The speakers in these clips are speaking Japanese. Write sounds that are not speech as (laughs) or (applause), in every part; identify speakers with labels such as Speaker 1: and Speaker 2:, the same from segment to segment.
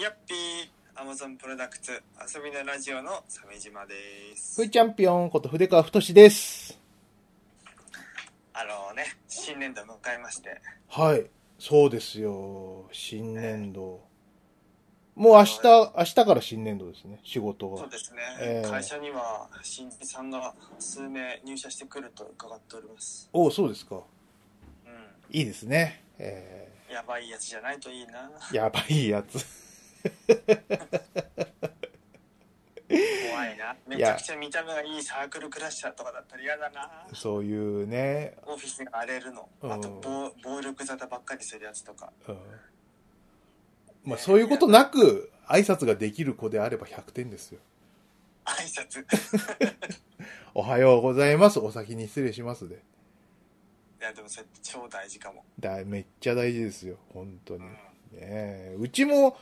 Speaker 1: やっぴー、アマゾンプロダクツ、遊びのラジオの鮫島です
Speaker 2: ふ。いチャンピオンこと筆川太志です。
Speaker 1: あのね、新年度迎えまして、
Speaker 2: はい。そうですよ。新年度。もう明日、明日から新年度ですね。仕事
Speaker 1: そ
Speaker 2: は
Speaker 1: う。です
Speaker 2: え
Speaker 1: ね、
Speaker 2: ー
Speaker 1: 会社には新人さんが数名入社してくると伺っております。
Speaker 2: おお、そうですか。
Speaker 1: うん、
Speaker 2: いいですね。え
Speaker 1: やばいやつじゃないといいな。
Speaker 2: (laughs) ー、やばいやつ。
Speaker 1: 怖いな。めちゃくちゃ見た目がいいサークルクラッシャーとかだったら嫌だな。
Speaker 2: そういうね、
Speaker 1: オフィスが荒れるの。あと、暴暴力沙汰ばっかりするやつとか。
Speaker 2: うん。まあ、そういうことなく、挨拶ができる子であれば100点ですよ。
Speaker 1: 挨拶。い
Speaker 2: おはようございます。お先に失礼しますで。
Speaker 1: や、でもそれ超大事かも。
Speaker 2: だ、めっちゃ大事ですよ。本当
Speaker 1: う
Speaker 2: に。
Speaker 1: ん
Speaker 2: ねえうちも、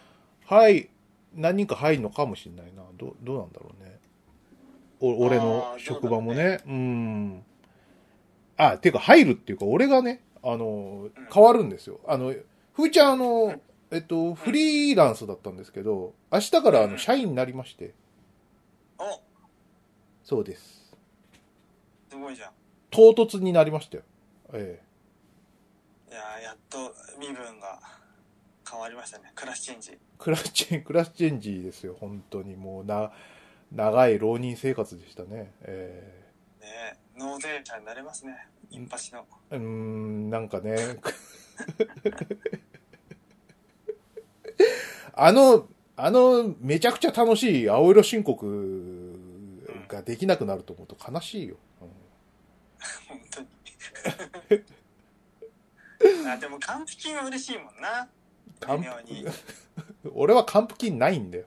Speaker 2: はい、何人か入るのかもしれないな。ど、どうなんだろうね。お俺の
Speaker 1: あー
Speaker 2: 職場もね。うん。あ、ていうか入るっていうか、俺がね、あの、変わるんですよ。あの、ふーちゃん、あ
Speaker 1: う
Speaker 2: の
Speaker 1: ん、
Speaker 2: えっと、フリーランスだったんですけど、明日からあ
Speaker 1: う
Speaker 2: の、
Speaker 1: ん
Speaker 2: 社員になりまして。
Speaker 1: お
Speaker 2: そうです。
Speaker 1: すごいじゃん。
Speaker 2: 唐突になりましたよ。え
Speaker 1: いやーやっと身分が変わりましたねクラスチェンジ
Speaker 2: えクラスチェン、 (laughs) クラスチェンジですよ。本当にもう、な、長い浪人生活でしたね。ええ
Speaker 1: ね納税者になれますね一発の
Speaker 2: うーん、なんかね。 (laughs) あの、あの、めちゃくちゃ楽しい青色申告ができなくなると思うと悲しいよ。
Speaker 1: 本当
Speaker 2: (laughs)
Speaker 1: にあでも還付金は嬉しいもんな
Speaker 2: 還
Speaker 1: 微妙に
Speaker 2: 俺は還付金ないんだよ。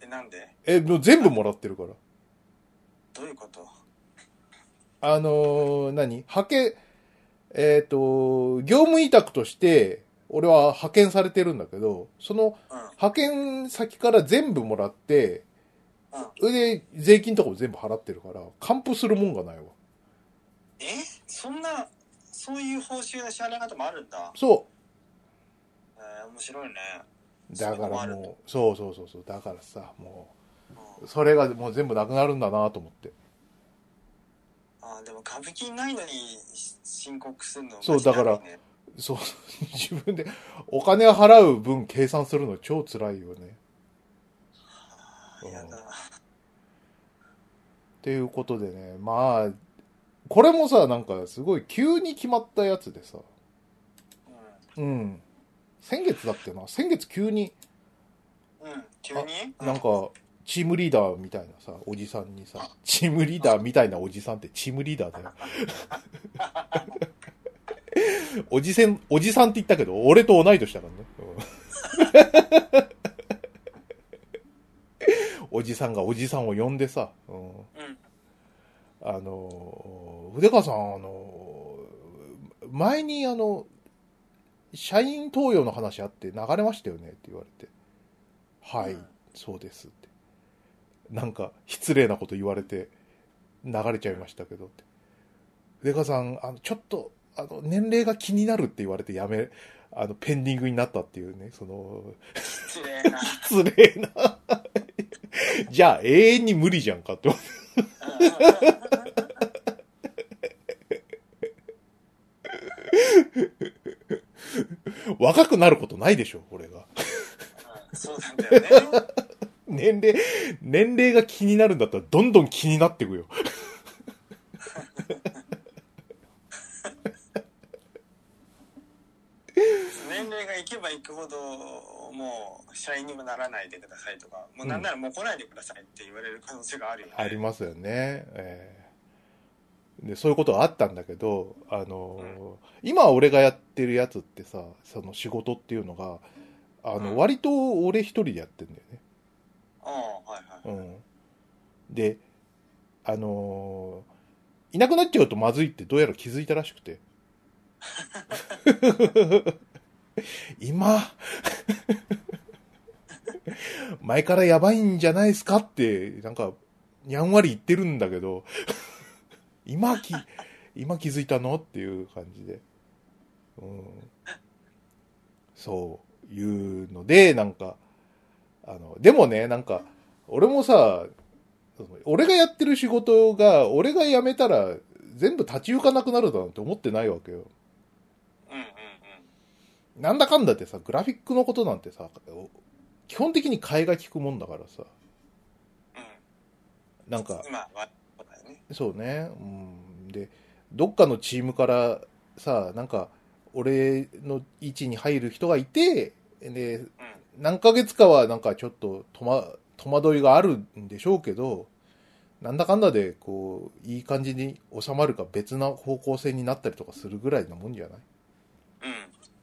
Speaker 1: えなんで
Speaker 2: え、もう全部もらってるから。
Speaker 1: どういうこと
Speaker 2: あのー何派遣、えっ、と、業務委託として、俺は派遣されてるんだけど、その
Speaker 1: うん
Speaker 2: 派遣先から全部もらって、
Speaker 1: うん
Speaker 2: それで税金とかも全部払ってるから、還付するもんがないわ。
Speaker 1: えそんなそういう報酬の支払い方もあるんだ、
Speaker 2: そ
Speaker 1: えー面白いね、
Speaker 2: う。だか
Speaker 1: そういうのもあ
Speaker 2: ら
Speaker 1: る
Speaker 2: もう、そうそうそうそう、だからさ、も
Speaker 1: うん
Speaker 2: う、それがもう全部なくなるんだなと思って。
Speaker 1: あーでも還付金ないのにし申告するの
Speaker 2: そうだから
Speaker 1: マジだよね
Speaker 2: そう、 (laughs) 自分でお金を払う分計算するの超辛いよね。
Speaker 1: あーやだ
Speaker 2: っていうことでね、まあ、これもさ、なんかすごい急に決まったやつでさ、うん。先月だってな、先月急に
Speaker 1: うん、うん、急に
Speaker 2: なんか、チームリーダーみたいなさ、おじさんにさ、チームリーダーみたいなおじさんってチームリーダーだよ。 (laughs) おじせん、おじさんって言ったけど、俺と同い年だからね。うんおじさんがおじさんを呼んでさ、うん
Speaker 1: うん
Speaker 2: あの、筆川さん、あの、前にあの、社員登用の話あって流れましたよねって言われて、はい、
Speaker 1: うん
Speaker 2: そうですって。なんか、失礼なこと言われて、流れちゃいましたけどって。筆川さん、あの、ちょっと、あの、年齢が気になるって言われてやめ、あの、ペンディングになったっていうね、その、
Speaker 1: 失礼な
Speaker 2: 失礼な。 (laughs) じゃあ、永遠に無理じゃんかって。若くなることないでしょ、俺が。
Speaker 1: そうなんだよね。
Speaker 2: 年齢、年齢が気になるんだったらどんどん気になっていくよ。
Speaker 1: 年齢がいけばいくほど、もう、社員にもならないでくださいとか、もうなんならもう来ないでくださいって言われる可能性があるよね。
Speaker 2: ありますよね。ええで、そういうことはあったんだけど、あのー今俺がやってるやつってさ、その仕事っていうのが、あ
Speaker 1: う
Speaker 2: の、
Speaker 1: ん
Speaker 2: 割と俺一人でやってんだよね。
Speaker 1: ああ、はいはい。
Speaker 2: うん。で、あのーいなくなっちゃうとまずいってどうやら気づいたらしく
Speaker 1: (laughs)
Speaker 2: て。今、前からやばいんじゃないですかって、なんか、やんわり言ってるんだけど、今き、今気づいたのっていう感じで。うん。そう、いうので、なんか、あの、でもね、なんか、俺もさ、その俺がやってる仕事が、俺が辞めたら、全部立ち行かなくなるだなんて思ってないわけよ。
Speaker 1: うんうんうん。
Speaker 2: なんだかんだってさ、グラフィックのことなんてさ、お基本的に替えが利くもんだからさ、
Speaker 1: う
Speaker 2: なんか、
Speaker 1: ん。まあ、まあそうだよね。
Speaker 2: そうね、うん、でどっかのチームからさなんか俺の位置に入る人がいてで
Speaker 1: うん。
Speaker 2: 何ヶ月かはなんかちょっと戸,、ま、戸惑いがあるんでしょうけどなんだかんだでこういい感じに収まるか別な方向性になったりとかするぐらいなもんじゃない
Speaker 1: う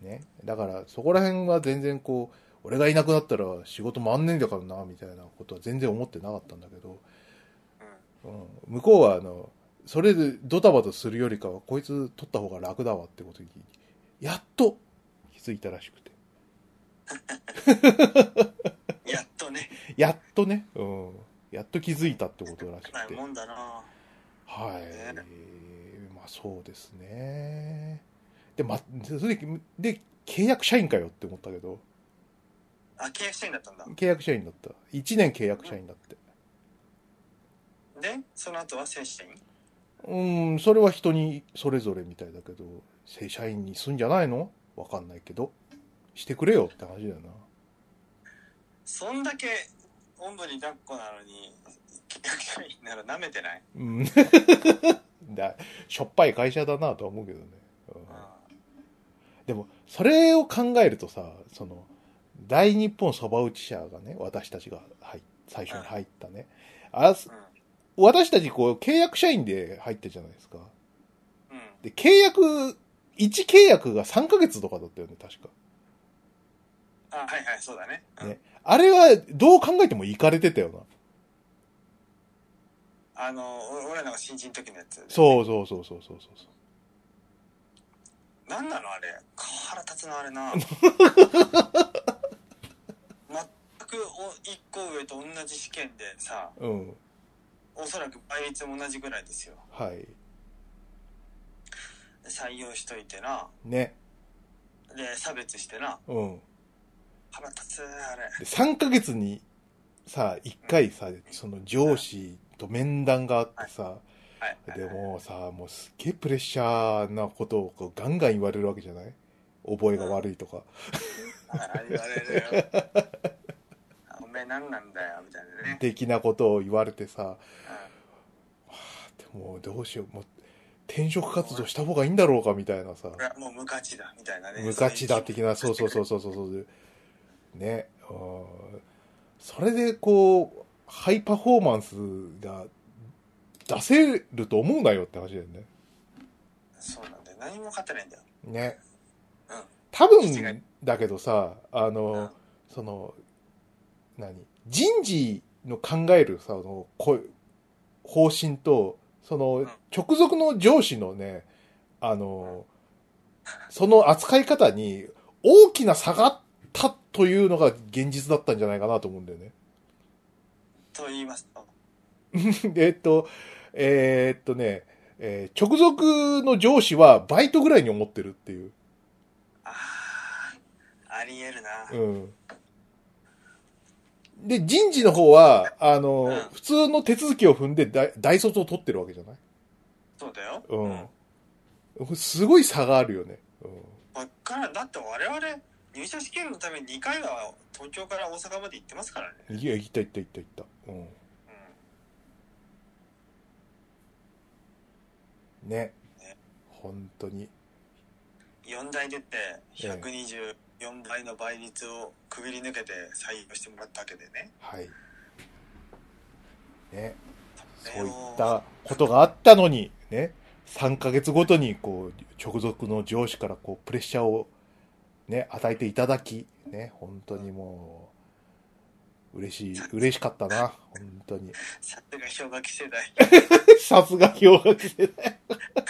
Speaker 1: ん。
Speaker 2: ね、だからそこら辺は全然こう俺がいなくなったら仕事回んねえんだからなみたいなことは全然思ってなかったんだけど、うん、向こうはあのそれでドタバタするよりかはこいつ取った方が楽だわってことにやっと気づいたらしくて
Speaker 1: やっとね、
Speaker 2: やっとね、うん、やっと気づいたってことらし
Speaker 1: な
Speaker 2: く
Speaker 1: い
Speaker 2: て
Speaker 1: もんだな。
Speaker 2: はい、
Speaker 1: ね
Speaker 2: まあそうですねで,、ま、それでで契約社員かよって思ったけど
Speaker 1: あ、契約社員だったんだ。
Speaker 2: 契約社員だった1年契約社員だって
Speaker 1: で、その後は正社員
Speaker 2: うん、それは人にそれぞれみたいだけど、正社員にすんじゃないのわかんないけど。してくれよって話だよな。
Speaker 1: そんだけ、おんぶに抱っこなのに、契約社員なら舐めてない
Speaker 2: うん。 (laughs) だ、しょっぱい会社だなとは思うけどね。うん
Speaker 1: う
Speaker 2: でも、それを考えるとさ、その、大日本そば打ち社がね、私たちが入っ最初に入ったね。あ
Speaker 1: ん。
Speaker 2: 私たちこう、契約社員で入ったじゃないですか。
Speaker 1: うん。うん。
Speaker 2: で、契約、1契約が3ヶ月とかだったよね、確か。
Speaker 1: あ、はいはい、そうだね。うん
Speaker 2: ねあれは、どう考えても行かれてたよな。
Speaker 1: あの、お俺らが新人の時のやつ。
Speaker 2: そうそうそうそうそうそう
Speaker 1: なんなのあれ腹立つなあれ
Speaker 2: (laughs)
Speaker 1: な全くお一個上と同じ試験でさ
Speaker 2: そう。うん。
Speaker 1: おそらく倍率も同じぐらいですよ
Speaker 2: はい。
Speaker 1: 採用しといてな
Speaker 2: ね。
Speaker 1: で差別してな
Speaker 2: うん。
Speaker 1: 腹立つあれ
Speaker 2: で、3ヶ月にさ、1回さ、その上司と面談があってさ、
Speaker 1: はい
Speaker 2: でもうさ、もうすっげえプレッシャーなことをこうガンガン言われるわけじゃない覚えが悪いとか。
Speaker 1: はい言われるよ
Speaker 2: (laughs)
Speaker 1: おめえ何なんだよみたいなね、
Speaker 2: 的なことを言われてさ、
Speaker 1: う
Speaker 2: でもうどうしよう、もう転職活動した方がいいんだろうかみたいなさ
Speaker 1: ん、。俺はもう無価値だみたいなね
Speaker 2: 無価値だ
Speaker 1: そういう
Speaker 2: 的な、そうそうそうそうそうそう。ね。うんそれで、こう、ハイパフォーマンスが出せると思うなよって話だよね。
Speaker 1: そうなんだよ何も勝てないんだよ
Speaker 2: ね。
Speaker 1: うん
Speaker 2: 多
Speaker 1: 間違
Speaker 2: 分、だけどさ、あ
Speaker 1: うん
Speaker 2: の、その、何人事の考えるさ、その、こう方針と、その
Speaker 1: ん、
Speaker 2: 直属の上司のね、あの、その扱い方に大きな差があったというのが現実だったんじゃないかなと思うんだよね。 (laughs)
Speaker 1: と言いますと
Speaker 2: で、えっと、えーっとね、えー直属の上司はバイトぐらいに思ってるっていう。
Speaker 1: ああありえるな、
Speaker 2: うん。で、人事の方は、あの、
Speaker 1: うん
Speaker 2: 普通の手続きを踏んで大大卒を取ってるわけじゃない
Speaker 1: そうだよ
Speaker 2: うん。すごい差があるよね。う
Speaker 1: こっからだって我々入社試験のために2回は東京から大阪まで行ってますからね、
Speaker 2: ん。いや、いったいったいったいった。うん。ね。
Speaker 1: ね
Speaker 2: 本当に。
Speaker 1: うん、4大出て124倍の倍率をくぐり抜けて採用してもらったわけでね
Speaker 2: はい。ね。
Speaker 1: そ
Speaker 2: そ
Speaker 1: れ
Speaker 2: う
Speaker 1: を
Speaker 2: いったことがあったのに、ね。3ヶ月ごとに、こう、直属の上司から、こう、プレッシャーを、ね、与えていただき、ね、本当にもう、嬉しい、嬉しかったな、本当に。 (laughs)
Speaker 1: さすが氷河期世代
Speaker 2: さすが氷河期世代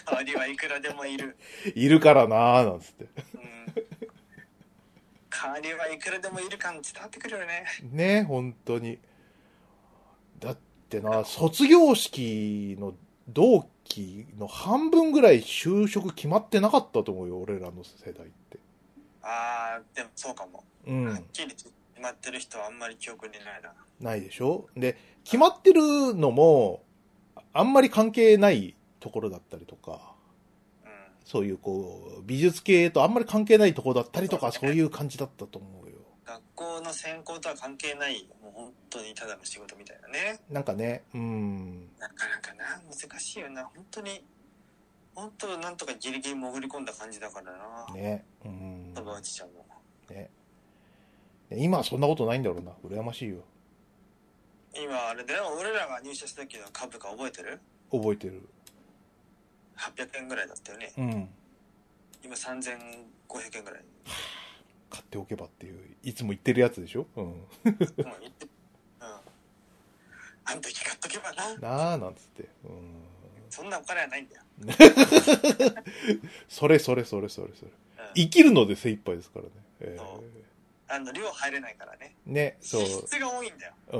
Speaker 1: 代わりはいくらでもいる、
Speaker 2: いるからな、なんつって。
Speaker 1: うん、代わりはいくらでもいる感伝わってくるよね
Speaker 2: ね本当にだってな卒業式の同期の半分ぐらい就職決まってなかったと思うよ俺らの世代って
Speaker 1: ああでもそうかも、
Speaker 2: う
Speaker 1: はっ
Speaker 2: ん
Speaker 1: きり言ってまってる人はあんまり記憶にないな。
Speaker 2: ないでしょで、決まってるのも、あんまり関係ないところだったりとか、
Speaker 1: うん。
Speaker 2: そういうこう、美術系とあんまり関係ないところだったりとか、そういう感じだったと思うよ。
Speaker 1: 学校の専攻とは関係ない、もう本当にただの仕事みたいなね。
Speaker 2: なんかね、うん、
Speaker 1: なかなかな、難しいよな。本当に、本当なんとかギリギリ潜り込んだ感じだからな。
Speaker 2: ね、うん。
Speaker 1: 飛ば落ちちゃうもん。
Speaker 2: 今はそんなことないんだろうな。羨ましいよ。
Speaker 1: 今あれだよ、俺らが入社した時の株価覚えてる
Speaker 2: 覚えてる。
Speaker 1: ?800 円ぐらいだったよね。
Speaker 2: うん。
Speaker 1: 今3500円ぐらい。
Speaker 2: 買っておけばっていう、いつも言ってるやつでしょうん。
Speaker 1: もう言って、うん。あん時買っとけばな。
Speaker 2: なあ、なんつって。うん。
Speaker 1: そんなお金はないんだよ。
Speaker 2: それそれそれそ
Speaker 1: う
Speaker 2: れそれ。
Speaker 1: ん、
Speaker 2: 生きるので精一杯ですからね。え
Speaker 1: そあの、量入れないからね。
Speaker 2: ー、ね、そう
Speaker 1: 支。出が多いんだよ。
Speaker 2: うん。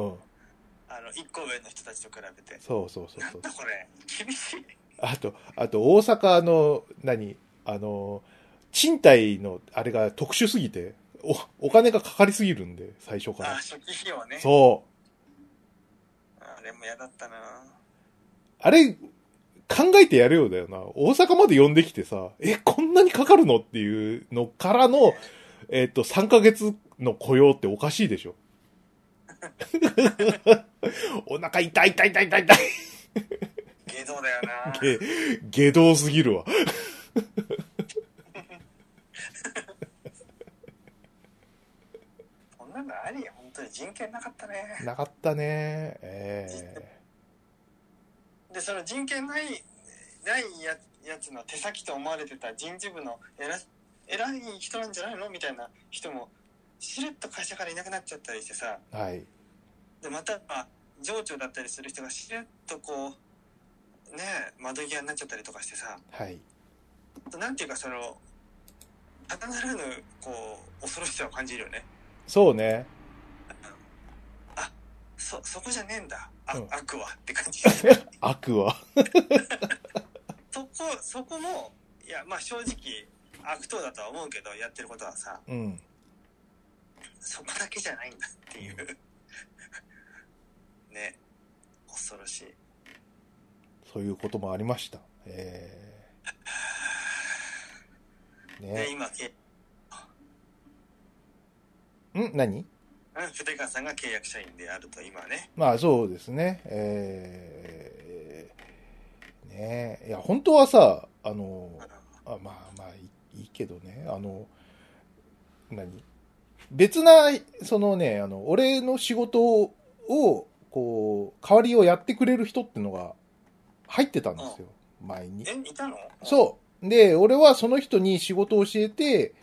Speaker 1: あの、一個上の人たちと比べて。
Speaker 2: そうそうそう
Speaker 1: な
Speaker 2: そうん
Speaker 1: だ。これ、厳しい。
Speaker 2: あと、あと大阪の、何あの、賃貸のあれが特殊すぎて、お、お金がかかりすぎるんで、最初か
Speaker 1: あ、
Speaker 2: ら。
Speaker 1: 初期費用ね。
Speaker 2: そ
Speaker 1: あれも嫌だったな
Speaker 2: う。あれ、考えてやるようだよな。大阪まで呼んできてさ、え、こんなにかかるのっていうのからの、えっ、と、3ヶ月の雇用っておかしい
Speaker 1: (laughs)
Speaker 2: でしょ。お腹痛い痛い痛い痛い痛い。
Speaker 1: 下道だよな
Speaker 2: え下道すぎるわ。
Speaker 1: こんなのありよ。本当に人権なかったね。
Speaker 2: なかったね。ええ
Speaker 1: (laughs) で、その人権ない、ないややつの手先と思われてた人事部の偉偉い人なんじゃないのみたいな人も、しれっと会社からいなくなっちゃったりしてさ。
Speaker 2: はい。
Speaker 1: で、また、まあ、情緒だったりする人がしれっとこう、ねえ、窓際になっちゃったりとかしてさ。
Speaker 2: はい。
Speaker 1: なんていうかその、ただならぬ、こう、恐ろしさを感じるよね。
Speaker 2: そうね。
Speaker 1: そ、そこじゃねえんだ。あ、
Speaker 2: うん
Speaker 1: 悪はって感
Speaker 2: (laughs)
Speaker 1: じ。
Speaker 2: 悪は。
Speaker 1: そこ、そこも、いや、まあ正直、悪党だとは思うけど、やってることはさ、
Speaker 2: うん。
Speaker 1: そこだけじゃないんだっていう。 (laughs) ね。恐ろしい。
Speaker 2: そういうこともありました。ええ
Speaker 1: で、
Speaker 2: ね。
Speaker 1: 今、け
Speaker 2: ん何
Speaker 1: うん、筆川さんが契約社員であると、今ね。
Speaker 2: まあそうですね。ええねえ。いや、本当はさ、あの
Speaker 1: うん、
Speaker 2: あまあまあいいいいけどね。あの、何別な、そのね、あの、俺の仕事を、こう、代わりをやってくれる人ってのが入ってたんですよ。前に。
Speaker 1: え、いたの
Speaker 2: そう。で、俺はその人に仕事を教えて、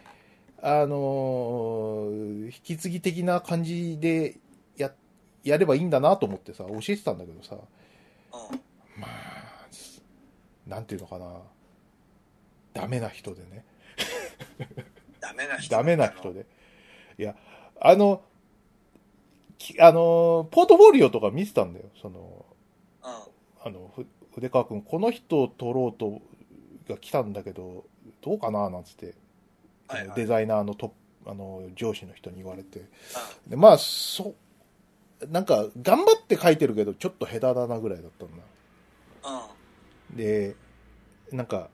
Speaker 2: あのー引き継ぎ的な感じでや、やればいいんだなと思ってさ、教えてたんだけど
Speaker 1: う
Speaker 2: さ、
Speaker 1: ん。うん。
Speaker 2: まあ、すなんていうのかな。ダメな人でね。
Speaker 1: ダメな人。
Speaker 2: ダメな人。で。いや、あの、きあのー、ポートフォリオとか見てたんだよ。その、
Speaker 1: うん。
Speaker 2: あの、ふ筆川くん、この人を取ろうと、が来たんだけど、どうかななんつって、
Speaker 1: はい、はい。
Speaker 2: デ
Speaker 1: うん。
Speaker 2: ザイナーのトップあの上司の人に言われてでまあそなんか頑張って書いてるけどちょっと下手だなぐらいだったんだ
Speaker 1: うん。
Speaker 2: でなんか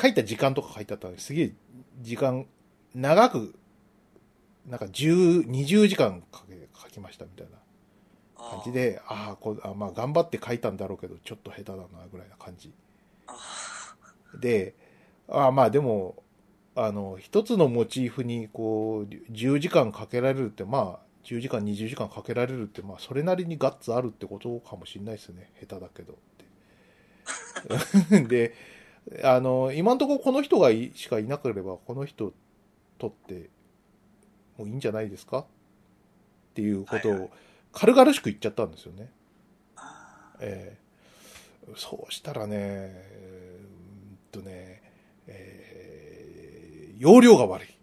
Speaker 2: 書いた時間とか書いてあったのにすげえ時間長くなんか10 20時間かけ書きましたみたいな
Speaker 1: うん
Speaker 2: 感じ。でああこあまあ頑張って書いたんだろうけどちょっと下手だなぐらいな感じ
Speaker 1: うん
Speaker 2: で、あまあでも、あの、一つのモチーフに、こう、10時間かけられるって、まあ、10時間、20時間かけられるって、まあ、それなりにガッツあるってことかもしれないですね。下手だけどって。 (laughs) で、あの、今のところこの人がいしかいなければ、この人取ってもういいんじゃないですかっていうこと
Speaker 1: はいは
Speaker 2: を、軽々しく言っちゃったんですよね。
Speaker 1: あ
Speaker 2: えーそうしたらね、えーうーんとね、えー容量が悪い。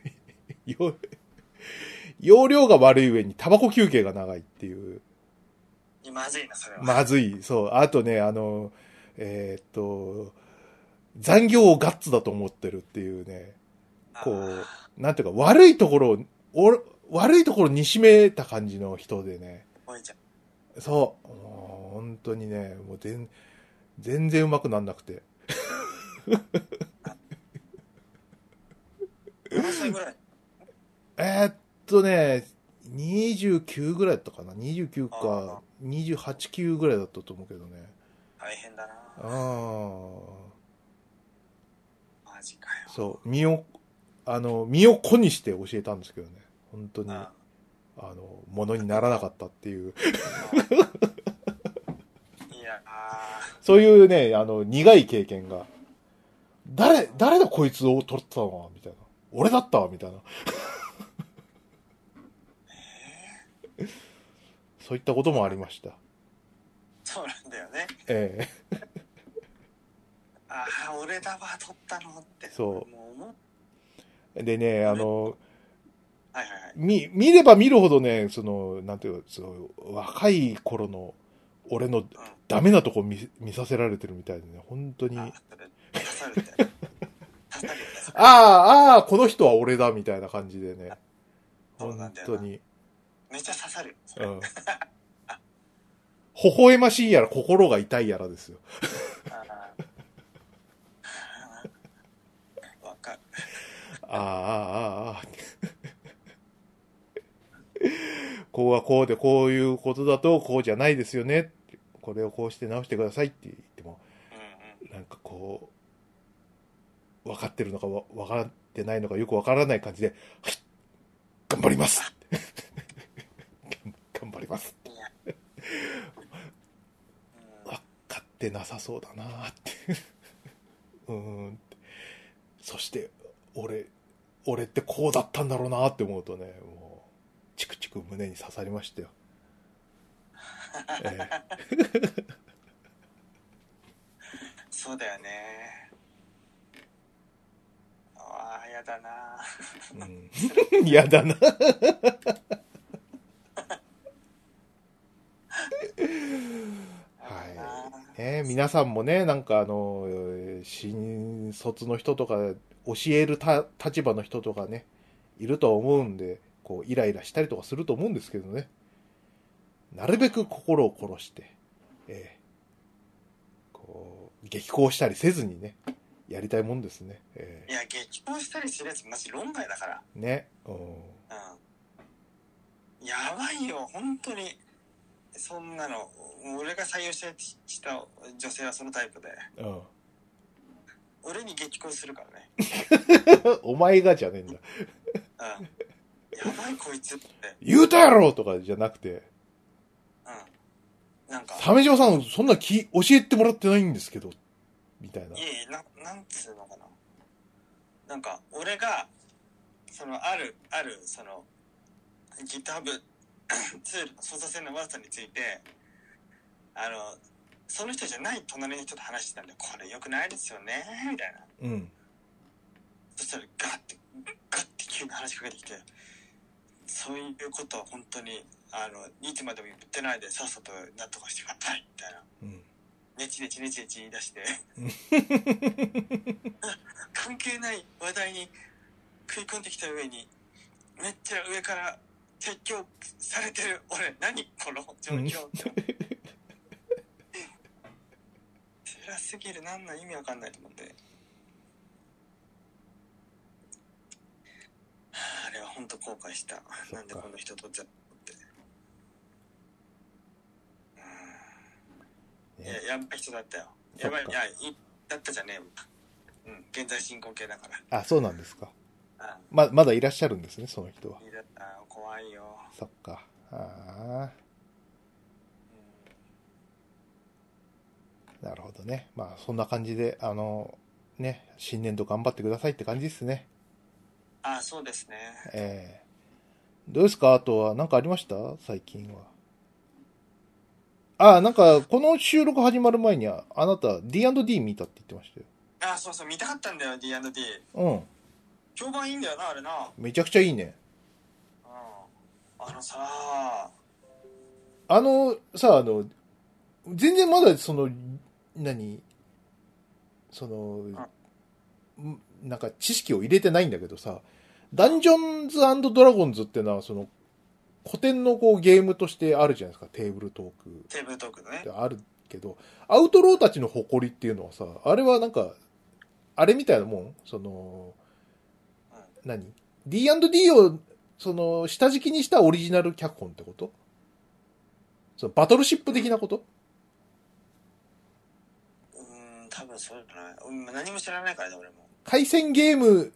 Speaker 2: (laughs) 容容量が悪い上にタバコ休憩が長いっていう、
Speaker 1: ーまずいな、それは。
Speaker 2: まずい。そう。あとね、あの、えーっと、残業をガッツだと思ってるっていうね、こう、なんていうか悪いところを俺、悪いところにしめた感じの人でね。
Speaker 1: おいちゃん。
Speaker 2: そう。もう本当にね、もう全、全然うまくなんなくて。
Speaker 1: 4歳ぐらい。
Speaker 2: えーっとね、29ぐらいだったかな。29
Speaker 1: あ
Speaker 2: か、28、9ぐらいだったと思うけどね。
Speaker 1: 大変だな。
Speaker 2: ああ。
Speaker 1: マジかよ。
Speaker 2: そう、身を、あの、身を粉にして教えたんですけどね。本当に、あ
Speaker 1: あ
Speaker 2: の、ものにならなかったっていう。
Speaker 1: あいや、あ
Speaker 2: そういうね、あの、苦い経験が。誰、誰だこいつを取ったのはみたいな。俺だったわみ
Speaker 1: (laughs)
Speaker 2: たいな。そういったこともありました。
Speaker 1: そうなんだよね。
Speaker 2: え
Speaker 1: ああ、俺だわ、取ったのって。
Speaker 2: そう
Speaker 1: もう思う。
Speaker 2: えでね、あの、
Speaker 1: はいはいはい。
Speaker 2: 見、見れば見るほどね、その、なんていうか、その、若い頃の、俺の
Speaker 1: うん。
Speaker 2: ダメなとこ見せ見させられてるみたいでね、本当に。
Speaker 1: あ
Speaker 2: あ
Speaker 1: それ刺されて。刺されて。
Speaker 2: あ、ああ、この人は俺だみたいな感じでね。
Speaker 1: そうな
Speaker 2: 本
Speaker 1: んだよな
Speaker 2: 当に。
Speaker 1: めっちゃ刺さる。それ
Speaker 2: うん。微笑ましいやら心が痛いやらですよ。
Speaker 1: ああわかる。
Speaker 2: ああ、ああ、ああ。 (laughs) こうはこうで、こういうことだと、こうじゃないですよね。これをこうして直してくださいって言っても、
Speaker 1: うんうん。
Speaker 2: なんかこう、分かってるのかわ分かってないのかよく分からない感じで、はい、頑張ります (laughs) 頑張ります。
Speaker 1: いや。うん
Speaker 2: あ勝ってなさそうだなーって。 (laughs) うーんって。そして、俺、俺ってこうだったんだろうなーって思うとね、もう、チクチク胸に刺さりましたよ。ええ
Speaker 1: そうだよね。ああ、やだな。
Speaker 2: うん (laughs) 嫌だな。は
Speaker 1: や
Speaker 2: い
Speaker 1: だな
Speaker 2: ね、皆さんもね、なんかあの、えー新卒の人とか、教えるた立場の人とかね、いるとは思うんで、こう、イライラしたりとかすると思うんですけどね。なるべく心を殺して、えーこう、激高したりせずにね、やりたいもんですね。え
Speaker 1: いや、激高したりするやつ、マジ論外だから。
Speaker 2: ーね、うん
Speaker 1: うんやばいよ、本当に。そんなの、俺が採用してした女性はそのタイプで、
Speaker 2: うん。 (laughs)
Speaker 1: 俺に激高するからね。
Speaker 2: お前がじゃねえんだ。
Speaker 1: うん。やばい、こいつって。
Speaker 2: 言うたやろとかじゃなくて、
Speaker 1: うん。なんか、
Speaker 2: 鮫島さん、そんなき教えてもらってないんですけど、みたいな。
Speaker 1: いえいえ、な、なんつうのかな。なんか、俺が、その、ある、ある、その、GitHub (coughs) ツールの操作性の悪さについて、あの、その人じゃない隣の人と話してたんで、これ良くないですよね、みたいな。
Speaker 2: うん。
Speaker 1: そしたらガッてガッて急に話しかけてきてそういうことは本当にあのいつまでも言ってないでさっさとなんとかしてくださいみたいな
Speaker 2: うん。
Speaker 1: ネチネチネチネチ言い出して (laughs) 関係ない話題に食い込んできた上にめっちゃ上から説教されてる俺何この状況って思って辛すぎる何の意味わかんないと思ってはああれは本当後悔した
Speaker 2: か
Speaker 1: なんでこんな人とっちゃってうんい
Speaker 2: ね
Speaker 1: ややばい人だったよ
Speaker 2: そ
Speaker 1: や
Speaker 2: っか
Speaker 1: ばいいやいだったじゃねえわうん現在進行形だから
Speaker 2: あ、そうなんですか。
Speaker 1: あ
Speaker 2: ま、まだいらっしゃるんですね、その人は。
Speaker 1: いいだった怖いよ
Speaker 2: そっか。ああ、なるほどね。まあ、そんな感じで、あの、ね、新年度頑張ってくださいって感じですね。
Speaker 1: ああそうですね
Speaker 2: ええどうですかあとは、なんかありました最近は。ああ、なんか、この収録始まる前には、あなた、D&D 見たって言ってましたよ。
Speaker 1: ああそうそう見たかったんだよ D&D
Speaker 2: うん。
Speaker 1: 評判いいんだよなあれな
Speaker 2: めちゃくちゃいいね。
Speaker 1: うんあのさあ
Speaker 2: あの、さ、あの、全然まだその、何その、んなんか知識を入れてないんだけどさ、ダンジョンズドラゴンズってのは、その、古典のこうゲームとしてあるじゃないですか、テーブルトーク
Speaker 1: テーブルトークのね
Speaker 2: って。あるけど、アウトローたちの誇りっていうのはさ、あれはなんか、あれみたいなもんその、何 ?D&D を、その、下敷きにしたオリジナル脚本ってことそのバトルシップ的なこと
Speaker 1: うーん、多分そうじゃない。うん、何も知らないからね、俺も。
Speaker 2: 回線ゲーム、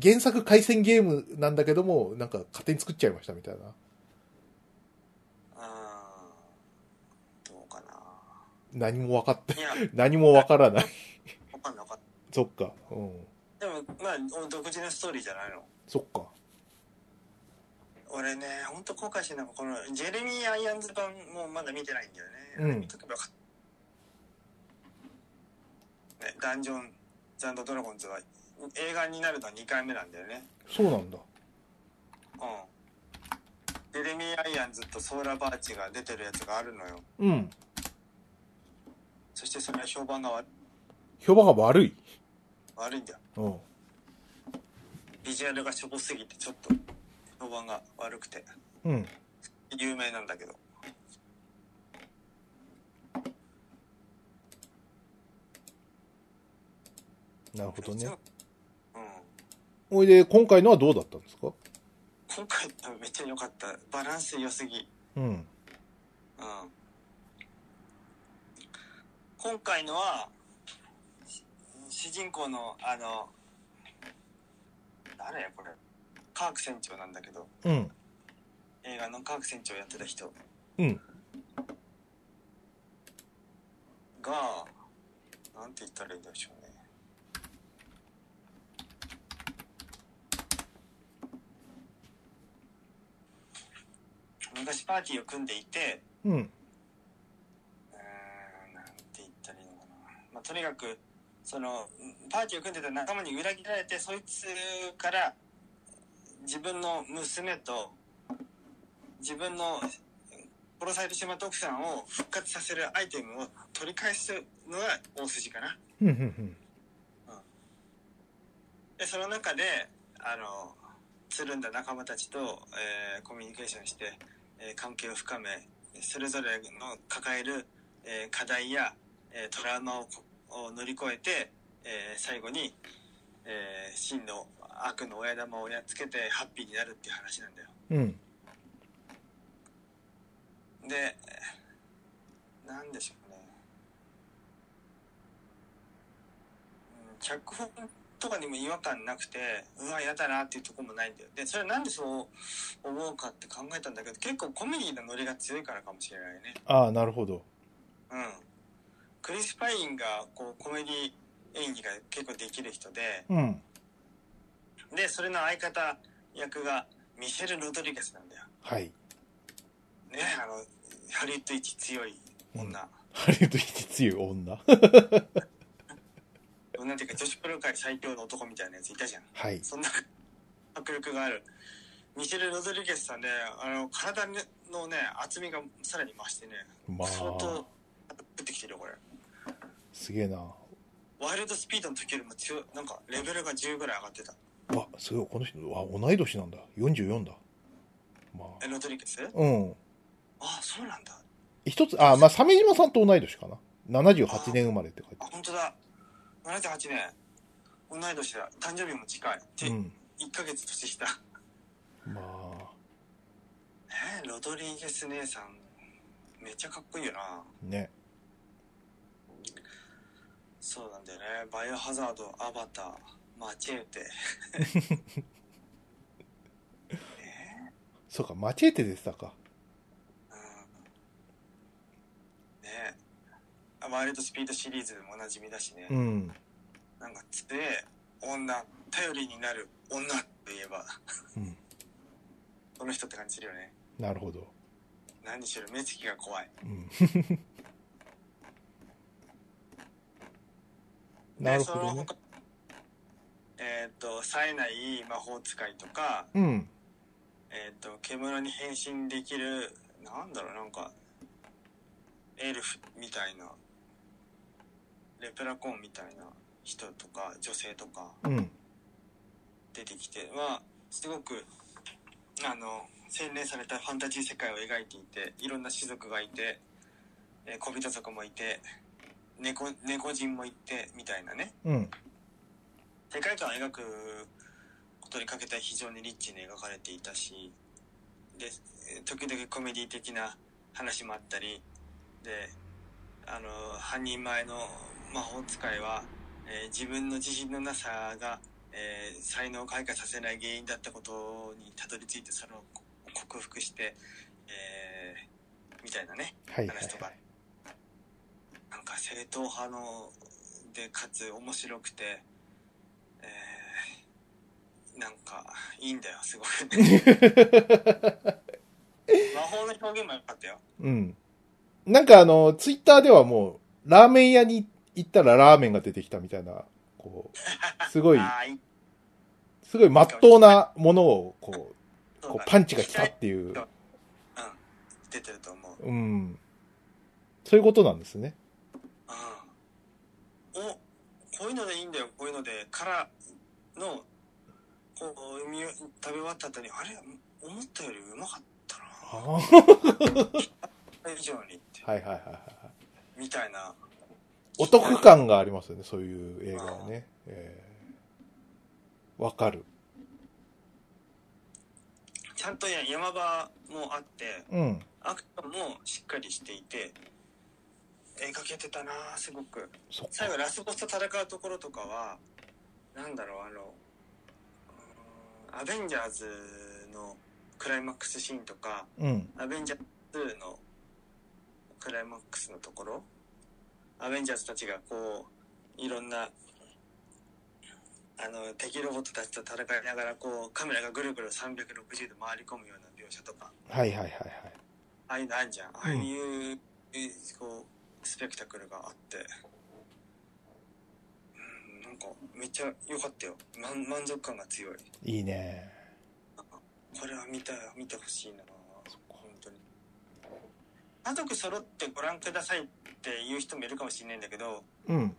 Speaker 2: 原作回線ゲームなんだけども、なんか勝手に作っちゃいましたみたいな。
Speaker 1: うーん、どうかな。
Speaker 2: 何も分かって、
Speaker 1: い
Speaker 2: (laughs)
Speaker 1: や、
Speaker 2: 何も分からない。 (laughs)
Speaker 1: わかんなかっ
Speaker 2: そっか。うん。
Speaker 1: た。でも、まあ、俺独自のストーリーじゃないの。
Speaker 2: そっか。
Speaker 1: 俺ね、ほんと後悔してるのが、この、ジェレミー・アイアンズ版もまだ見てないんだよね。
Speaker 2: うん
Speaker 1: あれ見とけばよかった。ね、ダンジョンズドラゴンズは、映画になるのは2回目なんだよね。
Speaker 2: そうなん
Speaker 1: う
Speaker 2: だ。
Speaker 1: ん。ジェレミー・アイアンズとソーラ・バーチが出てるやつがあるのよ。
Speaker 2: うん。
Speaker 1: そしてそれは評判が悪
Speaker 2: 評判が悪い。
Speaker 1: 悪いんだよ。
Speaker 2: うん。
Speaker 1: ビジュアルがしょぼすぎて、ちょっと評判が悪くて、
Speaker 2: うん。
Speaker 1: 有名なんだけど。
Speaker 2: なるほどね。
Speaker 1: うん。
Speaker 2: おいで、今回のはどうだったんですか
Speaker 1: 今回多分めっちゃ良かった。バランス良すぎ。
Speaker 2: うん。
Speaker 1: うん。今回のは、し主人公の、あの、誰やこれ。カーク船長なんだけど、
Speaker 2: うん。
Speaker 1: 映画のカーク船長やってた人
Speaker 2: うん。
Speaker 1: が、なんて言ったらいいんでしょうね。昔パーティーを組んでいて、
Speaker 2: うん。
Speaker 1: うーんなんて言ったらいいのかな、まあ、とにかくそのうんパーティーを組んでた仲間に裏切られてそいつから自分の娘と自分のうん殺されてしまった奥さんを復活させるアイテムを取り返すのが大筋かな。
Speaker 2: うん。うん。
Speaker 1: でその中であのつるんだ仲間たちと、えーコミュニケーションして、えー関係を深めそれぞれの抱える、えー課題や、えートラウマをこを乗り越えて、えー最後に、えー真の悪の親玉をやっつけてハッピーになるっていう話なんだよ。
Speaker 2: うん。
Speaker 1: でえーなんでしょうね、うん、脚本とかにも違和感なくてうわやだなっていうとこもないんだよでそれはなんでそう思うかって考えたんだけど結構コメディのノリが強いからかもしれないね
Speaker 2: ああ、なるほど。
Speaker 1: うんクリス・パインがこうコメディ演技が結構できる人で
Speaker 2: うん。
Speaker 1: でそれの相方役がミシェル・ロドリゲスなんだよ
Speaker 2: はい。
Speaker 1: ねあのハリウッド一強い女、
Speaker 2: ハリウッド一強い女。
Speaker 1: なんていうか女子プロ界最強の男みたいなやついたじゃん
Speaker 2: はい。
Speaker 1: そんな (laughs) 迫力があるミシェル・ロドリゲスさんねあの体のね厚みがさらに増してね、
Speaker 2: ま
Speaker 1: 相当
Speaker 2: あ、
Speaker 1: 降ってきてるよこれ
Speaker 2: すげえな。
Speaker 1: ワイルドスピードの時よりも強いなんかレベルが10ぐらい上がってた
Speaker 2: あ、すごい、この人、あ、同い年なんだ。44だ。まあ
Speaker 1: え。ロドリゲス
Speaker 2: うん。
Speaker 1: あそうなんだ
Speaker 2: 一つ、あ、まあ、鮫島さんと同い年かな。78年生まれって書いて
Speaker 1: あ本当だ78年同い年だ誕生日も近い
Speaker 2: ある。うん。
Speaker 1: 1ヶ月年下
Speaker 2: まあ、
Speaker 1: えロドリゲス姉さんめっちゃかっこいいよな
Speaker 2: ね。
Speaker 1: そうなんだよね。バイオハザード、アバター、マチェー (laughs) テ。ね
Speaker 2: そうか、マチェーテでしたか。
Speaker 1: えうん。ねえ。ワイルドスピードシリーズでもおなじみだしね。
Speaker 2: うん。
Speaker 1: なんか、つえ、女、頼りになる女といえば、
Speaker 2: うん。
Speaker 1: この人って感じするよね。
Speaker 2: なるほど。
Speaker 1: 何しろ目つきが怖い。
Speaker 2: うん。
Speaker 1: で
Speaker 2: なるほど
Speaker 1: その
Speaker 2: ね。
Speaker 1: 他えーっ、と、冴えない魔法使いとか、
Speaker 2: うん。
Speaker 1: えっ、と、獣に変身できる、なんだろう、なんか、エルフみたいな、レプラコンみたいな人とか、女性とか、
Speaker 2: うん。
Speaker 1: 出てきてはすごくあの洗練されたファンタジー世界を描いていていろんな種族がいて、えー小人族もいて猫猫人もいてみたいなね
Speaker 2: うん。
Speaker 1: 世界観を描くことにかけては非常にリッチに描かれていたしでえー時々コメディ的な話もあったりであの半人前の魔法使いは、えー自分の自信のなさが、えー才能を開花させない原因だったことにたどり着いてそれを克服して、えーみたいなね
Speaker 2: はいはい、は
Speaker 1: 話とか
Speaker 2: い。
Speaker 1: なんか正統派のでかつ面白くて、えーなんかいいんだよすごく
Speaker 2: (laughs)
Speaker 1: 魔法の表現も良かったよ
Speaker 2: うん。なんかあの、ツイッターではもう、ラーメン屋に行ったらラーメンが出てきたみたいな、こ (laughs) う、すごい、
Speaker 1: ああいい
Speaker 2: すごい真っ当なものを、 (laughs) こう、
Speaker 1: そう
Speaker 2: こ
Speaker 1: だ
Speaker 2: うパンチが来たっていう、
Speaker 1: うん出てると思う
Speaker 2: うん。そういうことなんですね。
Speaker 1: うんおこういうのでいいんだよこういうのでからのこう見よ食べ終わった後にあれ思ったよりうまかったな
Speaker 2: は
Speaker 1: 以上にって
Speaker 2: いはいはいはい。
Speaker 1: みたいな
Speaker 2: お得感がありますよね、そういう映画はね。えーわ、かる。
Speaker 1: ちゃんとや山場もあって
Speaker 2: うん。
Speaker 1: アクションもしっかりしていて描けてたなあすごく
Speaker 2: そっ
Speaker 1: 最
Speaker 2: か。
Speaker 1: 後ラスボスと戦うところとかはなんだろうあのうーんアベンジャーズのクライマックスシーンとか
Speaker 2: うん。
Speaker 1: アベンジャーズ2のクライマックスのところアベンジャーズたちがこういろんなあの敵ロボットたちと戦いながらこうカメラがぐるぐる360度回り込むような描写とか
Speaker 2: はいはいはいはい。
Speaker 1: ああいうのあんじゃん。ああいう、えこう、スペクタクルがあって。うん、なんか、めっちゃ良かったよ。満満足感が強い。
Speaker 2: いいね。
Speaker 1: これは見た、見てほしいな。
Speaker 2: そっか
Speaker 1: 本当に。家族揃ってご覧くださいって言う人もいるかもしれないんだけど、
Speaker 2: うん。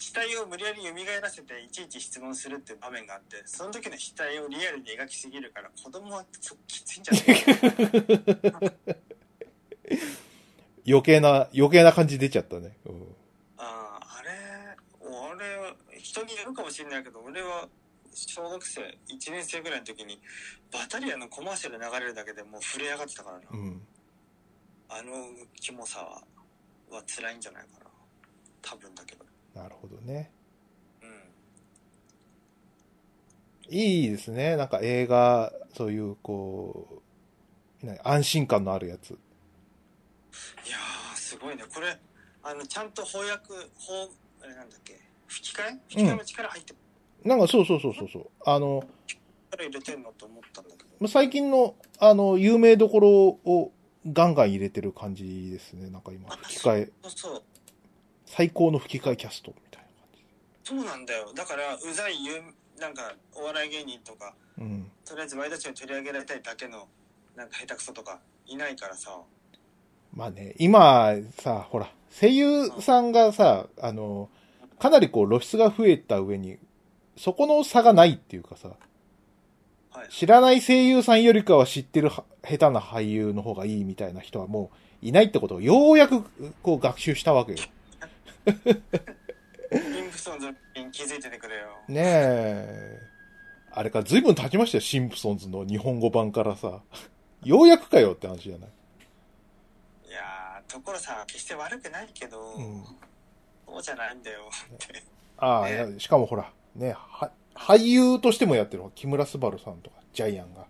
Speaker 1: 死体を無理やり蘇らせていちいち質問するっていう場面があって、その時の死体をリアルに描きすぎるから、子供はちょきついんじゃないかな
Speaker 2: 余計な、余計な感じ出ちゃったね。うん、
Speaker 1: あああれ俺は人によるかもしれないけど俺は小学生1年生ぐらいの時にバタリアのコマーシャル流れるだけでもう震え上がってたからな、
Speaker 2: うん。
Speaker 1: あのキモさはは辛いんじゃないかな多分だけど
Speaker 2: なるほどね。
Speaker 1: うん
Speaker 2: いいですね。なんか映画、そういう、こう、な安心感のあるやつ。
Speaker 1: いやーすごいねこれあのちゃんと翻訳翻あれなんだっけ吹き替え吹き替えの力入ってる
Speaker 2: なんかそうそうそうそうそう。あの、
Speaker 1: 力入れてんのと思ったんだけど、
Speaker 2: 最近の、あの、有名どころをガンガン入れてる感じですね。なんか今、吹き替え。
Speaker 1: そうそう
Speaker 2: 最高の吹き替えキャストみたい
Speaker 1: そうなんだよだからうざい有なんかお笑い芸人とか
Speaker 2: な感じ。
Speaker 1: とりあえずワイドショーに取り上げられたいだけのなんか下手くそとかいないからさ
Speaker 2: うん。まあね、今、さ、ほら、声優さんがさ、あの、かなりこう露出が増えた上に、そこの差がないっていうかさ、
Speaker 1: はい
Speaker 2: 知らない声優さんよりかは知ってるは下手な俳優の方がいいみたいな人はもういないってことをようやくこう学習したわけよ。
Speaker 1: インプソンズに気づいててくれよ
Speaker 2: ねえ。あれか、随分経ちましたよ、シンプソンズの日本語版からさ。ようやくかよって話じゃない。
Speaker 1: いやー所さんは決して悪くないけど、
Speaker 2: うん。
Speaker 1: そうじゃないんだよ
Speaker 2: ああ、
Speaker 1: ね
Speaker 2: いやしかもほら、ね、は、俳優としてもやってる木村昴さんとか、ジャイアンが、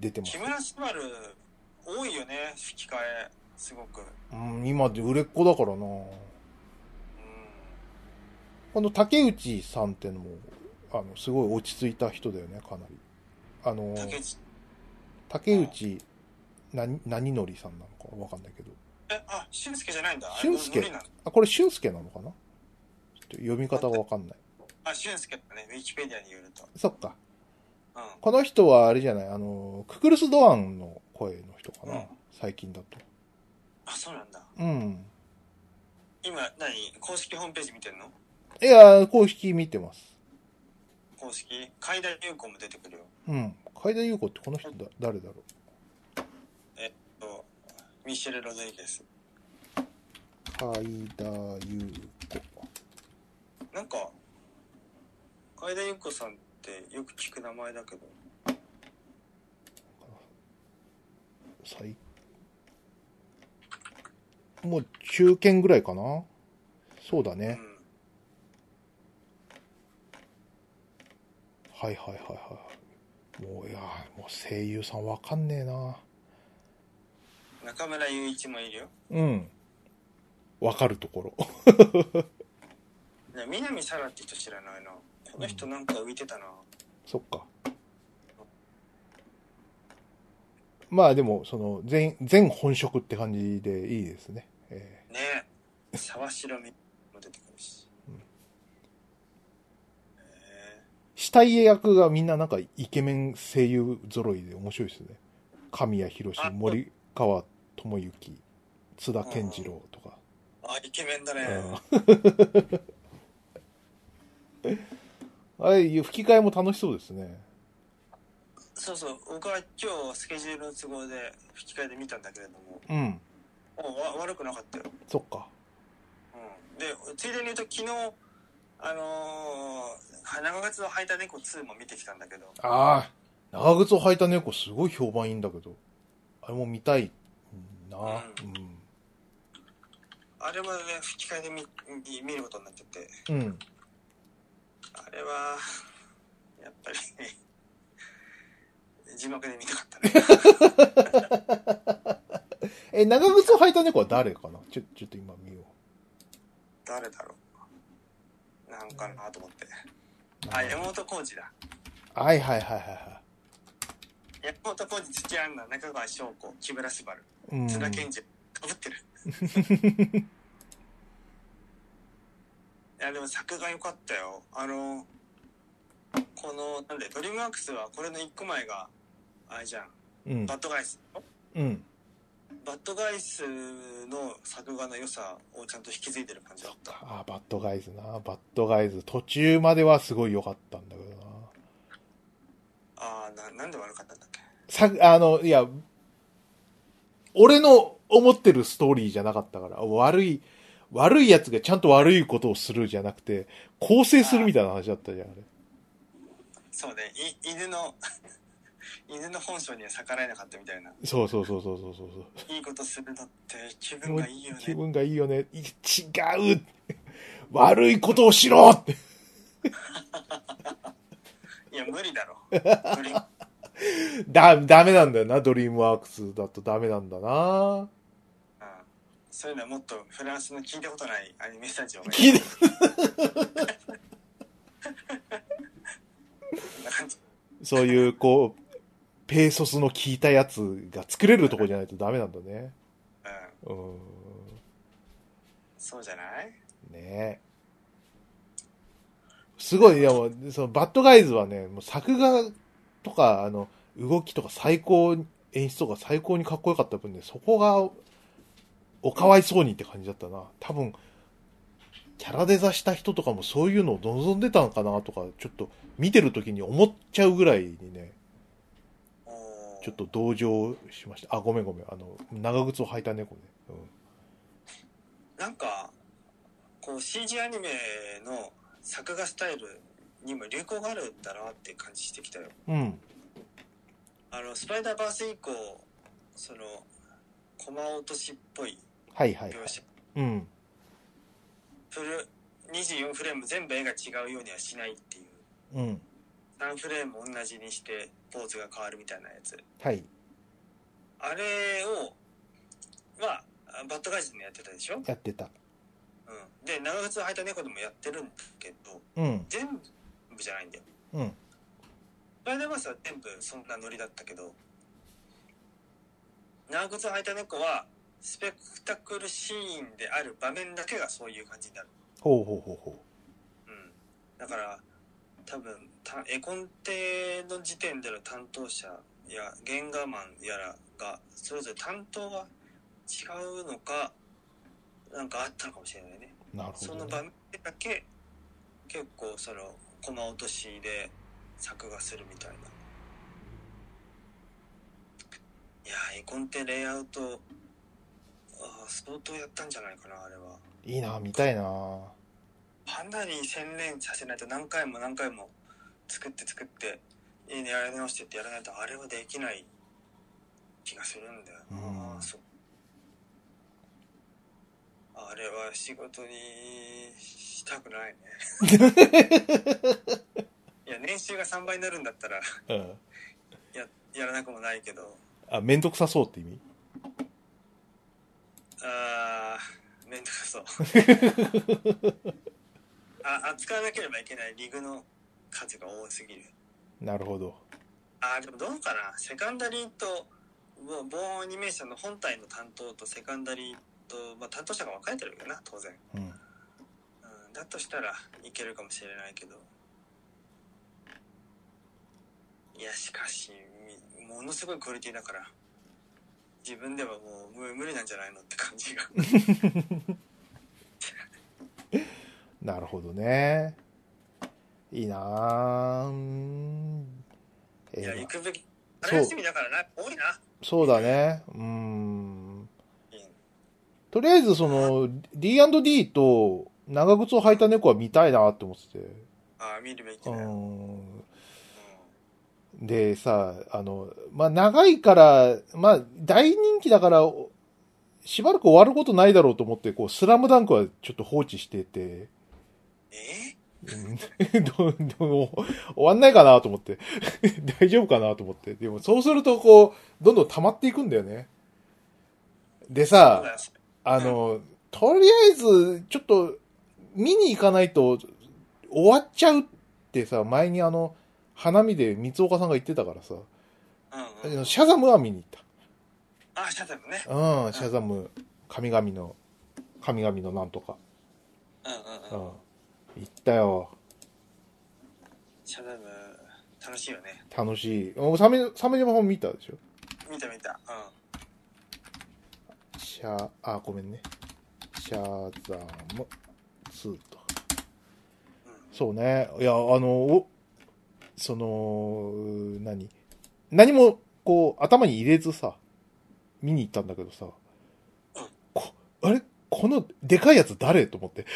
Speaker 2: 出てま
Speaker 1: 木
Speaker 2: す。
Speaker 1: 村昴多いよね吹き替えすごくうん
Speaker 2: うん、今で売れっ子だからなこの竹内さんってのも、あの、すごい落ち着いた人だよね、かなり。あの、
Speaker 1: 竹内
Speaker 2: 竹内、な、何のりさんなのかわかんないけど。
Speaker 1: えあ俊介じゃないんだ
Speaker 2: 俊介
Speaker 1: あれ無理なの
Speaker 2: あ、これ俊介なのかなちょっと読み方がわかんない。
Speaker 1: あ俊介だねウィキペディアによると
Speaker 2: そっか。
Speaker 1: うん
Speaker 2: この人はあれじゃない、あの、ククルス・ドアンの声の人かな、
Speaker 1: うん
Speaker 2: 最近だと。
Speaker 1: あそうなんだ
Speaker 2: うん。
Speaker 1: 今何公式ホームページ見てんの
Speaker 2: いや、公式見てます。
Speaker 1: 公式海田優子も出てくるよ
Speaker 2: うん。海田優子ってこの人だ、誰だろ
Speaker 1: とミシェル・ロドリゲス
Speaker 2: う。海田優子。
Speaker 1: なんか海田優子さんってよく聞く名前だけど
Speaker 2: 最もう中堅ぐらいかなそうだ
Speaker 1: う
Speaker 2: ね。
Speaker 1: ん
Speaker 2: はいはいはいはい。もういや、もう声優さんわかんねえな。
Speaker 1: 中村雄一もいるよ
Speaker 2: うん。わかるところ。 (laughs)
Speaker 1: ね南沙羅って人知らないなこの人なんか浮いてたな
Speaker 2: そっか。まあでも、その、全、全本職って感じでいいですね。え
Speaker 1: ねえ沢城美も出てくるし、
Speaker 2: うん
Speaker 1: ええ
Speaker 2: ー下家役がみんななんかイケメン声優揃いで面白いですね。神谷博史、森川智之、津田健次郎とか。
Speaker 1: あイケメンだね、
Speaker 2: (laughs) あれ、吹き替えも楽しそうですね。
Speaker 1: そうそう僕は今日スケジュールの都合で吹き替えで見たんだけれども
Speaker 2: うん。
Speaker 1: おわ悪くなかったよ、
Speaker 2: そっか。
Speaker 1: うん、でついでに言うと昨日あのー、長月のハイタ猫2も見てきたんだけど
Speaker 2: ああ。長靴を履いた猫すごい評判いいんだけど。あれも見たいな。うん。
Speaker 1: あれはね吹き替えで見見ることになってて
Speaker 2: うん。
Speaker 1: あれはやっぱり字幕で見たかったね
Speaker 2: え、長靴を履いた猫は誰かなちょ、ちょっと今見よ
Speaker 1: 誰だろうなんかなと思って
Speaker 2: う。
Speaker 1: あ山本浩二だ
Speaker 2: はいはいはいはいは
Speaker 1: 山本浩二土屋アンナ中川翔子木村昴
Speaker 2: い。うん。
Speaker 1: 津田健二かぶってる
Speaker 2: (laughs)
Speaker 1: いやでも作画良かったよあのこのなんでドリームワークスはこれの一個前があれじゃん
Speaker 2: うん。
Speaker 1: バッドガイス
Speaker 2: うん。
Speaker 1: バッドガイスの作画の良さをちゃんと引き継いでる感じだった
Speaker 2: あーバッドガイズな。バッドガイズ。途中まではすごい良かったんだけどな。
Speaker 1: ああななんで悪かったんだっけ
Speaker 2: さ、あの、いや、俺の思ってるストーリーじゃなかったから、悪い、悪い奴がちゃんと悪いことをするじゃなくて、構成するみたいな話だったじゃん、あれ。
Speaker 1: そうねい犬の (laughs) 犬の本性には逆らえなかったみたいな
Speaker 2: そうそうそうそうそうそうそ
Speaker 1: いいことするのって気
Speaker 2: う。
Speaker 1: 分がいいよね
Speaker 2: 気分がいいよね。い違う悪いことをしろって。
Speaker 1: いや無理だろドリーム
Speaker 2: だ、ダメなんだよな、ドリームワークスだとダメなんだな。
Speaker 1: うんそういうのはもっとフランスの聞いたことないアニメスタジオが
Speaker 2: 聞いて
Speaker 1: こんな感じ
Speaker 2: そういう、こう、ペーソスの効いたやつが作れるとこじゃないとダメなんだね。
Speaker 1: うん、
Speaker 2: うーん。
Speaker 1: そうじゃない
Speaker 2: ねえ。すごい、いやもう、その、バッドガイズはね、もう作画とか、あの、動きとか最高、演出とか最高にかっこよかった分ね、そこが、おかわいそうにって感じだったな。多分、キャラデザした人とかもそういうのを望んでたのかなとか、ちょっと見てる時に思っちゃうぐらいにね、
Speaker 1: おー
Speaker 2: ちょっと同情しました。あ、ごめんごめん。あの、長靴を履いた猫ね。
Speaker 1: なんかこう CG アニメの作画スタイルにも流行があるんだなって感じしてきたよ
Speaker 2: うん。うん。
Speaker 1: あのスパイダーバース以降そのコマ落としっぽい
Speaker 2: はいはいはい
Speaker 1: 描。写
Speaker 2: うん。
Speaker 1: フル24フレーム全部絵が違うようにはしないっていう
Speaker 2: うん。
Speaker 1: 何フレーム同じにしてポーズが変わるみたいなやつ
Speaker 2: はい。
Speaker 1: あれを、まあ、バッドガイズでもやってたでしょ、うん、
Speaker 2: やってた。
Speaker 1: で、長靴を履いた猫でもやってるんだけど、
Speaker 2: うん。
Speaker 1: 全部じゃないんだよ。
Speaker 2: うん。
Speaker 1: スパイダーバースは全部そんなノリだったけど、長靴を履いた猫は、スペクタクルシーンである場面だけがそういう感じになる。
Speaker 2: ほうほうほうほ
Speaker 1: うん。だから、多分、た絵コンテの時点での担当者や、原画マンやらが、それぞれ担当が違うのか、なんかあったのかもしれないね。
Speaker 2: う。なるほ
Speaker 1: そ
Speaker 2: ど
Speaker 1: の
Speaker 2: ね、
Speaker 1: 場面だけ、結構その、コマ落としで、作画するみたいないやー絵コンってレイアウトあー相当やったんじゃないかなあれはい
Speaker 2: いな見たいな
Speaker 1: かなり洗練させないと何回も何回も作って作って家でやり直してってやらないとあれはできない気がするんだよな、
Speaker 2: うん
Speaker 1: あそうあれは仕事にしたくないね
Speaker 2: (laughs)
Speaker 1: いや年収が3倍になるんだったら
Speaker 2: うん
Speaker 1: ややらなくもないけど
Speaker 2: あ面倒くさそうって意味
Speaker 1: あー面倒くさ
Speaker 2: (laughs)
Speaker 1: そうあ扱わなければいけないリグの数が多すぎる
Speaker 2: なるほど
Speaker 1: あーでもどうかなセカンダリーともう棒アニメーションの本体の担当とセカンダリーと、まあ、担当者が分かれてるよな当然、
Speaker 2: う
Speaker 1: う
Speaker 2: ん
Speaker 1: ん、だとしたらいけるかもしれないけどいやしかしみものすごいクオリティだから自分ではもう無無理なんじゃないのって感じが
Speaker 2: なるほどねいいなうん
Speaker 1: いや行
Speaker 2: 映画
Speaker 1: くべき
Speaker 2: そ
Speaker 1: あれ
Speaker 2: う
Speaker 1: 休みだからな多いな
Speaker 2: そうだねうん
Speaker 1: いいね
Speaker 2: とりあえずその D&D と長靴を履いた猫は見たいなって思ってて
Speaker 1: ああ見るべき
Speaker 2: う
Speaker 1: だよ、
Speaker 2: ん
Speaker 1: うん
Speaker 2: でさ、あの、まあ、長いから、まあ、大人気だから、おしばらく終わることないだろうと思って、こう、スラムダンクはちょっと放置してて、 (laughs)
Speaker 1: え
Speaker 2: うんどうどう終わんないかなと思って、 (laughs) 大丈夫かなと思って。でも、そうすると、こう、どんどん溜まっていくんだよね。で
Speaker 1: そうだ
Speaker 2: さ、
Speaker 1: よ
Speaker 2: あの、とりあえず、ちょっと、見に行かないと、終わっちゃうってさ、前にあの、花見で三岡さんが言ってたからさ、
Speaker 1: うんうん、
Speaker 2: シャザムは見に行っ
Speaker 1: あシャザムね
Speaker 2: た。うん、シャザム、神々の、神々のなんとか。
Speaker 1: うん
Speaker 2: うん。
Speaker 1: うんうん
Speaker 2: 行ったよ。
Speaker 1: シャザム楽しいよね
Speaker 2: 楽しい。おサメ、サメ島本見たでしょ
Speaker 1: 見た見たう
Speaker 2: シャ、あ、ごめんね。シャザム、ツーと。
Speaker 1: んうん
Speaker 2: (laughs) そうね。いや、あの、おその、う何何も、こう、頭に入れずさ、見に行ったんだけどさ、こ、あれこの、でかいやつ誰と思って。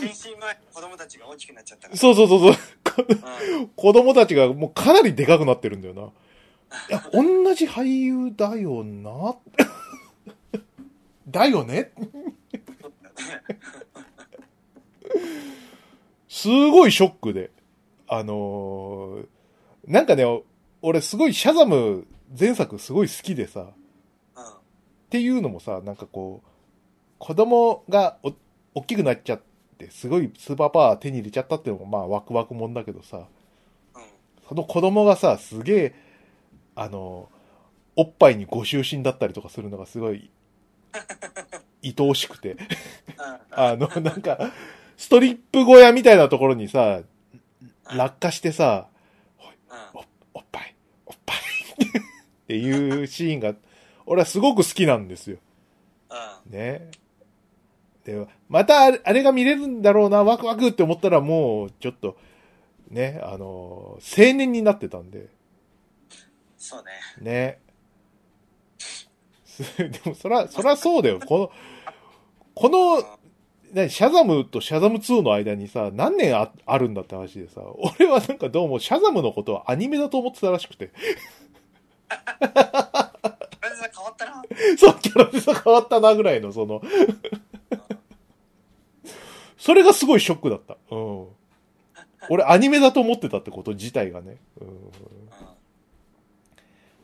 Speaker 1: 変身前子供たちが大きくなっちゃったから
Speaker 2: そうそうそうそう。
Speaker 1: うん
Speaker 2: 子供たちがもうかなりでかくなってるんだよな。いや、同じ俳優だよな。 (laughs) だよね
Speaker 1: そうだね
Speaker 2: すごいショックで。あのーなんかね、俺すごいシャザム前作すごい好きでさ、っ
Speaker 1: うん
Speaker 2: ていうのもさ、なんかこう、子供がお、大きくなっちゃって、すごいスーパーパワー手に入れちゃったっていうのもまあワクワクもんだけどさ、
Speaker 1: うん
Speaker 2: その子供がさ、すげえ、あの、おっぱいにご就寝だったりとかするのがすごい、愛おしくて。
Speaker 1: うん
Speaker 2: あの、なんか、ストリップ小屋みたいなところにさ、落下してさ、
Speaker 1: うん
Speaker 2: おっぱい、おっぱいっていうシーンが、俺はすごく好きなんですよ。
Speaker 1: うん
Speaker 2: ね。で、またあれあれが見れるんだろうな、ワクワクって思ったらもう、ちょっと、ね、あの、青年になってたんで。
Speaker 1: そうね
Speaker 2: ね。す (laughs) でも、そら、そらそうだよ。この、この、何シャザムとシャザム2の間にさ、何年ああるんだって話でさ、俺はなんかどうもシャザムのことはアニメだと思ってたらしくて、
Speaker 1: 感じが変わったな
Speaker 2: (laughs) そう、キャラクター変わったなぐらいの、その、 (laughs) それがすごいショックだった。うん。俺アニメだと思ってたってこと自体がね。うん。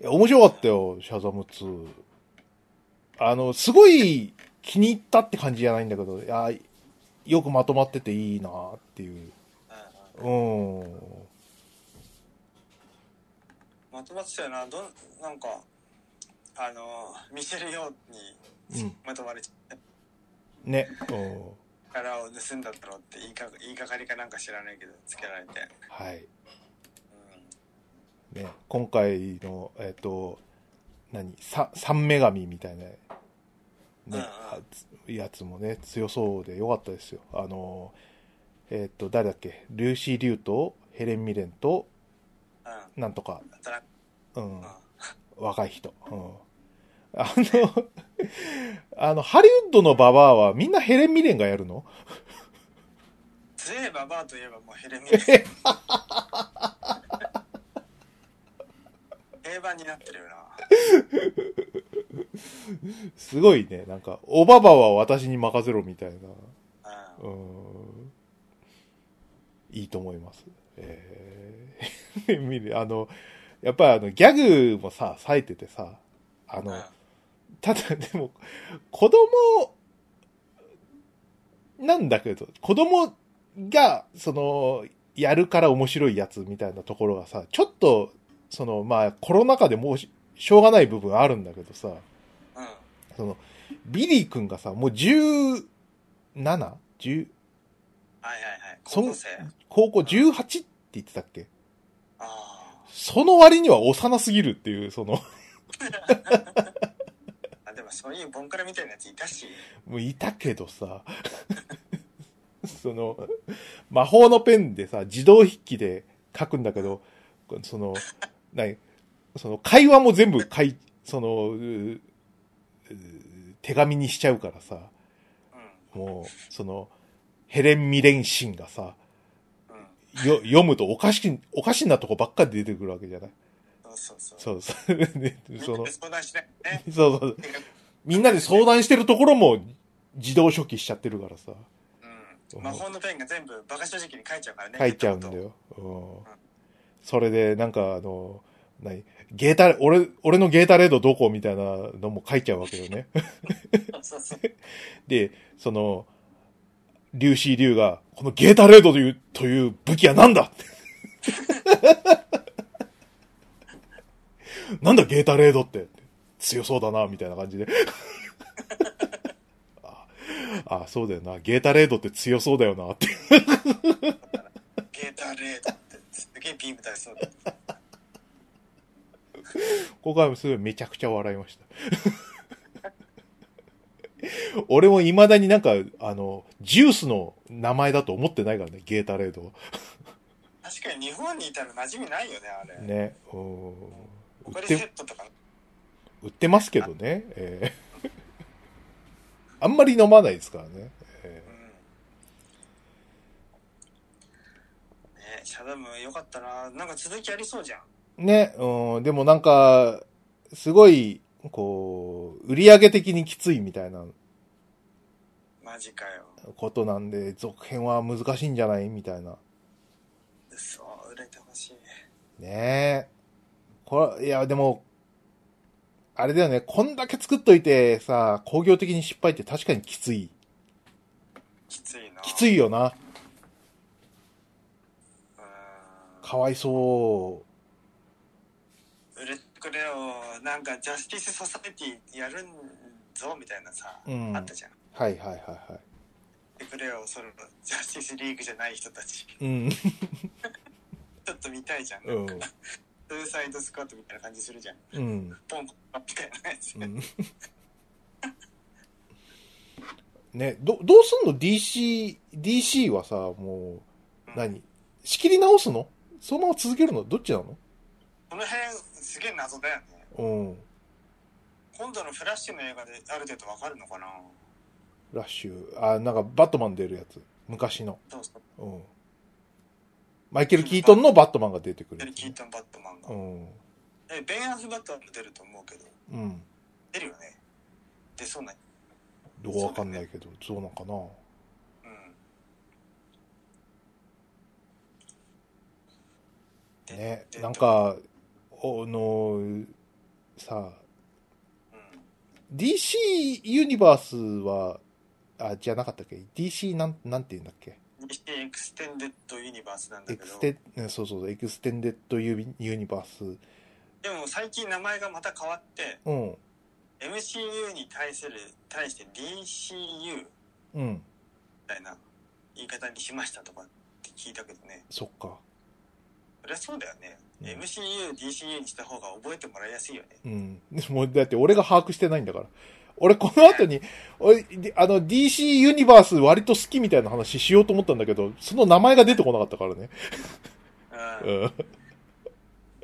Speaker 2: いや、面白かったよ、シャザム2。あの、すごい気に入ったって感じじゃないんだけど、いや、よくまとまってていいなっていう。
Speaker 1: うんうん
Speaker 2: うん。
Speaker 1: まとまってたよなどんなんかあの見せるように
Speaker 2: うん。
Speaker 1: まとまれちゃった
Speaker 2: ね。うん。
Speaker 1: 力を盗んだだろうって言いか言いかかりかなんか知らないけどつけられて、
Speaker 2: はい。
Speaker 1: うん、
Speaker 2: ね。今回の、えっ、と、何さ三女神みたいな、ね、
Speaker 1: うんうん
Speaker 2: あつやつもね、強そうでよかったですよ。あの、えっと、誰だっけルーシー・リュウとヘレン・ミレンと、
Speaker 1: うん。
Speaker 2: なんとか、
Speaker 1: あとなんか
Speaker 2: うん
Speaker 1: うん、
Speaker 2: 若い人。うんあの、あの、ハリウッドのババアはみんなヘレン・ミレンがやるの
Speaker 1: 強いババアといえばもうヘレ
Speaker 2: (laughs)
Speaker 1: ミレン。定番になってるよな。
Speaker 2: すごいね。なんか、おババアは私に任せろみたいな。
Speaker 1: うん。
Speaker 2: うんいいと思います。えー (laughs) 見るあの、やっぱりあの、ギャグもさ、冴えててさ、あ
Speaker 1: うん
Speaker 2: の、ただでも、子供、なんだけど、子供が、その、やるから面白いやつみたいなところがさ、ちょっと、その、まあ、コロナ禍でもうし、しょうがない部分あるんだけどさ、
Speaker 1: うん。
Speaker 2: その、ビリー君がさ、もう 17?10?
Speaker 1: はいはいはい。
Speaker 2: そ
Speaker 1: 高
Speaker 2: ん
Speaker 1: 校生。
Speaker 2: 高校 18? って言ってたっけ
Speaker 1: あ
Speaker 2: その割には幼すぎるっていう、その、 (laughs)
Speaker 1: あ。あ、でもそういうボンカラみたいなやついたし。
Speaker 2: もういたけどさ、 (laughs) その、魔法のペンでさ、自動筆記で書くんだけど、その、ない、その会話も全部書い、その、うーうー手紙にしちゃうからさ、
Speaker 1: う
Speaker 2: もう、その、ヘレン・ミレンシンがさ、
Speaker 1: ん。うん。
Speaker 2: よ読むとおかしい、おかしなとこばっかり出てくるわけじゃない
Speaker 1: そうそうそう。
Speaker 2: そうそう。ねそ
Speaker 1: みん
Speaker 2: の
Speaker 1: なで、相談しないと
Speaker 2: (laughs)
Speaker 1: ね。
Speaker 2: そうそう。みんなで相談してるところも自動初期しちゃってるからさ、
Speaker 1: うん。魔法のペンが全部バカ正直に書いちゃうからね。
Speaker 2: 書いちゃうんだ
Speaker 1: 言ったこ
Speaker 2: よ。うん。それで、なんかあの、何ゲータ、俺、俺のゲータレードどこみたいなのも書いちゃうわけよね。
Speaker 1: と。そうそう。
Speaker 2: で、その、リュウシー・リュウが、このゲータレードという、という武器は何だ (laughs) なんだゲータレードって。強そうだな、みたいな感じで。 (laughs) ああ、そうだよな。ゲータレードって強そうだよな、って。
Speaker 1: ゲーターレードってすげえビーム出しそうだ。
Speaker 2: ここはすごいめちゃくちゃ笑いました。 (laughs) 俺も未だになんか、あの、ジュースの名前だと思ってないからね、ゲータレードは。
Speaker 1: 確かに日本にいたら馴染みないよね、あれ。
Speaker 2: ね。うん
Speaker 1: ここ
Speaker 2: 売っ
Speaker 1: で
Speaker 2: て
Speaker 1: セットとか。
Speaker 2: 売ってますけどね、えー (laughs) あんまり飲まないですからね。え
Speaker 1: うん。ねシャダムよかったな。なんか続きありそうじゃん。
Speaker 2: ーね、うん、でもなんか、すごい、こう、売り上げ的にきついみたいな
Speaker 1: マジかよ。
Speaker 2: ことなんで、続編は難しいんじゃないみたいな。
Speaker 1: 嘘、売れてほしい。
Speaker 2: ねえ。これ、いや、でも、あれだよね、こんだけ作っといてさ、工業的に失敗って確かにきつい。
Speaker 1: きついな。
Speaker 2: きつ
Speaker 1: い。
Speaker 2: いよな。
Speaker 1: う
Speaker 2: かわいそ
Speaker 1: ん。売れてくれよ。なんかジャスティスソサエティやるんぞ、みたいなさ。
Speaker 2: う。うん。
Speaker 1: あ
Speaker 2: は
Speaker 1: っ
Speaker 2: い
Speaker 1: たじゃん。売
Speaker 2: はいはいはい。
Speaker 1: れてくれよ、そのジャスティスリーグじゃない人たち。
Speaker 2: うん。
Speaker 1: ちょっと見たいじゃん。
Speaker 2: う
Speaker 1: なんんか、ツーサイドスクワットみたいな感じするじゃん。
Speaker 2: うん。
Speaker 1: ポンポンパンみたいなやつ。
Speaker 2: うんね、ど、どうすんの ?DC、DC はさ、もう、何仕切り直すのそのまま続けるのどっちなの
Speaker 1: この辺、すげえ謎だよね。
Speaker 2: うん。
Speaker 1: 今度のフラッシュの映画である程度わかるのかな
Speaker 2: ラッシュ。あ、なんかバットマン出るやつ。昔の。
Speaker 1: どうですか
Speaker 2: うん。マイケル・キートンのバットマンが出てく
Speaker 1: ベル・
Speaker 2: るやつ
Speaker 1: キー
Speaker 2: ね、
Speaker 1: トン・バットマンが。
Speaker 2: うん。
Speaker 1: え、ベン・アース・バットマンも出ると思うけど、
Speaker 2: うん。
Speaker 1: 出るよね。出そうな。
Speaker 2: どうわかんないけど、そうなんかな。
Speaker 1: うん。で
Speaker 2: ね、
Speaker 1: で
Speaker 2: なんか、おの、さ、
Speaker 1: うん。
Speaker 2: DC ユニバースは、あ、じゃなかったっけ DC なん、なんて言うんだっけ
Speaker 1: にしてエクステンデッド・ユニバースなんだ
Speaker 2: エ
Speaker 1: け
Speaker 2: ク
Speaker 1: ど
Speaker 2: ス、テ、うんそうそうそう、エクステンデッドユニユニバース。
Speaker 1: でも最近名前がまた変わって、
Speaker 2: うん、
Speaker 1: MCU に対する、対して DCU み
Speaker 2: うん、
Speaker 1: たいな言い方にしましたとかって聞いたけどね。
Speaker 2: そっか。
Speaker 1: そりゃそうだよね。
Speaker 2: うん
Speaker 1: MCU、DCU にした方が覚えてもらいやすいよね。
Speaker 2: (laughs) うん。でも、だって俺が把握してないんだから。俺この後に、俺、であの、DC ユニバース割と好きみたいな話しようと思ったんだけど、その名前が出てこなかったからね。
Speaker 1: う、
Speaker 2: うんん。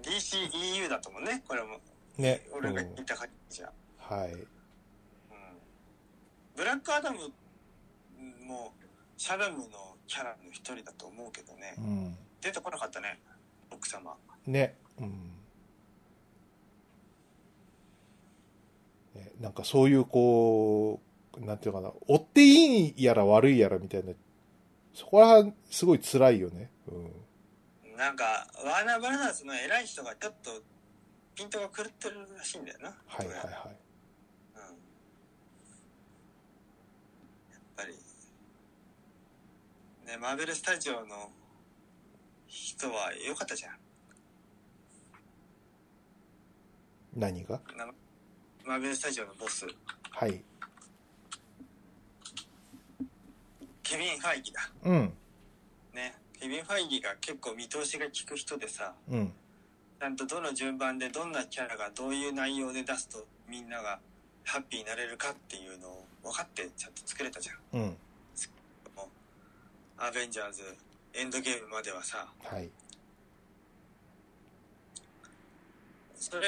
Speaker 1: DCEU だともんねこれも
Speaker 2: ね。
Speaker 1: 俺が
Speaker 2: うん
Speaker 1: 言った感じじゃ、
Speaker 2: はい。
Speaker 1: うん、ブラックアダムもシャダムのキャラの一人だと思うけどね
Speaker 2: うん。
Speaker 1: 出てこなかったね奥様
Speaker 2: ね。うん。ねなんかそういうこう、なんていうのかな、追っていいやら悪いやらみたいな、そこら辺すごい辛いよね。うん。
Speaker 1: なんかワーナーブラザーズの偉い人がちょっとピントが狂ってるらしいんだよな
Speaker 2: はい
Speaker 1: どう
Speaker 2: はい
Speaker 1: やら
Speaker 2: はい。
Speaker 1: うんやっぱり、ね、マーベル・スタジオの人は良かったじゃん。
Speaker 2: 何が
Speaker 1: なマーベル・スタジオのボス、
Speaker 2: はい。
Speaker 1: ケビン・ファイギだ。
Speaker 2: うん。
Speaker 1: ね。ケビン・ファイギが結構見通しが利く人でさ、
Speaker 2: うん。
Speaker 1: ちゃんとどの順番でどんなキャラがどういう内容で出すとみんながハッピーになれるかっていうのを分かってちゃんと作れたじゃん。
Speaker 2: うん。
Speaker 1: もうアベンジャーズ、エンドゲームまではさ、
Speaker 2: はい。
Speaker 1: それ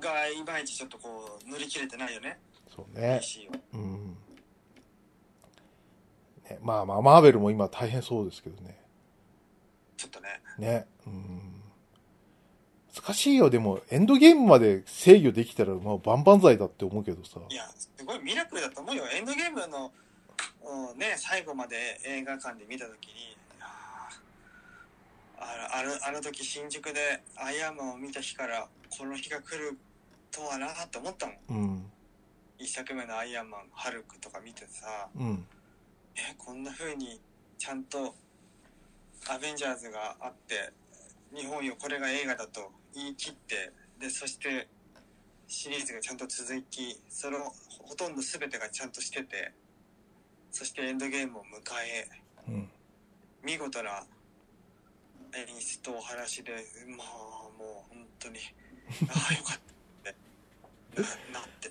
Speaker 1: がいまいちちょっとこう塗り切れてないよね
Speaker 2: そうね。
Speaker 1: DC は
Speaker 2: うん。ね、まあまあ、マーベルも今大変そうですけどね。
Speaker 1: ちょっとね
Speaker 2: ね。うん。難しいよ。でも、エンドゲームまで制御できたら、まあ、万々歳だって思うけどさ。
Speaker 1: いやすごいミラクルだと思うよエンドゲームの、うんね最後まで映画館で見た時にあーあのあのあの時新宿でアイアンマンを見た日からこの日が来るとはなと思ったもん
Speaker 2: うん。
Speaker 1: 一作目のアイアンマンハルクとか見てさ
Speaker 2: うん。
Speaker 1: えこんな風にちゃんとアベンジャーズがあって日本よこれが映画だと言い切ってでそしてシリーズがちゃんと続きそのほとんど全てがちゃんとしててそしてエンドゲームを迎え
Speaker 2: うん。
Speaker 1: 見事な演出とお話でまあもう本当にああよかったってななって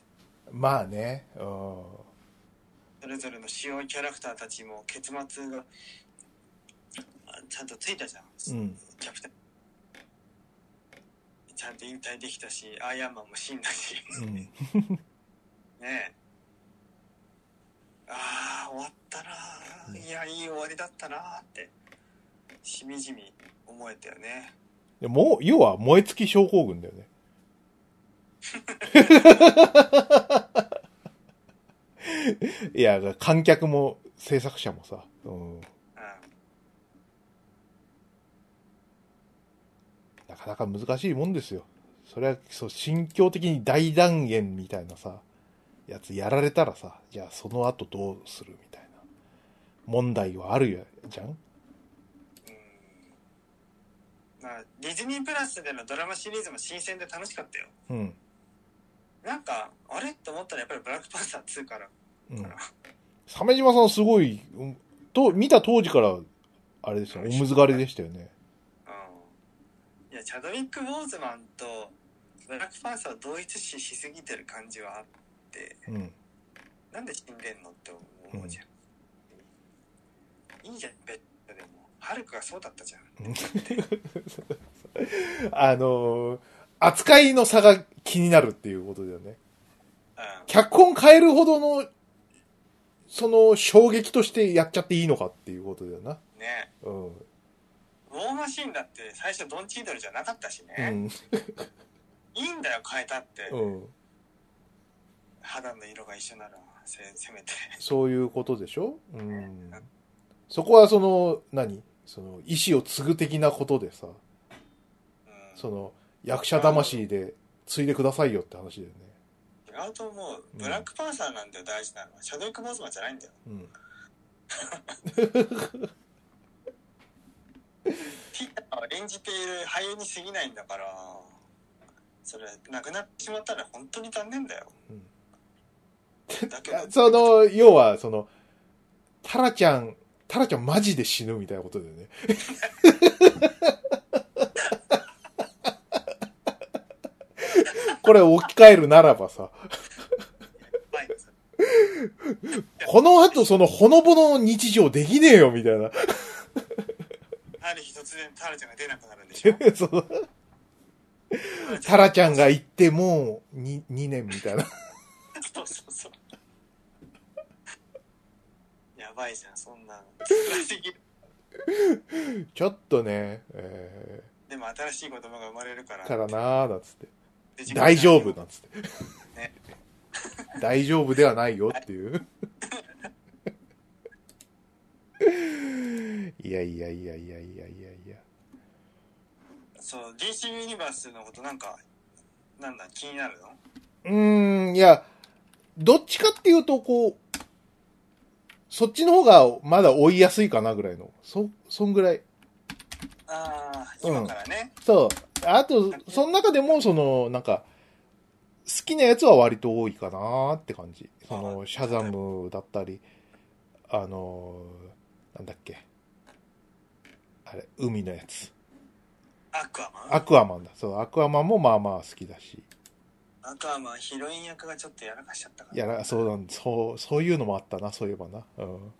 Speaker 2: まあね。うん。
Speaker 1: それぞれの主要キャラクターたちも結末があちゃんとついたじゃん、
Speaker 2: うん
Speaker 1: キャプテンちゃんと引退できたしアイアンマンも死んだし、
Speaker 2: うん。
Speaker 1: ねえああ終わったな
Speaker 2: うん
Speaker 1: あいやいい終わりだったなあってしみじみ思えたよね
Speaker 2: でもう、要は燃え尽き症候群だよね。 (laughs) いや、観客も制作者もさ、うん、
Speaker 1: う
Speaker 2: なかなか難しいもんですよ。それは、そう、心境的に大断言みたいなさ、やつやられたらさ、じゃあその後どうするみたいな問題はあるよじゃん
Speaker 1: んうんまあディズニープラスでのドラマシリーズも新鮮で楽しかったよ
Speaker 2: うん。
Speaker 1: なんかあれと思ったらやっぱりブラックパンサー2から
Speaker 2: うん。鮫島さんすごい、うんと、見た当時から、あれですよ、おむずがれでしたよね。
Speaker 1: うんいやチャドウィック・ボーズマンとブラックパンサーを同一視しすぎてる感じはあって
Speaker 2: うん。 (laughs)
Speaker 1: なんで死んでんのって思うじゃん、いいじゃんベッドでもハルクがそうだったじゃん
Speaker 2: あのー扱いの差が気になるっていうことだよね。
Speaker 1: う
Speaker 2: 脚本変えるほどの、その衝撃としてやっちゃっていいのかっていうことだよな。
Speaker 1: んね
Speaker 2: うん。
Speaker 1: ウォーマシーンだって最初ドンチードルじゃなかったし
Speaker 2: う
Speaker 1: ね、
Speaker 2: ん。
Speaker 1: いいんだよ変えたって、
Speaker 2: うん。
Speaker 1: 肌の色が一緒ならせせめて
Speaker 2: そういうことでしょうん。そこはその、何その、意志を継ぐ的なことでさ、
Speaker 1: うん
Speaker 2: その、役者魂で継いでくださいよって話だよね。
Speaker 1: 違うと思う
Speaker 2: うん
Speaker 1: ブラックパンサーなんだよ大事なのはシャドウィック・ボーズマンじゃないんだよ
Speaker 2: うん。
Speaker 1: ピーターを演じている俳優に過ぎないんだからそれなくなってしまったら本当に残念だよ、だけど
Speaker 2: その、要は、その、タラちゃん、タラちゃんマジで死ぬみたいなことだよね。これ置き換えるならばさ。この後そのほのぼのの日常できねえよ、みたいな。
Speaker 1: ある日突然タラちゃんが出なくなるんでしょ
Speaker 2: その (laughs) タラちゃんが行ってもう 2, 2年みたいな。
Speaker 1: そうそう
Speaker 2: (laughs)
Speaker 1: そう。やばいじゃん、そんなの。
Speaker 2: ちょっとね、え
Speaker 1: でも新しい子供が生まれるから。
Speaker 2: ー、からなー、なんつって。
Speaker 1: で自分
Speaker 2: 大丈夫なんつって
Speaker 1: ね。
Speaker 2: (laughs)
Speaker 1: (laughs)
Speaker 2: 大丈夫ではないよっていう。いやいやいやいやいやいやいや。
Speaker 1: そう、DC ユニバースのことなんか、なんだ、気になるの
Speaker 2: うーん、いや、どっちかっていうと、こう、そっちの方がまだ追いやすいかなぐらいの。そ、そんぐらい。
Speaker 1: ああ、
Speaker 2: うん
Speaker 1: 今からね。
Speaker 2: そう。あと、その中でも、その、なんか、好きなやつは割と多いかなって感じ。その、シャザムだったり、あのー、なんだっけ。あれ、海のやつ。
Speaker 1: アクアマン
Speaker 2: アクアマンだ。そう、アクアマンもまあまあ好きだし。
Speaker 1: アクアマン、ヒロイン役がちょっとやらかしちゃったから。
Speaker 2: いやら、そうなんそう、そういうのもあったな、そういえばな。うん。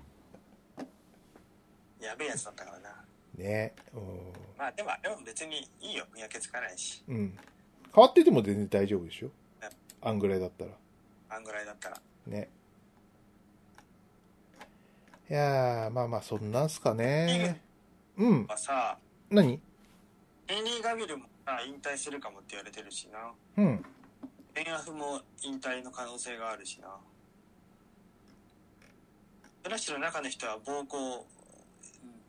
Speaker 1: やべえやつだったからな。
Speaker 2: ね。
Speaker 1: まあでもあれは別にいいよ。見分けつかないし。
Speaker 2: うん。うん。変わってても全然大丈夫でしょ
Speaker 1: ね
Speaker 2: あんぐらいだったら。
Speaker 1: あんぐらいだったら。
Speaker 2: ね。いやー、まあまあ、そんなんすかね。うん。
Speaker 1: まあさ、
Speaker 2: 何
Speaker 1: ヘンリー・ガビルもさ、引退するかもって言われてるしな。
Speaker 2: うん。
Speaker 1: ベンアフも引退の可能性があるしな。フラッシュの中の人は暴行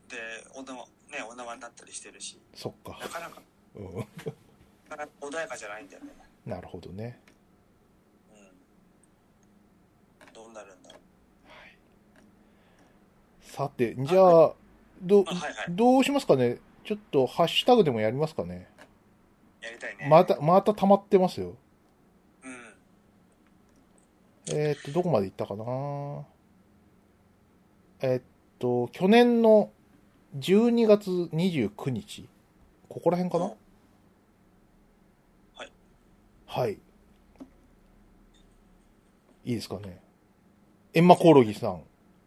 Speaker 1: でおな、ね、お縄になったりしてるし、
Speaker 2: そっか
Speaker 1: な。かなか
Speaker 2: うん。
Speaker 1: なかなか穏やかじゃないんだよね。
Speaker 2: なるほどね。
Speaker 1: うん。どうなるんだろう。
Speaker 2: さて、じゃあ、ど、
Speaker 1: あはいはい
Speaker 2: どうしますかねちょっと、ハッシュタグでもやりますかね
Speaker 1: やりたいね。
Speaker 2: また、また溜まってますよ。
Speaker 1: うん。
Speaker 2: えーっと、どこまで行ったかなえーっと、去年の12月29日、ここら辺かな
Speaker 1: うんはい。
Speaker 2: はい。いいですかね。エンマコオロギさん。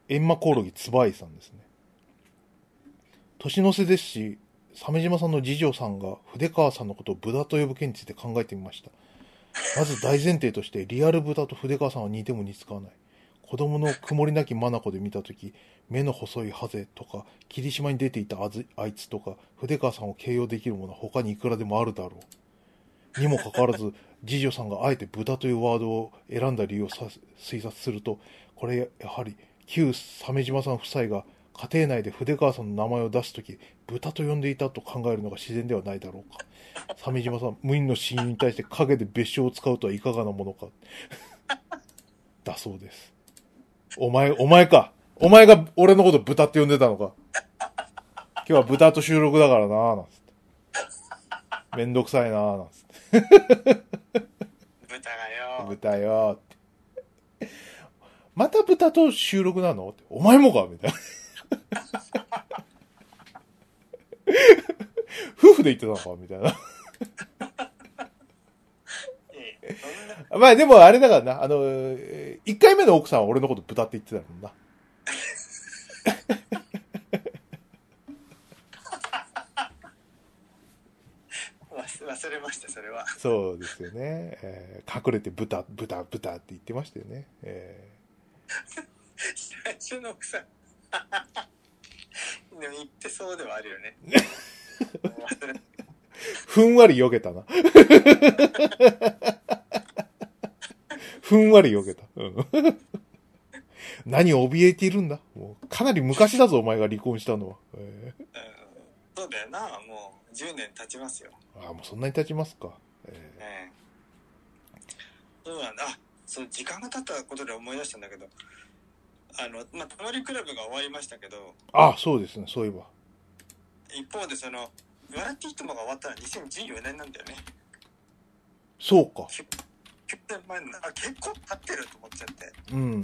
Speaker 2: エンマコオロギつばいさんですね。年の瀬ですし、鮫島さんの次女さんが筆川さんのことを豚と呼ぶ件について考えてみました。まず大前提として、リアル豚と筆川さんは似ても似つかわない。子供の曇りなき眼で見たとき、目の細いハゼとか、霧島に出ていたあずあいつとか、筆川さんを形容できるものは他にいくらでもあるだろう。にもかかわらず、次女さんがあえて豚というワードを選んだ理由をさ推察すると、これやはり旧鮫島さん夫妻が家庭内で筆川さんの名前を出すとき、豚と呼んでいたと考えるのが自然ではないだろうか。鮫島さん、無印の親友に対して陰で別称を使うとはいかがなものか。 (laughs) だそうです。お前、お前か。お前が俺のこと豚って呼んでたのか。今日は豚と収録だからなぁ、なんつって。めんどくさいなぁ、なんつって。
Speaker 1: 豚がよ。
Speaker 2: 豚よーって。また豚と収録なのってお前もかみたいな。夫婦で言ってたのかみたいな。
Speaker 1: ええそんな
Speaker 2: まあでもあれだからな、あの、えー一回目の奥さんは俺のこと豚って言ってたもんな。
Speaker 1: 忘忘れました、それは。
Speaker 2: そうですよね。えー隠れて豚、豚、豚って言ってましたよね。え
Speaker 1: 最初の奥さん。 (laughs) でも言ってそうではあるよね。 (laughs) 忘れ
Speaker 2: ーふんわり避けたな。 (laughs) ふんわり避けた。うん、何を怯えているんだもうかなり昔だぞ、お前が離婚したのは。え
Speaker 1: う
Speaker 2: ー
Speaker 1: んそうだよな、もう10年経ちますよ。
Speaker 2: ああ、もうそんなに経ちますか。え
Speaker 1: ええそうなんだ。あ、そう、時間が経ったことで思い出したんだけど、あの、まあ、たまりクラブが終わりましたけど、
Speaker 2: ーああ、そうですね、そういえば。
Speaker 1: 一方でその、笑っていいともが終わったら2014年なんだよね。
Speaker 2: そうか。
Speaker 1: 9年前の、あ、結構経ってると思っちゃって。
Speaker 2: うん。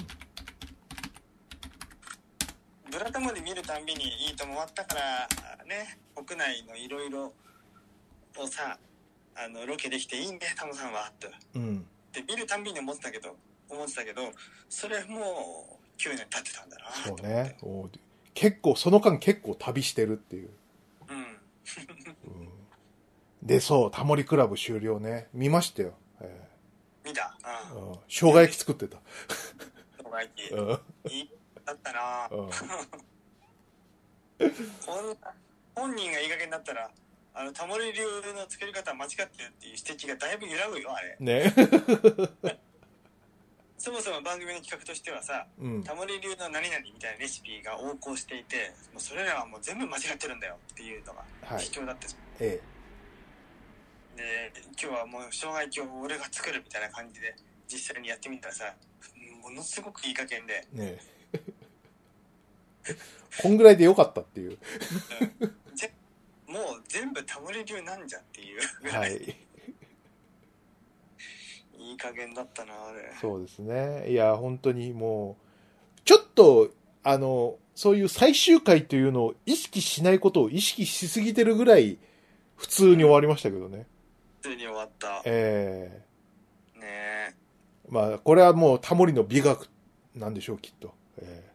Speaker 1: ブラタモで見るたんびにいいとも終わったから、ね、国内のいろいろをさ、あの、ロケできていいね、タモさんは、と。
Speaker 2: うん。
Speaker 1: で見るたんびに思ってたけど思ってたけどそれもう9年経ってたんだなと
Speaker 2: そ
Speaker 1: 思っ
Speaker 2: う
Speaker 1: て
Speaker 2: ね。おう結構、その間結構旅してるっていう。
Speaker 1: うん
Speaker 2: うんで、そう、タモリクラブ終了ね。見ましたよ。え
Speaker 1: 見た
Speaker 2: ー
Speaker 1: う
Speaker 2: うん生姜焼き作ってた。
Speaker 1: ん生姜焼き
Speaker 2: うん
Speaker 1: いいだったな
Speaker 2: うん
Speaker 1: こんな本人がいい加減だったらあのタモリ流の作り方は間違ってるっていう指摘がだいぶ揺らぐよあれ
Speaker 2: ね。
Speaker 1: そもそも番組の企画としてはさ
Speaker 2: うん。
Speaker 1: タモリ流の何々みたいなレシピが横行していてもうそれらはもう全部間違ってるんだよっていうのが
Speaker 2: はい
Speaker 1: 主。張だったじゃん
Speaker 2: え
Speaker 1: で今日はもう生姜焼きを俺が作るみたいな感じで実際にやってみたらさものすごくいい加減で
Speaker 2: え。ねえ (laughs) こんぐらいでよかったっていう。
Speaker 1: ぜもう全部タモリ流なんじゃっていうぐら、
Speaker 2: はいい。
Speaker 1: い、い加減だったなあれ
Speaker 2: そうですね。いや、本当にもう、ちょっと、あの、そういう最終回というのを意識しないことを意識しすぎてるぐらい、普通に終わりましたけどね。
Speaker 1: 普通に終わったね
Speaker 2: え
Speaker 1: え
Speaker 2: えまあ、これはもうタモリの美学なんでしょう、きっと。え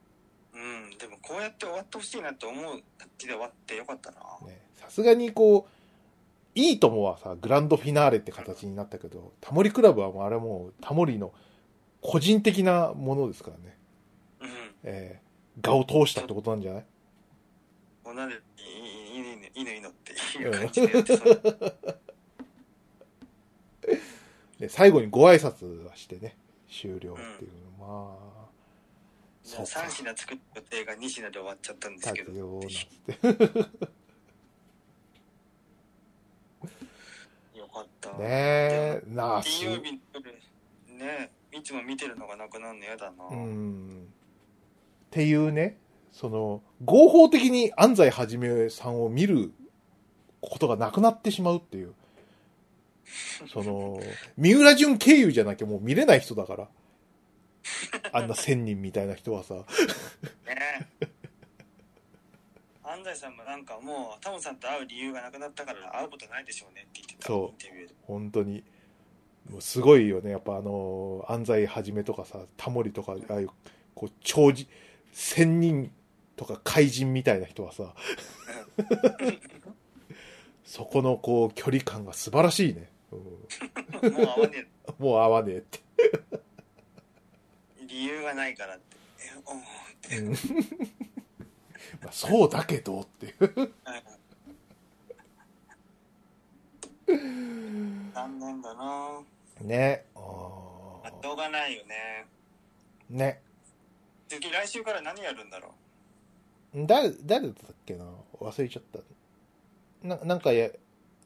Speaker 1: うんでもこうやって終わってほしいなと思う感じで終わってよかったな
Speaker 2: えねさすがにこう、いいともはさ、グランドフィナーレって形になったけど、タモリクラブはもうあれはもうタモリの個人的なものですからね。
Speaker 1: うん
Speaker 2: ええ画を通したってことなんじゃない
Speaker 1: もうなんでいいいいいいのいいのいいのっていう感じでやってそう
Speaker 2: で最後にご挨拶はしてね終了っていう、まあそうか
Speaker 1: 3品作る予定が2品で終わっちゃったんです
Speaker 2: だ
Speaker 1: け
Speaker 2: け
Speaker 1: ど
Speaker 2: どなんつって
Speaker 1: よかった
Speaker 2: ねえなあす
Speaker 1: 金曜日の夜ねいつも見てるのがなくなるの嫌だな、
Speaker 2: うんっていうねその合法的に安西はじめさんを見ることがなくなってしまうっていうその三浦淳経由じゃなきゃもう見れない人だからあんな千人みたいな人はさ
Speaker 1: ね安西さんもなんかもうタモさんと会う理由がなくなったから会うことないでしょうねって言ってた
Speaker 2: そ
Speaker 1: イ
Speaker 2: う
Speaker 1: ンタビューで
Speaker 2: 本当にもうすごいよねやっぱあの安西はじめとかさタモリとかああいうこう長寿仙人とか怪人みたいな人はさそこのこう距離感が素晴らしいね、うん
Speaker 1: もう会わね
Speaker 2: もう合わねえって
Speaker 1: え理由がないからってえうんって、
Speaker 2: うんまあそうだけどっていう
Speaker 1: 残念だな
Speaker 2: ねあ
Speaker 1: あ
Speaker 2: ー
Speaker 1: 動画ないよね
Speaker 2: ね
Speaker 1: 次来週から何やるんだろ
Speaker 2: 誰誰だったっけな忘れちゃったななんかや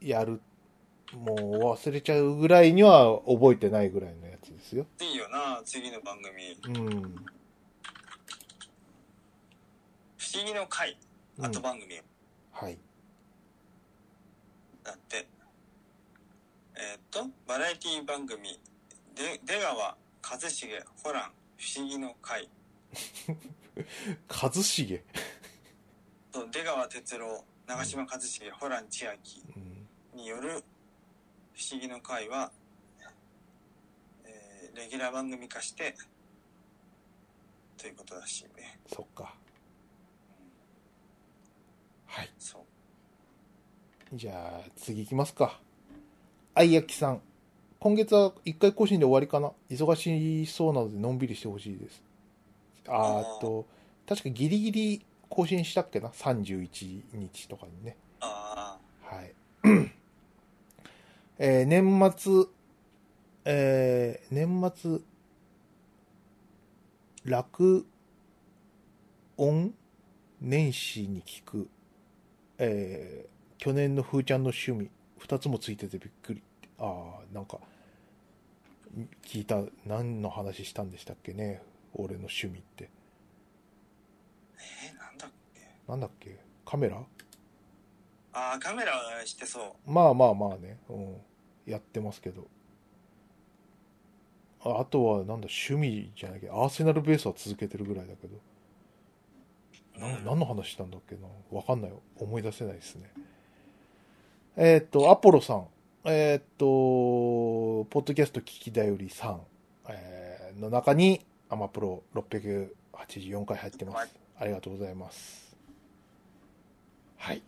Speaker 2: やるもう忘れちゃうぐらいには覚えてないぐらいのやつですよ
Speaker 1: ういいよな次の番組
Speaker 2: うん
Speaker 1: 「不思議の会」
Speaker 2: うん
Speaker 1: 後番組
Speaker 2: はい
Speaker 1: だって、えーっとバラエティ番組で出川一茂ホラン不思議の会
Speaker 2: 一茂、
Speaker 1: と出川哲朗長嶋一茂ホラン千秋
Speaker 2: うん、
Speaker 1: による「不思議の会は」えーレギュラー番組化してということらしいね
Speaker 2: そっかはい
Speaker 1: そう
Speaker 2: じゃあ次行きますか愛焼さん今月は1回更新で終わりかな忙しそうなのでのんびりしてほしいですあ
Speaker 1: あ
Speaker 2: ー
Speaker 1: ー
Speaker 2: あと確かギリギリ更新したっけな31日とかにね
Speaker 1: あ
Speaker 2: はい。 (clears throat) えー年末、えー年末、楽音年始に聞く、えー去年のふーちゃんの趣味、二つもついててびっくり。ああ、なんか、聞いた、何の話したんでしたっけね、俺の趣味って。
Speaker 1: あえーなんだっけ
Speaker 2: なんだっけ、カメラ
Speaker 1: ああカメラしてそ
Speaker 2: まあまあまあね、うん、やってますけど。ああとは、なんだ、趣味じゃないけど、アーセナルベースは続けてるぐらいだけど、
Speaker 1: う
Speaker 2: な
Speaker 1: うん
Speaker 2: 何の話したんだっけな、わかんないよ。思い出せないですね。えーっと、アポロさん、えーっと、ポッドキャスト聞きだよりさん、えーの中に、アマプロ680 84回入ってま
Speaker 1: はい
Speaker 2: す。ありがとうございます。はい。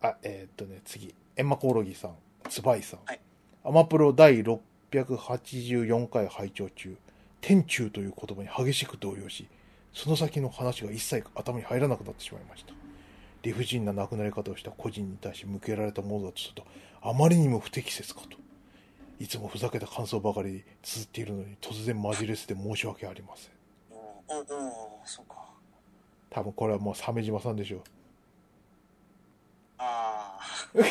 Speaker 2: あ、えーっとね、次。エンマコオロギさん、ツバイさん。
Speaker 1: はい
Speaker 2: アマプロ第684回拝聴中、天中という言葉に激しく動揺し、その先の話が一切頭に入らなくなってしまいました。理不尽な亡くなり方をした個人に対し向けられたものだとすると、あまりにも不適切かと。いつもふざけた感想ばかり綴っているのに、突然マジレスで申し訳ありません。
Speaker 1: おおおーそうか
Speaker 2: 多分これはもう鮫島さんでしょう。
Speaker 1: ああでも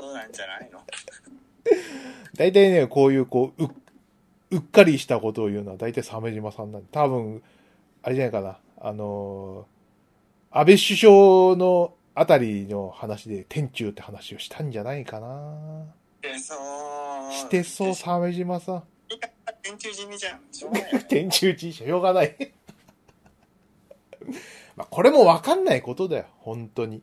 Speaker 1: そうなんじゃないの
Speaker 2: 大体ね、こういう、こう、うっ、うっかりしたことを言うのは大体鮫島さんなんで、多分、あれじゃないかな、あのー安倍首相のあたりの話で天中って話をしたんじゃないかな。
Speaker 1: してそう
Speaker 2: してそう、鮫島さん。
Speaker 1: 天中地味じゃんしょうが
Speaker 2: (laughs)
Speaker 1: ないよね
Speaker 2: 天中地しょうがない。 (laughs) まあ、これもわかんないことだよ、本当に。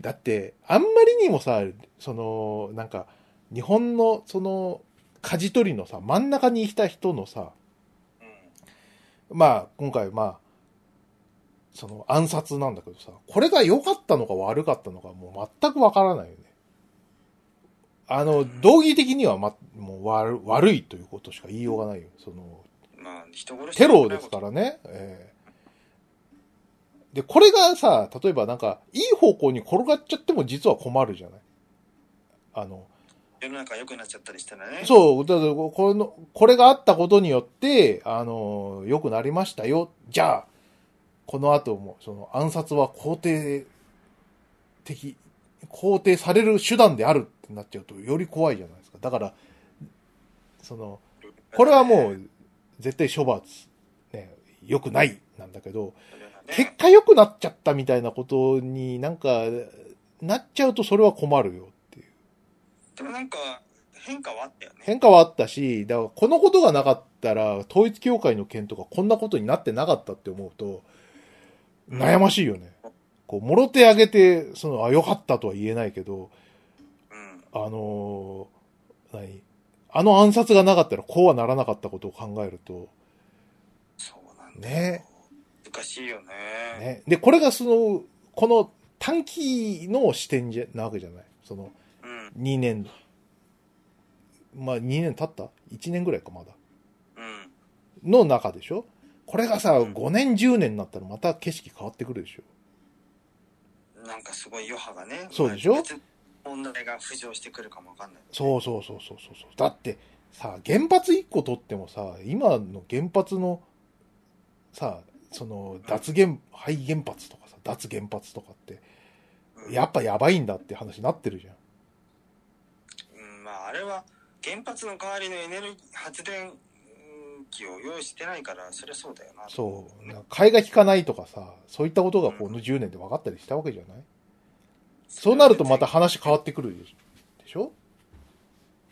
Speaker 2: だって、あんまりにもさ、その、なんか、日本の、その、舵取りのさ、真ん中にいた人のさ、
Speaker 1: うん
Speaker 2: まあ、今回、まあ、その暗殺なんだけどさ、これが良かったのか悪かったのか、もう全くわからないよね。あの、道義的には、ま、もう悪悪いということしか言いようがないよ。その、
Speaker 1: まあ人殺し
Speaker 2: テロですからね。ええで、これがさ、例えばなんか、いい方向に転がっちゃっても実は困るじゃないあの、
Speaker 1: 世の中良くなっちゃったりしたらねう
Speaker 2: そう、だからここの、これがあったことによって、あの、良くなりましたよ。じゃあ、この後も、その暗殺は肯定的、肯定される手段であるってなっちゃうと、より怖いじゃないですか。だから、その、これはもう、絶対処罰、ね、良くない、なんだけど、結
Speaker 1: ね
Speaker 2: 果良くなっちゃったみたいなことになんか、なっちゃうとそれは困るよっていう。
Speaker 1: でもなんか変化はあったよね
Speaker 2: 変化はあったし、だからこのことがなかったら、統一教会の件とかこんなことになってなかったって思うと、悩ましいよね。こう、もろ手あげて、その、あ、良かったとは言えないけど、
Speaker 1: うん
Speaker 2: あのー何あの暗殺がなかったらこうはならなかったことを考えると、
Speaker 1: そうなんだよ
Speaker 2: ね、
Speaker 1: 難しいよね
Speaker 2: ね。で、これがその、この短期の視点じゃ、なわけじゃない。その、
Speaker 1: うん
Speaker 2: 2年、まあ2年経った ?1 年ぐらいかまだ。
Speaker 1: うん
Speaker 2: の中でしょこれがさ、5年10年になったらまた景色変わってくるでしょ
Speaker 1: なんかすごい余波がね
Speaker 2: そうでしょ
Speaker 1: 別に問題が浮上してくるかもわかんない
Speaker 2: そうそうそうそうそうそう。だってさ、原発1個取ってもさ、今の原発のさ、その脱原、廃原発とかさ、脱原発とかって、
Speaker 1: うん
Speaker 2: やっぱやばいんだって話になってるじゃん。
Speaker 1: うんまああれは原発の代わりのエネルギー発電うん機を用意してないからそりゃそうだよな
Speaker 2: そう。なんか替えが効かないとかさ、そういったことがこの10年で分かったりしたわけじゃないそうなるとまた話変わってくるでしょでしょ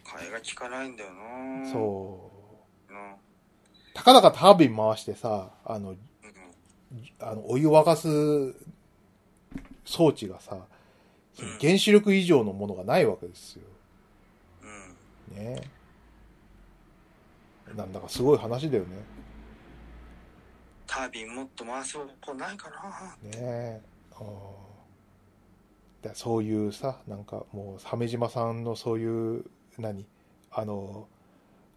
Speaker 1: 替えが効かないんだよな
Speaker 2: そう。
Speaker 1: うん、
Speaker 2: たかだかタービン回してさ、あの、
Speaker 1: うん
Speaker 2: あのお湯沸かす装置がさ、その
Speaker 1: うん
Speaker 2: 原子力以上のものがないわけですよ。
Speaker 1: うん
Speaker 2: ね。なんだかすごい話だよ
Speaker 1: タービンもっと回す方法ないかな
Speaker 2: ね。ねあーだそういうさ、なんかもう、鮫島さんのそういう、何あの、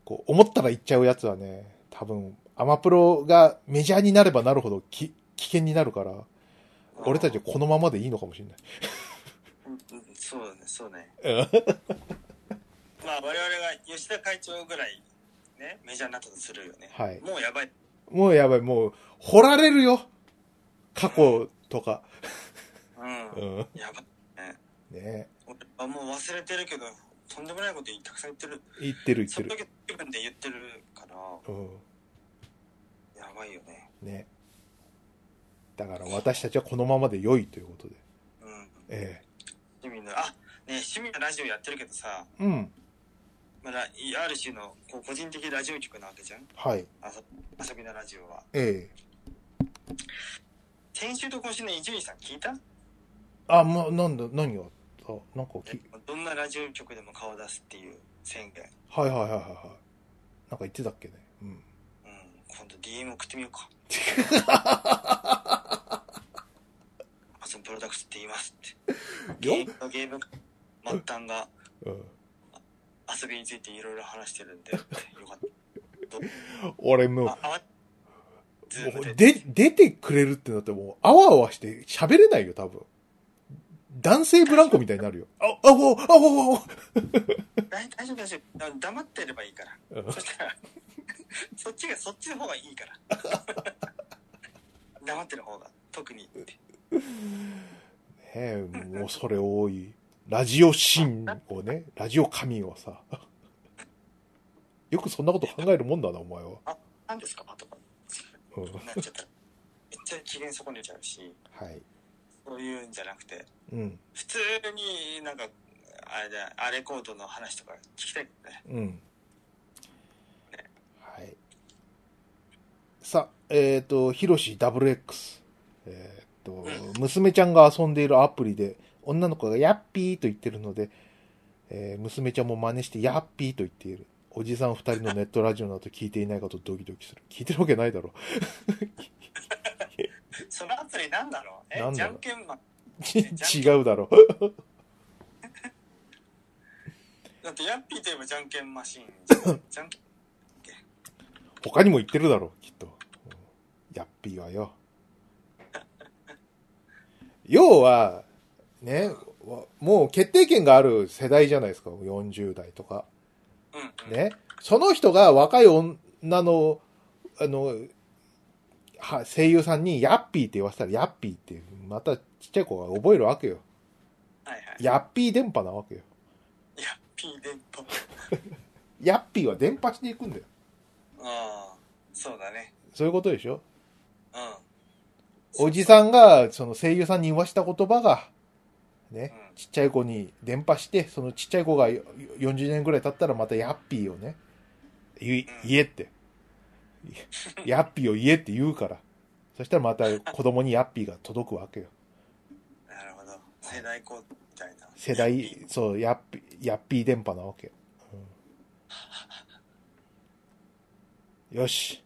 Speaker 2: こう、思ったら言っちゃうやつはね、多分、アマプロがメジャーになればなるほどき危険になるから、俺たちはこのままでいいのかもしれない。
Speaker 1: うんうんそうねそうねまあ我々が吉田会長ぐらいねメジャーになったとするよね、
Speaker 2: はい
Speaker 1: もうやばい
Speaker 2: もうやばい、もう、掘られるよ。過去とか。
Speaker 1: うん、
Speaker 2: うん。
Speaker 1: やばいね
Speaker 2: ね
Speaker 1: 俺はもう忘れてるけどとんでもないことたくさん言ってる
Speaker 2: 言ってる言っ
Speaker 1: そ
Speaker 2: て
Speaker 1: の
Speaker 2: る。
Speaker 1: 時の気分で言ってるから
Speaker 2: う
Speaker 1: やばいよね
Speaker 2: ん。ねだから私たちはこのままで良いということで。
Speaker 1: うん
Speaker 2: え
Speaker 1: 市民のあね市民のラジオやってるけどさ、
Speaker 2: え。うん。
Speaker 1: まあ、ラある種のこう個人的ラジオ局なわけじゃん
Speaker 2: はい。
Speaker 1: あそ遊びのラジオは
Speaker 2: ええ。
Speaker 1: 先週と今週の伊集院さん聞いた
Speaker 2: あ、ま、なんだ、何があったなんかき、
Speaker 1: どんなラジオ局でも顔出すっていう宣言
Speaker 2: はいはいはいはいはい。なんか言ってたっけね。うん。
Speaker 1: うん今度 DM 送ってみよう
Speaker 2: (laughs)
Speaker 1: かアマゾンプロダクツって言いますってゲームのゲーム末端が
Speaker 2: うん、
Speaker 1: 遊びについていろいろ話してるんでよかった
Speaker 2: 俺もう
Speaker 1: ああわズー
Speaker 2: も
Speaker 1: ム
Speaker 2: う
Speaker 1: で
Speaker 2: で出てくれるってなってもう、あわあわして喋れないよ、多分。男性ブランコみたいになるよ。あ、あご、あご、あ
Speaker 1: 大大丈夫大丈夫あの黙ってればいい
Speaker 2: (laughs)
Speaker 1: から
Speaker 2: ご。うん
Speaker 1: そしたら (laughs) そっちがそっちの方がいいから (laughs) 黙ってる方が特にって
Speaker 2: ねえ、もうそれ多い。ラジオ神をね、ラジオ神をさ。よくそんなこと考えるもんだな、お前は。
Speaker 1: 何ですかとか
Speaker 2: うん、
Speaker 1: なっちゃったらめっちゃ機嫌損ねちゃうし
Speaker 2: はい。
Speaker 1: そういうんじゃなくて
Speaker 2: うん、
Speaker 1: 普通になんかあれだアレコードの話とか聞きたいけどね
Speaker 2: うん。はい。さ、えっ、と、ヒロシ WX。えっ、と、娘ちゃんが遊んでいるアプリで、女の子がヤッピーと言ってるので、えー娘ちゃんも真似してヤッピーと言っている。おじさん二人のネットラジオなど聞いていないかとドキドキする。聞いてるわけないだろ。 (laughs)
Speaker 1: そのアプリなんだろうえ
Speaker 2: なん
Speaker 1: じ
Speaker 2: だ
Speaker 1: ゃ
Speaker 2: ろうん
Speaker 1: けんま
Speaker 2: 違うだろ。
Speaker 1: だってヤッピーといえばじゃんけんマシーンじゃ
Speaker 2: (laughs)
Speaker 1: んじゃんけん
Speaker 2: 他にも言ってるだろう、きっと。うんやっぴーはよ。 (laughs) 要は、ね、わもう決定権がある世代じゃないですか、40代とか。
Speaker 1: うん、うん、
Speaker 2: ね。その人が若い女の、あの、は声優さんに、ヤッピーって言わせたら、ヤッピーって、またちっちゃい子が覚えるわけよ。
Speaker 1: はいはい
Speaker 2: ヤッピー電波なわけよ。
Speaker 1: ヤッピー電波
Speaker 2: ヤッピーは伝播していくんだよ。
Speaker 1: ああそうだね
Speaker 2: そういうことでしょ
Speaker 1: うん
Speaker 2: おじさんが、その声優さんに言わした言葉が、ね、
Speaker 1: うん
Speaker 2: ちっちゃい子に伝播して、そのちっちゃい子がよ40年ぐらい経ったらまたヤッピーをね、言い
Speaker 1: うん
Speaker 2: 言えって。ヤッピーを言えって言うから。そしたらまた子供にヤッピーが届くわけよ。
Speaker 1: なるほど世代交代みたいな
Speaker 2: 世
Speaker 1: ヤッピ
Speaker 2: 代
Speaker 1: ー、
Speaker 2: そう、ヤッピー、ヤッピー電波なわけよ。うんよし。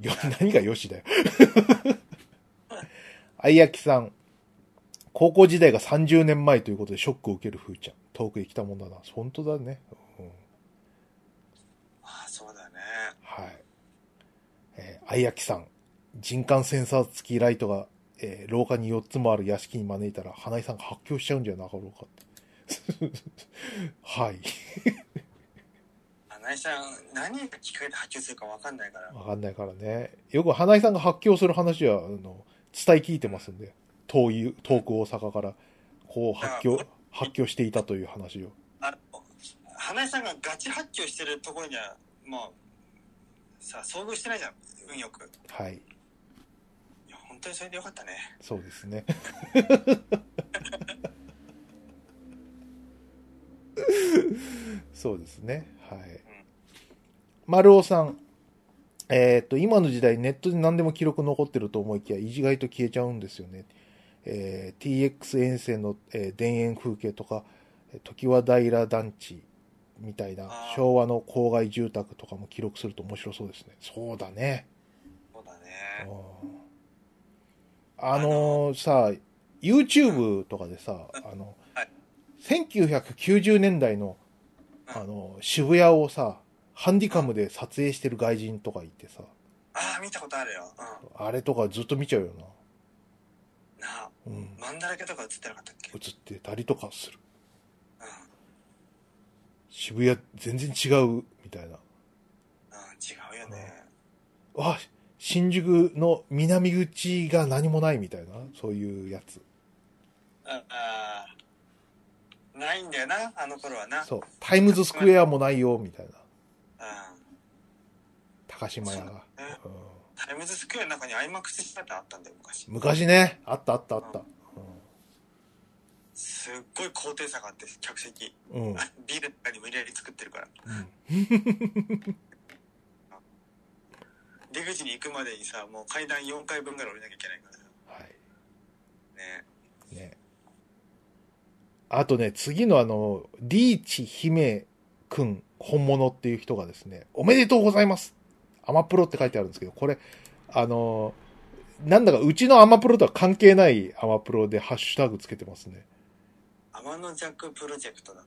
Speaker 2: よ、 (laughs) 何がよしだよ。あいやきさん。高校時代が30年前ということでショックを受けるふーちゃん。遠くへ来たもんだな。本当だね。うん
Speaker 1: ああそうだね
Speaker 2: はい。えー、あいやきさん。人感センサー付きライトが、えー廊下に4つもある屋敷に招いたら、花井さんが発狂しちゃうんじゃなかろうかって。 (laughs) はい。
Speaker 1: 花井さん何がきっかけで発狂するかわかんないから
Speaker 2: わかんないからね。よく花井さんが発狂する話は、あの、伝え聞いてますんで。遠い、遠く大阪から、こう発狂
Speaker 1: あ、
Speaker 2: 発狂していたという話を。
Speaker 1: あの花井さんがガチ発狂してるところにはまあさ遭遇してないじゃん運よくい
Speaker 2: はい。
Speaker 1: や本当にそれでよかったね
Speaker 2: そうですね。そうですね。はい。丸尾さん。えっ、と、今の時代ネットで何でも記録残ってると思いきや、意外と消えちゃうんですよね。えー TX 沿線の、えー田園風景とか、えー常盤平団地みたいな
Speaker 1: あー
Speaker 2: 昭和の郊外住宅とかも記録すると面白そうですね。そうだね。
Speaker 1: そうだね
Speaker 2: あのーさ、YouTube とかでさ、あの、
Speaker 1: はい
Speaker 2: 1990年代の、
Speaker 1: うん
Speaker 2: あの、渋谷をさ、ハンディカムで撮影してる外人とかいてさ、
Speaker 1: ああ見たことあるようん
Speaker 2: あれとかずっと見ちゃうよ
Speaker 1: なあ
Speaker 2: な。うん。
Speaker 1: マンだらけとか映ってなかったっけ
Speaker 2: 映ってたりとかする。
Speaker 1: う
Speaker 2: 渋谷全然違う、みたいな。
Speaker 1: ん、うん、違うよね
Speaker 2: あ、新宿の南口が何もないみたいな、そういうやつ。
Speaker 1: ああーないんだよなあの頃はな
Speaker 2: そう。タイムズスクエアもないよ、みたいな。
Speaker 1: うん
Speaker 2: 高島屋が。
Speaker 1: そうね
Speaker 2: うん
Speaker 1: タイムズスクエアの中に IMAX シアターあったんだよ昔
Speaker 2: 昔ね、あったあったあった。
Speaker 1: すっごい高低差があって客席
Speaker 2: うん。うん。
Speaker 1: (laughs) ビールとかに無理やり作ってるから出口に行くまでにさもう階段4階分ぐらい降りなきゃいけないからさ
Speaker 2: は
Speaker 1: ね
Speaker 2: い。ね。あとね、次のあの、リーチ姫くん本物っていう人がですね、おめでとうございます。アマプロって書いてあるんですけど、これ、あの、なんだかうちのアマプロとは関係ないアマプロでハッシュタグつけてますね。
Speaker 1: 天の弱プロジェクトだっ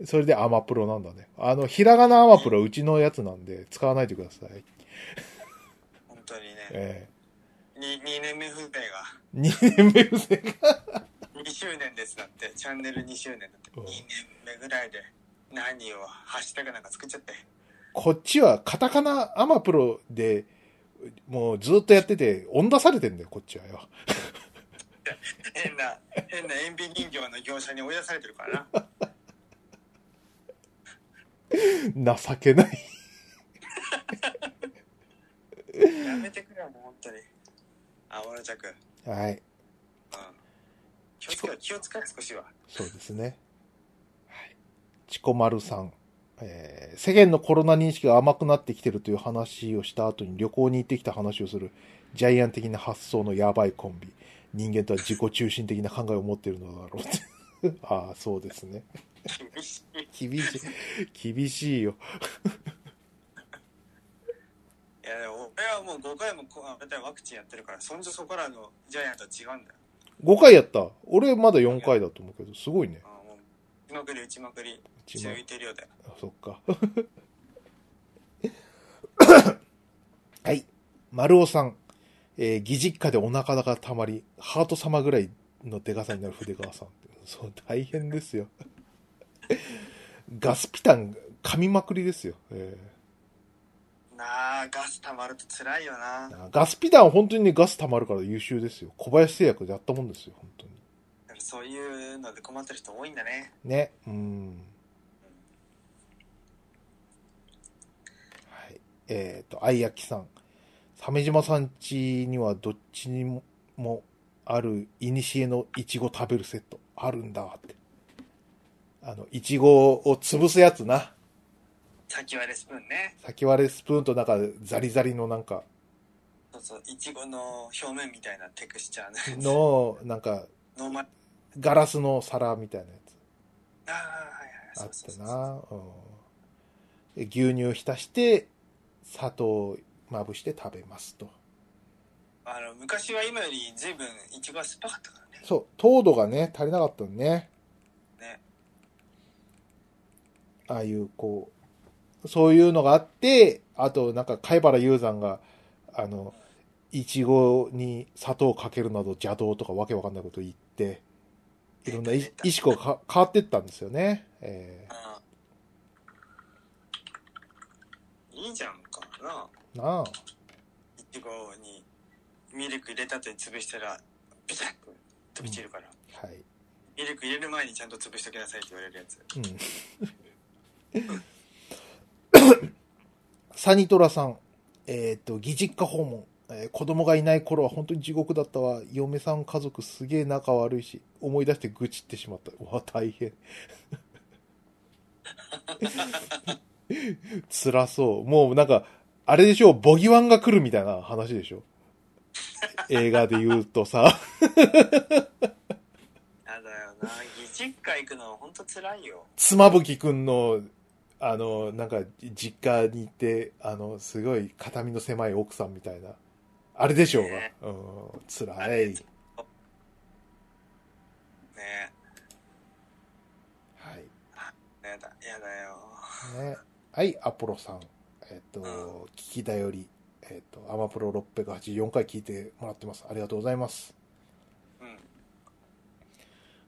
Speaker 1: て。
Speaker 2: それでアマプロなんだね。あの、ひらがなアマプロはうちのやつなんで使わないでください。
Speaker 1: 本当にね。
Speaker 2: え
Speaker 1: に2年目風景が。
Speaker 2: え2年目 (laughs) 不正解
Speaker 1: 2周年ですだってチャンネル2周年だって
Speaker 2: う
Speaker 1: 2
Speaker 2: ん
Speaker 1: 年目ぐらいで何をハッシュタグなんか作っちゃって
Speaker 2: こっちはカタカナアマプロでもうずっとやってて、追ん出されてんだよ、こっちはよ。
Speaker 1: 変な変な塩ビ人形の業者に追い出されてるからな
Speaker 2: 情けない。
Speaker 1: やめてくれよもう本当にあおの弱うん
Speaker 2: はい。
Speaker 1: 気をつけろ気をつけろ少しは
Speaker 2: そうですね。はい。チコマルさん。えー世間のコロナ認識が甘くなってきてるという話をした後に旅行に行ってきた話をするジャイアン的な発想のやばいコンビ。人間とは自己中心的な考えを持っているのだろうって。 (laughs) ああ、そうですね。
Speaker 1: (laughs) 厳しいい
Speaker 2: 厳しい。厳しいよ。
Speaker 1: やでも俺はもう5回もこあ俺たちワクチンやってるからそんじょそこらのジャイアンとは違うんだよ
Speaker 2: 5回やった。俺まだ4回だと思うけど、すごいね
Speaker 1: あ。もう打ちまくり打ちまくり
Speaker 2: 一
Speaker 1: 続
Speaker 2: 番
Speaker 1: いてるようだよ
Speaker 2: あそっか。 (laughs) はい。丸尾さん。えー、義実家でお腹がたまり、ハート様ぐらいのデカさになる筆川さん。そう、大変ですよ。ガスピタン、噛みまくりですよ。え
Speaker 1: なあガス溜まると辛いよな
Speaker 2: ーガスピタンは本当にね、ガス溜まるから優秀ですよ。小林製薬でやったもんですよ、本当に。
Speaker 1: なんかそういうので困ってる人多いんだね
Speaker 2: ね。うん。はい。えっ、と、愛焼さん。鮫島さん家にはどっちにももある、いにしえのいちご食べるセット、あるんだって。あの、いちごを潰すやつな。
Speaker 1: 先割れスプーンね
Speaker 2: 先割れスプーンとなんか、ザリザリのなんか、
Speaker 1: そうそういちごの表面みたいなテクスチャーの
Speaker 2: の、なんか、
Speaker 1: ノーマル
Speaker 2: ガラスの皿みたいなやつ。
Speaker 1: ああはいはい
Speaker 2: あ
Speaker 1: そう
Speaker 2: っ
Speaker 1: そう
Speaker 2: た
Speaker 1: そう
Speaker 2: なうんで牛乳を浸して砂糖をまぶして食べますと
Speaker 1: あの昔は今より随分いちごは酸っぱかったからね
Speaker 2: そう糖度がね足りなかったのね
Speaker 1: ね
Speaker 2: ああいうこうそういうのがあってあとなんか貝原雄山があのいちごに砂糖をかけるなど邪道とかわけわかんないこと言っていろんな意意識がか変わってったんですよね、え
Speaker 1: うんいいじゃんかな
Speaker 2: ーなあ
Speaker 1: いちごにミルク入れた後に潰したらビタッと飛び散るから、
Speaker 2: はい
Speaker 1: ミルク入れる前にちゃんと潰しときなさいって言われるやつ
Speaker 2: うんサニトラさん、えっ、と、義実家訪問、えー子供がいない頃は本当に地獄だったわ。嫁さん家族すげえ仲悪いし、思い出して愚痴ってしまった。うわ、大変。 (laughs) 辛そう。もうなんか、あれでしょ、ボギワンが来るみたいな話でしょ。映画で言うとさ、
Speaker 1: やだよな義実家行くのほんと辛いよ
Speaker 2: 妻夫木くんの、あの、なんか、実家に行って、あの、すごい、形見の狭い奥さんみたいな。あれでしょう
Speaker 1: ね
Speaker 2: が。うん、辛い。
Speaker 1: ね
Speaker 2: はい。
Speaker 1: やだやだよ
Speaker 2: ね。はい、アポロさん。えっ、と、
Speaker 1: うん
Speaker 2: 聞きだより、えっ、と、アマプロ684回聞いてもらってます。ありがとうございます。
Speaker 1: うん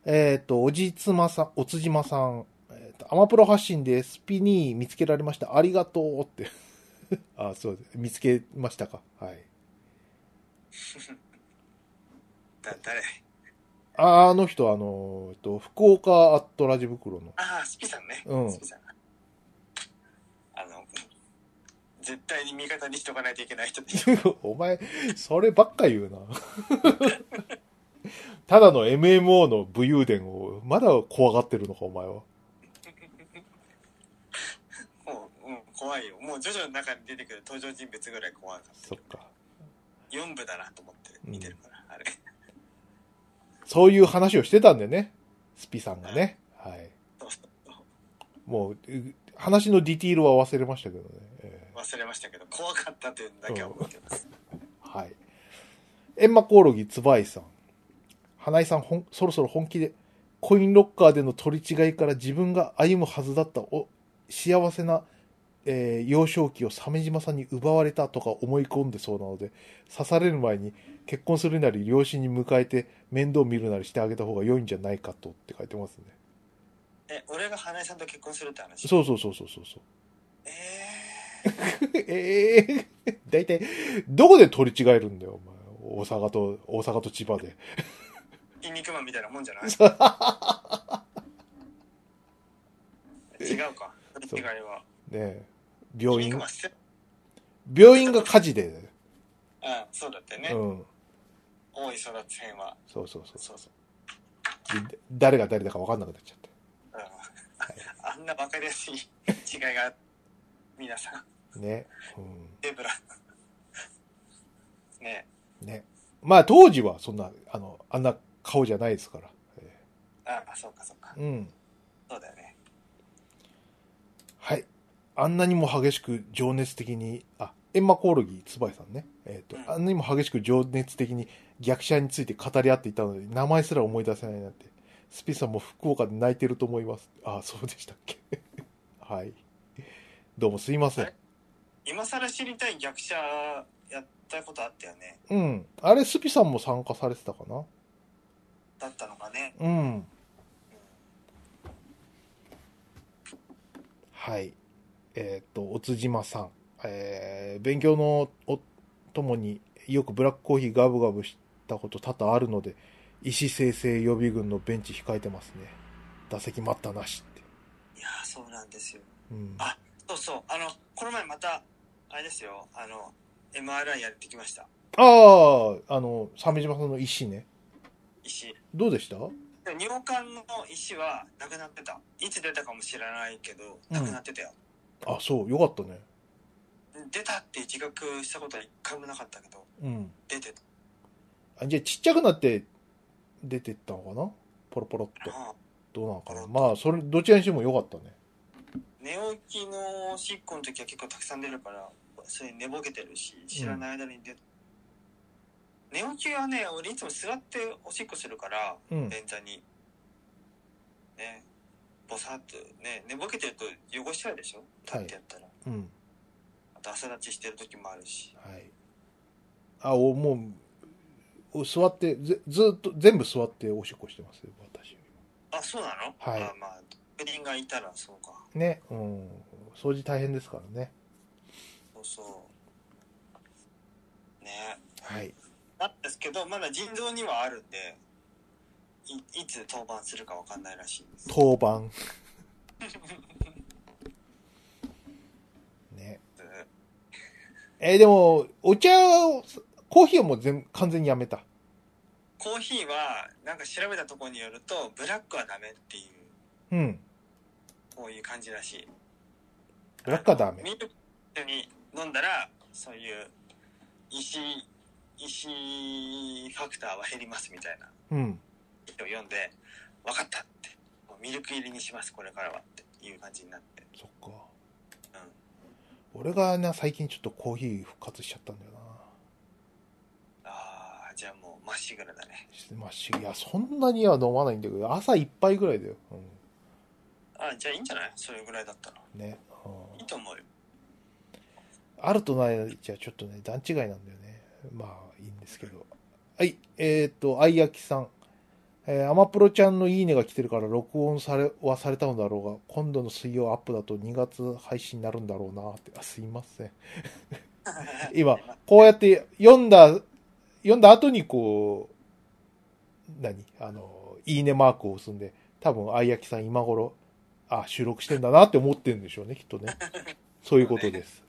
Speaker 2: えっ、と、おじつまさん、おつじまさん。えっ、と、アマプロ発信でスピニー見つけられました。ありがとうって。 (laughs) あ、そうです。見つけましたか。はい。
Speaker 1: だ誰
Speaker 2: ああの人、あの、えっと、福岡アットラジ袋の。 (laughs)
Speaker 1: ああ、スピさんね。
Speaker 2: うん
Speaker 1: スピさん。あの、絶対に味方にしとかないといけない人でしょ。
Speaker 2: お前、そればっか言うな。 (laughs) ただの MMO の武勇伝を、まだ怖がってるのか、お前は。
Speaker 1: もう、うん、怖いよ。もう、ジョジョの中に出てくる登場人物ぐらい怖かった。
Speaker 2: そっか。
Speaker 1: 4部だなと思って見てるから、あれ。 (laughs)
Speaker 2: そういう話をしてたんだよね。スピさんがね。はい。
Speaker 1: そうそうそう
Speaker 2: もう、う話のディティールは忘れましたけどね。え
Speaker 1: 忘れましたけど怖かったというのだけは覚えてます
Speaker 2: はい。エンマコオロギ、ツバイさん。花井さん、ほんそろそろ本気で、コインロッカーでの取り違いから自分が歩むはずだったお幸せな、えー幼少期を鮫島さんに奪われたとか思い込んでそうなので、刺される前に結婚するなり両親に迎えて面倒見るなりしてあげた方が良いんじゃないかとって書いてますね。
Speaker 1: え俺が花江さんと結婚するって話
Speaker 2: そうそうそうそうそうそう。 (laughs)
Speaker 1: え
Speaker 2: ええ大体、どこで取り違えるんだよ、お前。大阪と、大阪と千葉で。
Speaker 1: ー、筋肉マンみたいなもん
Speaker 2: (laughs)
Speaker 1: じゃない違うかそれ以外は
Speaker 2: ねえ
Speaker 1: 筋
Speaker 2: 病
Speaker 1: 肉
Speaker 2: 院
Speaker 1: マン、して
Speaker 2: 病院が火事で、
Speaker 1: うんそうだってね、
Speaker 2: うん。
Speaker 1: 大井育つ編は
Speaker 2: そうそうそう
Speaker 1: そうそう、
Speaker 2: で誰が誰だか分かんなくなっちゃって。
Speaker 1: うん、 (laughs) あんな分かりやすい違いが皆さん
Speaker 2: ね。
Speaker 1: デブラ (laughs) ね
Speaker 2: うん。ね。まあ当時はそんな、あの、あんな顔じゃないですから。え
Speaker 1: ああそうかそうか
Speaker 2: えうん。
Speaker 1: そうだよね
Speaker 2: はい。あんなにも激しく情熱的に、あ、エンマコオロギ、つばいさんね。えっ、と、
Speaker 1: うん
Speaker 2: あんなにも激しく情熱的に逆者について語り合っていたので、名前すら思い出せないなんて。スピンさんも福岡で泣いてると思います。あ、そうでしたっけ。 (laughs) はい。どうもすいません。
Speaker 1: 今更知りたい逆者やったことあったよね
Speaker 2: うん。あれ、スピさんも参加されてたかな
Speaker 1: だったのかね
Speaker 2: うん。はい。えっ、と、おつじまさん。えー勉強のおともによくブラックコーヒーガブガブしたこと多々あるので、石生成予備軍のベンチ控えてますね。打席待ったなしって。
Speaker 1: いやーそうなんですよ
Speaker 2: うん。
Speaker 1: あそうそうあのこの前またあれですよあの MRI やってきました
Speaker 2: あー、あの、鮫島さんの石ね。
Speaker 1: 石
Speaker 2: どうでした
Speaker 1: でも尿管の石はなくなってたいつ出たかも知らないけどなくなってたよ、
Speaker 2: あ、そう、よかったね。
Speaker 1: 出たって自覚したことは一回もなかったけど
Speaker 2: うん。
Speaker 1: 出てた
Speaker 2: あじゃあ、ちっちゃくなって出てったのかなポロポロっと。
Speaker 1: な
Speaker 2: どうなのかなまあ、それ、どちらにしてもよかったね。
Speaker 1: 寝起きのおしっこの時は結構たくさん出るからそれ寝ぼけてるし知らない間に出、寝起きはね俺いつも座っておしっこするから
Speaker 2: うん。
Speaker 1: 便座にねボサッとね寝ぼけてると汚しちゃうでしょ立ってやったら、
Speaker 2: うん。
Speaker 1: あと朝立ちしてる時もあるし
Speaker 2: はい。あ、おもう、お座って、ずずっと、全部座っておしっこしてますよ、私。
Speaker 1: あそうなの、
Speaker 2: はい
Speaker 1: あまあ不倫がいたらそうか
Speaker 2: ね。うん。掃除大変ですからね。
Speaker 1: そうそうね
Speaker 2: はい。
Speaker 1: なんですけどまだ腎臓にはあるんでいいつ登板するかわかんないらしいです
Speaker 2: 当番。 (laughs) ね。えーでも、お茶を、コーヒーはもう全、完全にやめた。
Speaker 1: コーヒーはなんか調べたところによるとブラックはダメっていう
Speaker 2: うん。
Speaker 1: こういう感じらしい
Speaker 2: ブラックはダメ。
Speaker 1: ミルクに飲んだらそういう石石ファクターは減りますみたいな
Speaker 2: うん。
Speaker 1: 記事を読んで分かったってもうミルク入りにしますこれからはっていう感じになって
Speaker 2: そっか。俺がな、最近ちょっとコーヒー復活しちゃったんだよな。
Speaker 1: ああじゃあもうまっしぐらだね
Speaker 2: まあし、いや、そんなには飲まないんだけど、朝一杯ぐらいだよ。う
Speaker 1: あじゃあいいんじゃないそれぐらいだったら
Speaker 2: ん。ね。うん
Speaker 1: いいと思うよ
Speaker 2: あるとないじゃちょっとね、段違いなんだよね。まあ、いいんですけど。はい。えっ、と、あいやきさん。えーアマプロちゃんのいいねが来てるから録音され、はされたのだろうが、今度の水曜アップだと2月配信になるんだろうなって。あ、すいません。今、こうやって読んだ、読んだ後にこう、何あの、いいねマークを押すんで、多分、あいやきさん今頃、あ、収録してんだなって思ってるんでしょうね、きっとね。そういうことです。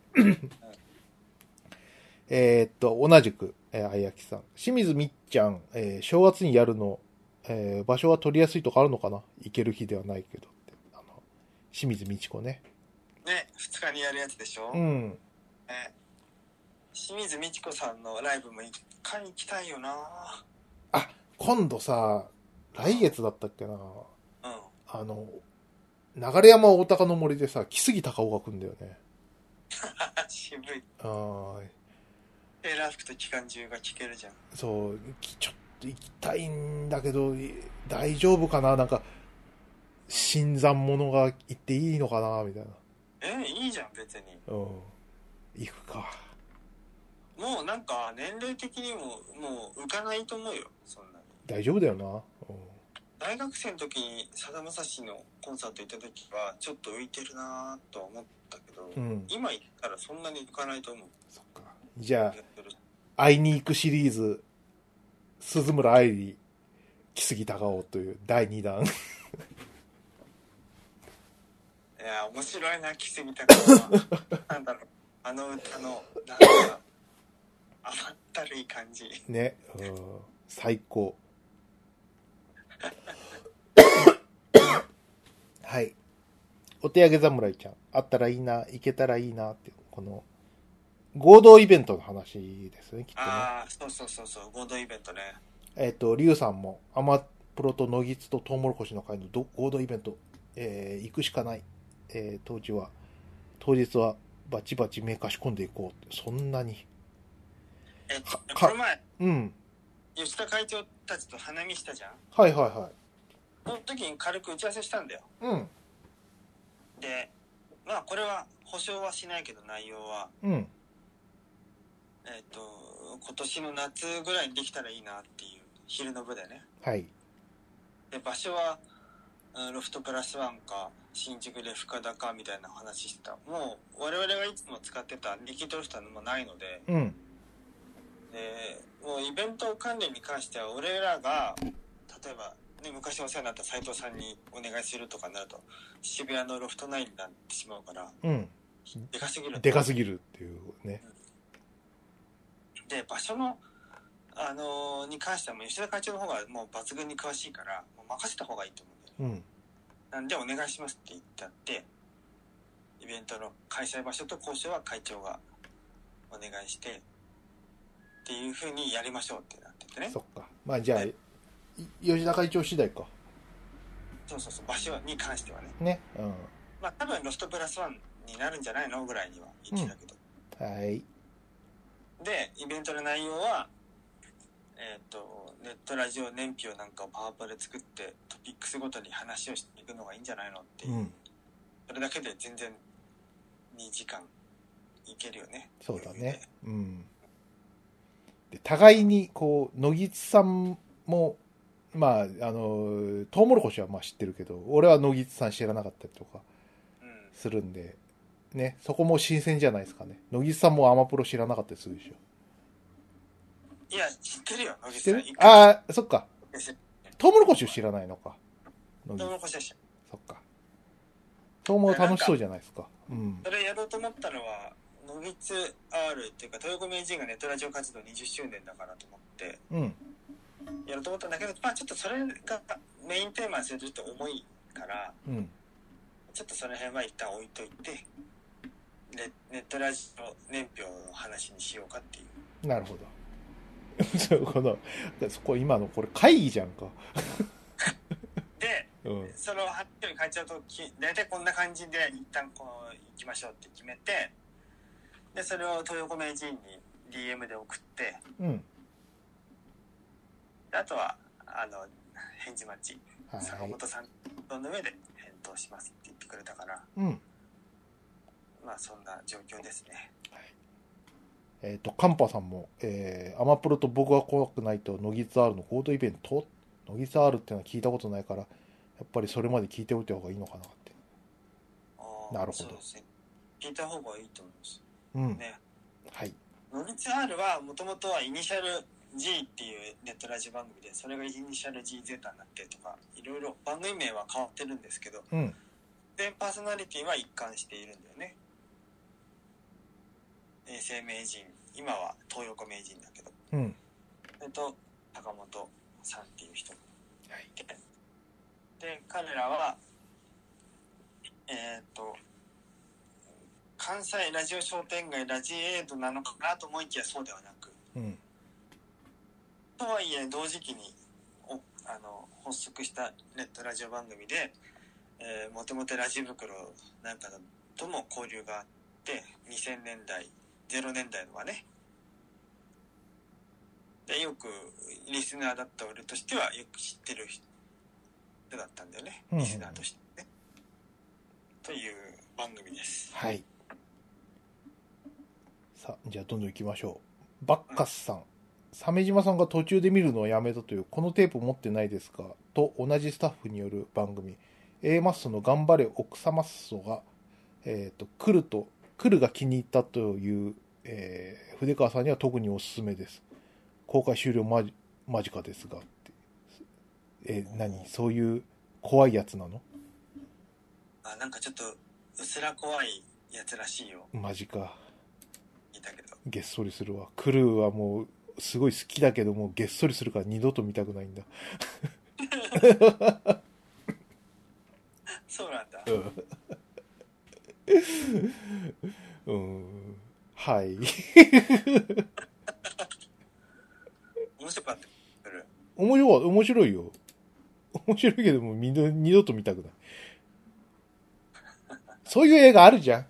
Speaker 2: えーっと、同じく、えー、あやきさん。清水みっちゃん、えー正月にやるの、えー場所は取りやすいとかあるのかな行ける日ではないけどって。あの、清水みち子ね。
Speaker 1: ね2日にやるやつでしょ、
Speaker 2: うん。
Speaker 1: ね清水美智子さんのライブも一回行きたいよな
Speaker 2: 今度さ、来月だったっけな
Speaker 1: うん
Speaker 2: あの、流山大高の森でさ、木杉高尾が来んだよね。
Speaker 1: あ知渋い。
Speaker 2: あー
Speaker 1: エラー服と機関銃が聞けるじゃん。
Speaker 2: そうきちょっと行きたいんだけどい大丈夫かななんか新参者が行っていいのかなみたいな
Speaker 1: え、いいじゃん、別に。
Speaker 2: うん行くか
Speaker 1: もうなんか、年齢的にも、もう浮かないと思うよ、そんなに。
Speaker 2: 大丈夫だよな、うん
Speaker 1: 大学生の時に、さだまさしのコンサート行った時は、ちょっと浮いてるなぁとは思ったけど、
Speaker 2: うん
Speaker 1: 今行ったらそんなに浮かないと思う。
Speaker 2: そっかじゃあ会いに行くシリーズ鈴村愛理木杉隆夫という第2弾
Speaker 1: いや、面白いな、来すぎた
Speaker 2: (laughs)
Speaker 1: から。なんだろう、あの歌の、なんか、甘ったるい感じ。
Speaker 2: ね、うん、最高はいお手上げ侍ちゃんあったらいいな行けたらいいなっていうこの合同イベントの話ですねきっとね
Speaker 1: ああ、そうそうそうそう、合同イベントね。
Speaker 2: えっ、と、リュウさんも、アマプロとノギツとトウモロコシの会のど合同イベント、えー行くしかない。えー当時は、当日はバチバチめかし込んでいこうって。そんなに。
Speaker 1: えっとこ
Speaker 2: は、
Speaker 1: の前、
Speaker 2: うん。
Speaker 1: 吉田会長たちと花見したじゃん。
Speaker 2: はいはいは
Speaker 1: その時に軽く打ち合わせしたんだよ。
Speaker 2: い。うん。
Speaker 1: で、まあ、これは、保証はしないけど、内容は、
Speaker 2: うん。
Speaker 1: えっと、今年の夏ぐらいにできたらいいなっていう、昼の部でね。
Speaker 2: はい。
Speaker 1: で、場所は、うんロフトプラスワンか、新宿で深田かみたいな話してた。もう、我々がいつも使ってたリキッドロフトはもうないので、
Speaker 2: うん。
Speaker 1: で、もうイベント関連に関しては、俺らが、例えば、ね、昔お世話になった斉藤さんにお願いするとかになると、渋谷のロフト9になってしまうから、
Speaker 2: うん。
Speaker 1: でかすぎる。
Speaker 2: でかすぎるっていうね。
Speaker 1: で、場所の、あのーに関してはもう吉田会長の方がもう抜群に詳しいから、もう任せた方がいいと思うんだよね。
Speaker 2: うん。
Speaker 1: なんでお願いしますって言ったって、イベントの開催場所と交渉は会長がお願いして、っていうふうにやりましょうってなっててね。
Speaker 2: そっか。まあじゃあ、い吉田会長次第か。
Speaker 1: そうそうそう、場所に関してはね。
Speaker 2: ね。
Speaker 1: まあ多分ロストプラスワンになるんじゃないのぐらいには言ってたけど。
Speaker 2: うん。はい。
Speaker 1: で、イベントの内容は、えっ、と、ネットラジオ年表なんかをパワーポで作って、トピックスごとに話をしていくのがいいんじゃないのっていう。
Speaker 2: うん。
Speaker 1: それだけで全然2時間いけるよね。
Speaker 2: そうだね。。うん。で、互いに、こう、野木津さんも、まあ、あの、トウモロコシはまあ知ってるけど、俺は野木津さん知らなかったりとか
Speaker 1: うん。
Speaker 2: するんで、ね、そこも新鮮じゃないですかね。野木津さんもアマプロ知らなかったりするでしょ。
Speaker 1: いや、知ってるよ、野
Speaker 2: 知
Speaker 1: 口
Speaker 2: っ
Speaker 1: さ
Speaker 2: て
Speaker 1: ん。
Speaker 2: る
Speaker 1: 一回
Speaker 2: ああ、そっか。
Speaker 1: です
Speaker 2: トウモロコシを知らないのか。野木
Speaker 1: トウモ
Speaker 2: 津
Speaker 1: ロコシでした。
Speaker 2: そっか。トウモロ楽しそうじゃないですか。うん。
Speaker 1: それやろうと思ったのは、野口 R っていうか、豊子名人がネットラジオ活動20周年だからと思って、
Speaker 2: うん。
Speaker 1: やろうと思ったんだけど、まあちょっとそれがメインテーマにすると重いから、
Speaker 2: うん。
Speaker 1: ちょっとその辺は一旦置いといて、ネネットラジオ年表の話にしようかっていう。
Speaker 2: なるほど。そうこの、 (laughs) そこ今のこれ会議じゃんか。
Speaker 1: で、
Speaker 2: うん。
Speaker 1: その発表に会長とき大体こんな感じで一旦こう行きましょうって決めてでそれを豊子名人に DM で送って
Speaker 2: うん。
Speaker 1: であとはあの返事待ち
Speaker 2: はい。
Speaker 1: 坂本さんの上で返答しますって言ってくれたから
Speaker 2: うん。
Speaker 1: まあそんな状況ですね
Speaker 2: えっ、と、カンパさんも、えーアマプロと僕は怖くないと、ノギツ R の合同イベントノギツ R ってのは聞いたことないから、やっぱりそれまで聞いておいた方がいいのかなって。
Speaker 1: あー
Speaker 2: なるほど
Speaker 1: そうですね聞いた方がいいと思います
Speaker 2: うん。
Speaker 1: ね
Speaker 2: はい。
Speaker 1: 野口 R はもともとはイニシャル G っていうネットラジオ番組でそれがイニシャル GZ になってとかいろいろ番組名は変わってるんですけど
Speaker 2: うん。
Speaker 1: 全パーソナリティは一貫しているんだよね。永世名人、今は東横名人だけど、
Speaker 2: うん。
Speaker 1: それと高本さんっていう人
Speaker 2: はい。
Speaker 1: で、で彼らは、えっ、と、関西ラジオ商店街ラジエイドなのかなと思いきやそうではなく、
Speaker 2: うん。
Speaker 1: とはいえ同時期におあの発足したネットラジオ番組で、えー、モテモテラジ袋なんかとも交流があって2000年代0年代のはねでよくリスナーだった俺としてはよく知ってる人だったんだよね
Speaker 2: うん
Speaker 1: リスナーとしてね、という番組です
Speaker 2: はい。さあ、じゃあどんどん行きましょう。バッカスさん。鮫島さんが途中で見るのをやめたという、このテープ持ってないですかと同じスタッフによる番組、A マッソの頑張れ奥様っそが、えっ、と、来ると、来るが気に入ったという、えー筆川さんには特におすすめです。公開終了間じ間近ですがって。えー何そういう怖いやつなの
Speaker 1: あなんかちょっとうすら怖いやつらしいよ
Speaker 2: マジか。
Speaker 1: 聞いたけど
Speaker 2: げっそりするわクルーはもうすごい好きだけどもうげっそりするから二度と見たくないんだ、
Speaker 1: そうなんだ
Speaker 2: (laughs) うん、うんはい
Speaker 1: 面白かったけど
Speaker 2: 面白いわ面白いよ面白いけどもう二度二度と見たくないそういう映画あるじゃん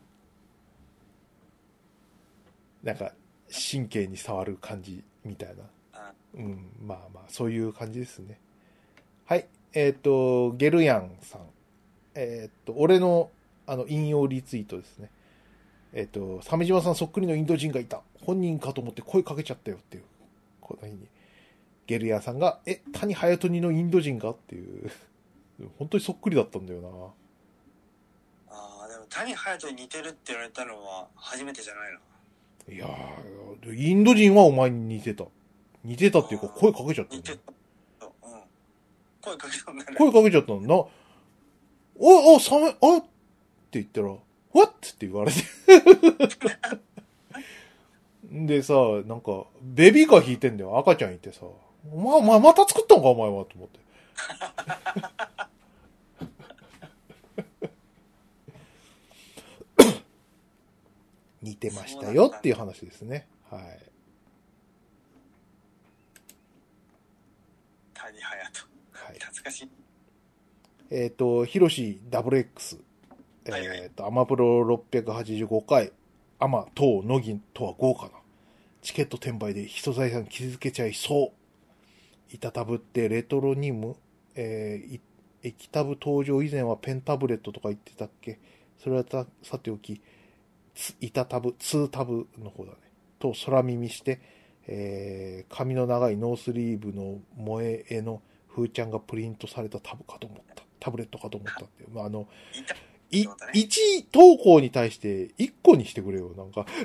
Speaker 2: なんか神経に触る感じみたいな
Speaker 1: あ
Speaker 2: うん、まあまあ、そういう感じですね。はい。えっ、と、ゲルヤンさん。えっ、と、俺の、あの、引用リツイートですね。えっ、と、鮫島さんそっくりのインド人がいた。本人かと思って声かけちゃったよっていう。この日に。ゲルヤンさんが、え、谷隼人似のインド人がっていう。 (laughs) 本当にそっくりだったんだよな。
Speaker 1: あーでも谷隼人に似てるって言われたのは初めてじゃないの
Speaker 2: いやー、インド人はお前に似てた。似てたっていうか、声かけちゃった
Speaker 1: 似
Speaker 2: よ
Speaker 1: て
Speaker 2: ね
Speaker 1: るうん声かけそうになる
Speaker 2: 声かけちゃったのな。お、お、サメ、あって言ったら、What? って言われて。 (laughs) でさ、なんか、ベビーカー引いてんだよ。赤ちゃんいてさ。まあ、まあ、また作ったのか、お前は、と思って。似てましたよっていう話ですね。はい。
Speaker 1: 谷隼
Speaker 2: はい
Speaker 1: 人。懐かしい
Speaker 2: えっ、と、ヒロシ WX。えっ、
Speaker 1: はいはい
Speaker 2: と、アマプロ685回、アマ、当、乃木とは豪華な。チケット転売で人財産傷つけちゃいそう。いたたぶってレトロニム、えーい液タブ登場以前はペンタブレットとか言ってたっけそれはたさておき、ついたタブ、ツータブの方だね。と空耳して、えー髪の長いノースリーブの萌え絵のふーちゃんがプリントされたタブかと思った。タブレットかと思ったって。まあ、あの、
Speaker 1: いた
Speaker 2: い、
Speaker 1: そうだね
Speaker 2: 1投稿に対して1個にしてくれよ、なんか。 (laughs)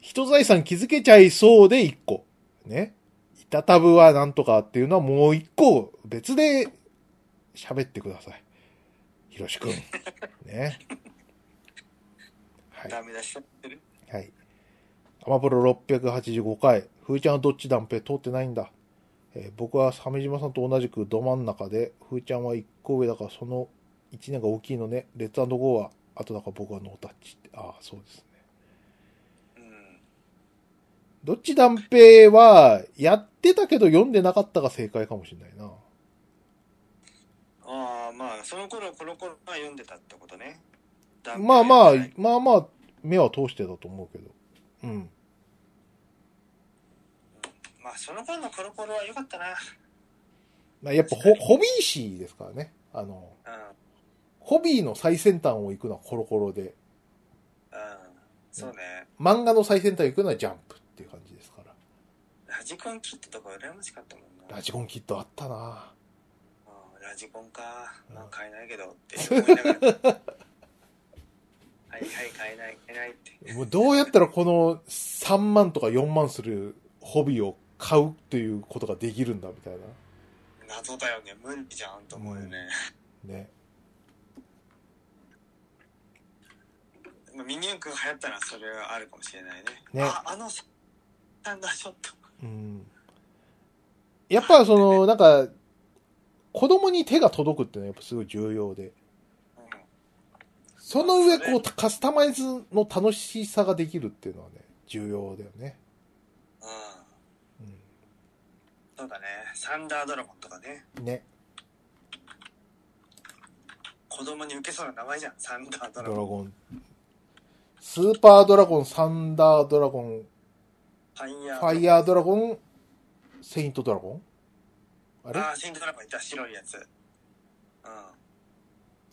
Speaker 2: 人財産気づけちゃいそうで1個。ね。いたたぶはなんとかっていうのはもう1個別で喋ってください。ひろしくん。ね。はい。
Speaker 1: ダメ出しちゃってる
Speaker 2: はい。アマプロ685回、ふーちゃんはどっち断平通ってないんだ。えー僕は鮫島さんと同じくど真ん中で、ふーちゃんは1個上だからその1年が大きいのね。レッツゴーは後だから僕はノータッチって。ああ、そうですね。
Speaker 1: うん
Speaker 2: どっち断平は、やってたけど読んでなかったが正解かもしれないな。
Speaker 1: ああまあその頃この頃は読んでたってことね
Speaker 2: まあまあ
Speaker 1: 断、
Speaker 2: まあまあ、目は通してたと思うけど。うん。
Speaker 1: 片まあその頃のコロコロは良かったな
Speaker 2: まあ、やっぱホホビーシーですからね。あの、
Speaker 1: うん
Speaker 2: ホビーの最先端を行くのはコロコロで。
Speaker 1: うんそうね
Speaker 2: 漫画の最先端行くのはジャンプっていう感じですから。
Speaker 1: ラジコン切ってとか羨ましかったもんな
Speaker 2: ラジコンキットあったな
Speaker 1: うんラジコンか
Speaker 2: うん
Speaker 1: まあ買えないけどって思い
Speaker 2: (laughs)
Speaker 1: ながらはいはい買えない買えないって
Speaker 2: もうどうやったらこの3万とか4万するホビーを買うっていうことができるんだみたい
Speaker 1: 謎だよね無理じゃんと思うよね、
Speaker 2: な。ね。
Speaker 1: まあ、ミニ四駆が流行ったらそれはあるかもしれないね
Speaker 2: ね
Speaker 1: ああのサンダーショット
Speaker 2: うん。やっぱその、なんか、子供に手が届くっていうのはやっぱすごい重要で。
Speaker 1: うん
Speaker 2: その上、こう、カスタマイズの楽しさができるっていうのはね、重要だよね。
Speaker 1: うん
Speaker 2: うん
Speaker 1: そうだねサンダードラゴンとかね
Speaker 2: ね。
Speaker 1: 子供に受けそうな名前じゃんサンダードラ
Speaker 2: ドラ
Speaker 1: ゴン
Speaker 2: ゴンスーパードラゴン、サンダードラゴン、
Speaker 1: ファイヤー。
Speaker 2: ファイヤードラゴン、セイントドラゴンあれ
Speaker 1: ああ、セイントドラゴンいた、白いやつ。う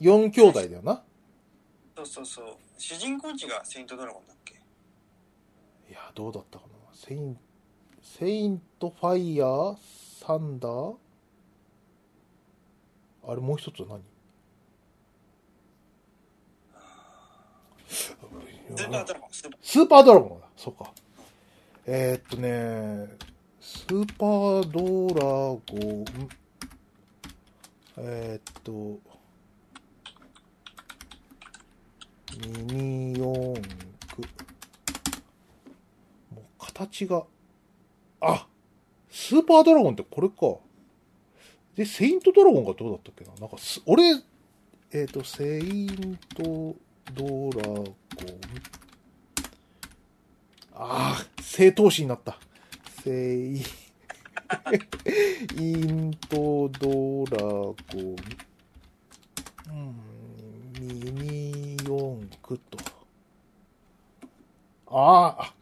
Speaker 1: ん。
Speaker 2: ?4 兄弟だよな。
Speaker 1: そうそうそう。主人公機がセイントドラゴンだっけ
Speaker 2: いや、どうだったかな。セイン、セイント、ファイヤー、サンダーあれもう一つは何
Speaker 1: スーパードラゴン、スーパ
Speaker 2: スーパードラゴンだ。そうか。えー、っとね、スーパードラゴン、えー、っと、ミニ四駆。もう形が、あスーパードラゴンってこれか。で、セイントドラゴンがどうだったっけななんかす、俺、えっ、と、セイントドラゴン。ああ、正闘士になった。セイ、イントドラゴン。うん、ミニ四駆と。あーあ、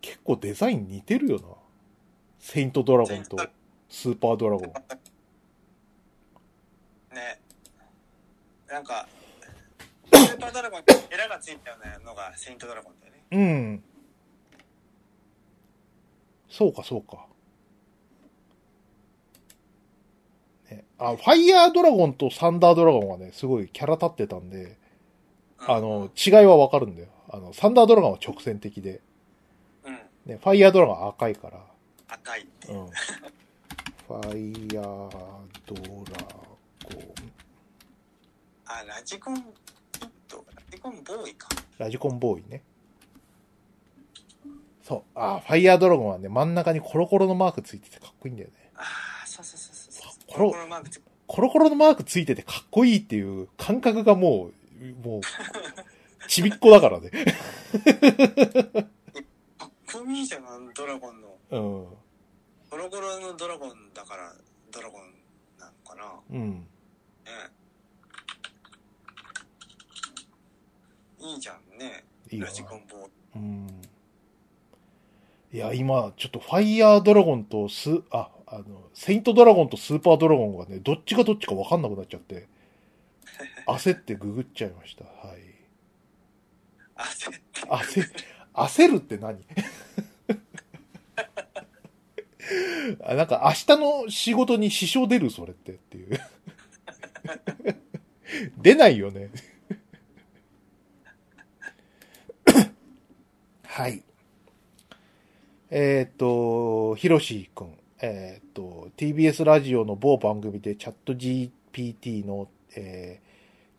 Speaker 2: 結構デザイン似てるよな。セイントドラゴンとスーパードラゴン。
Speaker 1: ー。ね。なんか、スーパードラゴンってエラがついたようなのがセイントドラゴンだよね。
Speaker 2: うん。そうか、そうか。ね、あ、ファイヤードラゴンとサンダードラゴンはね、すごいキャラ立ってたんで、
Speaker 1: うん
Speaker 2: あ、の、違いはわかるんだよ。あの、サンダードラゴンは直線的で、
Speaker 1: うん。
Speaker 2: ね、ファイヤードラゴンは赤いから、
Speaker 1: 赤いって。 (laughs)
Speaker 2: うん。ファイヤードラゴン。
Speaker 1: あ、ラジコンヒット、ラジコンボーイか。
Speaker 2: ラジコンボーイね。そう。あ、ファイヤードラゴンはね、真ん中にコロコロのマークついててかっこいいんだよね。
Speaker 1: ああ、そうそうそうそうそう。
Speaker 2: コロ
Speaker 1: コロマークつ
Speaker 2: コロコロのマークついててかっこいいっていう感覚がもう、もう、ちびっこだからね。 (laughs)
Speaker 1: かっこいいじゃん、あのドラゴンの。
Speaker 2: うん。
Speaker 1: ゴロゴロのドラゴンだから、ドラゴンなのかな。
Speaker 2: うん。
Speaker 1: ね。いいじゃんね。
Speaker 2: いいよ
Speaker 1: ラジコンボーイ。
Speaker 2: な。うん。いや、今、ちょっとファイヤードラゴンとス、あ、あの、セイントドラゴンとスーパードラゴンがね、どっちがどっちかわかんなくなっちゃ
Speaker 1: (laughs)
Speaker 2: って、焦ってググっちゃいました。はい。
Speaker 1: あ、焦って
Speaker 2: 焦る、焦るって何 (laughs) あなんか明日の仕事に支障出るそれってっていう。 (laughs) 出ないよね。 (coughs) はい。えーっ、と、ひろしくん。えーっ、と、TBS ラジオの某番組でチャット GPT の、えー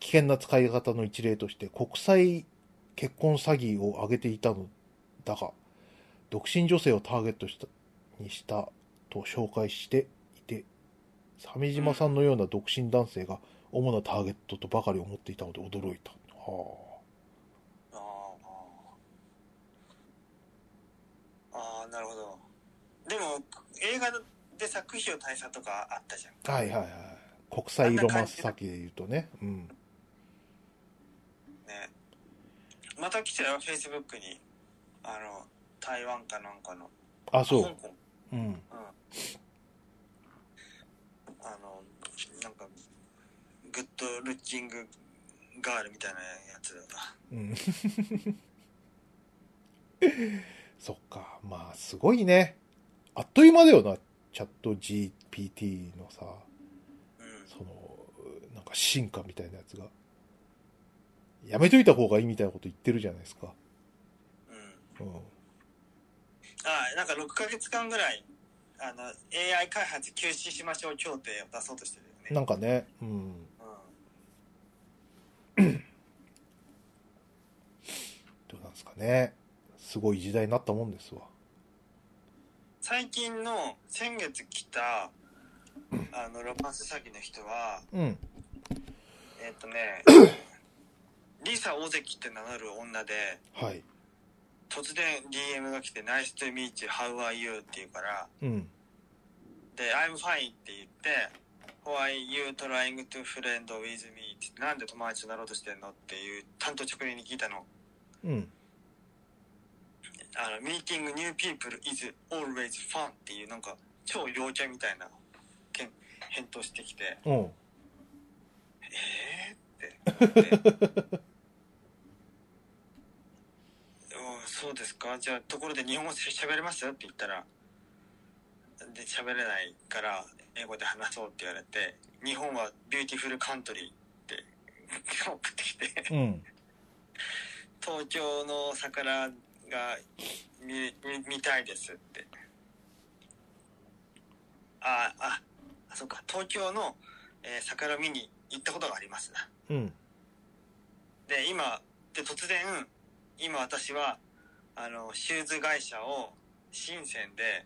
Speaker 2: 危険な使い方の一例として国際結婚詐欺を挙げていたのだが、独身女性をターゲットしたにしたと紹介していて、鮫島さんのような独身男性が主なターゲットとばかり思っていたので驚いた。は
Speaker 1: あーあーあーなるほどでも映画で作費を大佐とかあったじゃん
Speaker 2: あ、はいはいはい。国際ロマンス先で言うとね。うん。
Speaker 1: ねまた来てよフェイスブックにあの台湾かなんかの
Speaker 2: あ、そ
Speaker 1: 香
Speaker 2: う。
Speaker 1: 港
Speaker 2: うん。
Speaker 1: うんあのなんかグッドルッキングガールみたいなやつ
Speaker 2: うん。 (laughs) そっか。まあ、すごいね。あっという間だよな。チャット GPT のさ、
Speaker 1: うん
Speaker 2: その、なんか進化みたいなやつが。やめといた方がいいみたいなこと言ってるじゃないですか。
Speaker 1: うん
Speaker 2: うん。
Speaker 1: あなんか6ヶ月間ぐらいあの AI 開発休止しましょう協定を出そうとしてるよね、
Speaker 2: なんかね、うん。
Speaker 1: う
Speaker 2: どうなんですかね。すごい時代になったもんですわ。
Speaker 1: ん、最近の先月来たあのロマンス詐欺の人は
Speaker 2: うん。
Speaker 1: えっ、とねリサ大関って名乗る女で
Speaker 2: はい。
Speaker 1: 突然 DM が来て「ナイス to meet you how are you」って言うから
Speaker 2: うん。
Speaker 1: で「I'm fine」って言って「How are you trying to friend with me」って「なんで友達となろうとしてんの?」っていう担当直入に聞いたの
Speaker 2: うん。
Speaker 1: あの、ミーティングニューピープル is always fun っていうなんか超陽キャみたいなけん返答してきて、
Speaker 2: うん。
Speaker 1: えー、って (laughs) でおそうですかじゃあところで日本語しゃべれますって言ったらで喋れないから英語で話そうって言われて日本はビューティフルカントリーって送ってきて
Speaker 2: うん。
Speaker 1: 東京の桜が見見見たいですってあああそっか東京の、えー桜見に行ったことがあります
Speaker 2: うん。
Speaker 1: で今で突然今私はあのシューズ会社を深センで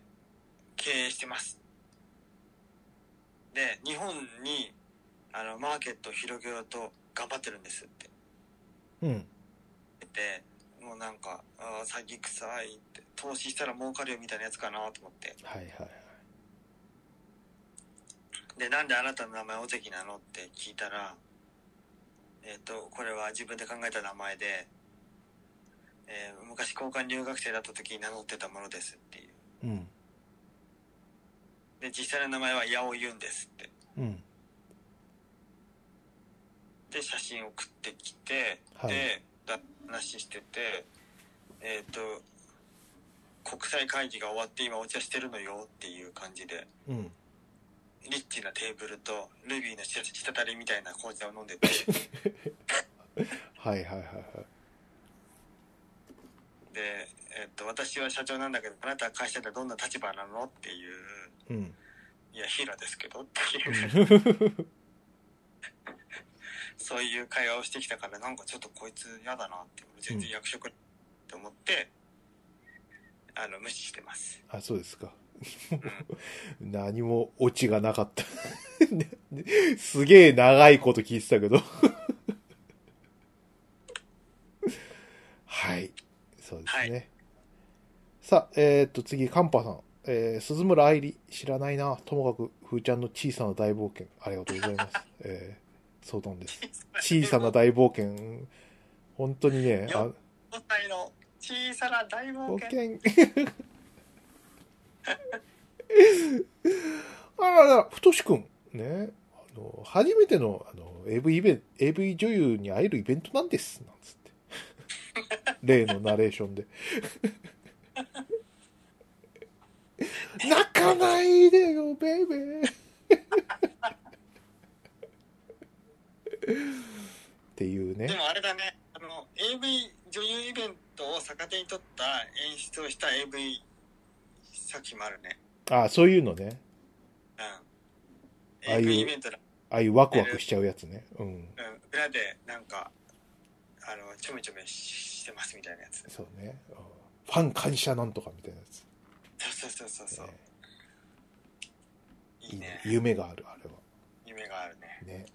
Speaker 1: 経営してますで日本にあのマーケットを広げようと頑張ってるんですって
Speaker 2: うん。
Speaker 1: 言ってもうなんか「あー詐欺臭い」って投資したら儲かるよみたいなやつかなと思って
Speaker 2: はいはいはい。
Speaker 1: でなんであなたの名前尾関なのって聞いたらえっ、とこれは自分で考えた名前で、えー昔交換留学生だった時に名乗ってたものですっていう
Speaker 2: うん。
Speaker 1: で実際の名前は八尾ユンですって
Speaker 2: うん。
Speaker 1: で写真送ってきて、
Speaker 2: はい
Speaker 1: でだ話しててえっ、と国際会議が終わって今お茶してるのよっていう感じで
Speaker 2: うん。
Speaker 1: リッチなテーブルとルビーのした滴りみたいな紅茶を飲んでて
Speaker 2: はいはいはいはい。
Speaker 1: で、えっと私は社長なんだけどあなたは会社でどんな立場なのっていう
Speaker 2: うん。
Speaker 1: いやヒーローですけどっていうそういう会話をしてきたからなんかちょっとこいつ嫌だなって俺全然役職って思って、あの無視してます
Speaker 2: あ、そうですか。 (laughs) 何もオチがなかった。 (laughs) すげえ長いこと聞いてたけど。 (laughs) はい。そうですね。さあ、えーっと、次、カンパさん。えー、鈴村愛理、知らないな。ともかく、ふーちゃんの小さな大冒険。ありがとうございます。えー、そうな
Speaker 1: (laughs)
Speaker 2: んです。小さな大冒険。本当にね、あ
Speaker 1: 5歳の小さな大冒
Speaker 2: 冒
Speaker 1: 険
Speaker 2: 険。 (laughs) あらら、ふとしくん。ね。あの、初めての、あの、AV イベ AV 女優に会えるイベントなんです。なんつ
Speaker 1: (laughs)
Speaker 2: って。例のナレーションで。泣かないでよ、ベイベー。っていう
Speaker 1: で
Speaker 2: ね。
Speaker 1: もあれだねあの AV 女優イベントを逆手に取った演出をした AV 作品もあるね
Speaker 2: あそういうのね。
Speaker 1: うん
Speaker 2: ああいう
Speaker 1: AV イベントだ、
Speaker 2: ああいうワクワクしちゃうやつね。うん。
Speaker 1: うん、裏でなんかあのちょめちょめしてますみたいなやつ
Speaker 2: そうね。うんファン感謝なんとかみたいなやつ。
Speaker 1: そうそうそうそうそう
Speaker 2: ね
Speaker 1: いいね
Speaker 2: 夢がある、あれは。
Speaker 1: 夢があるね
Speaker 2: ね。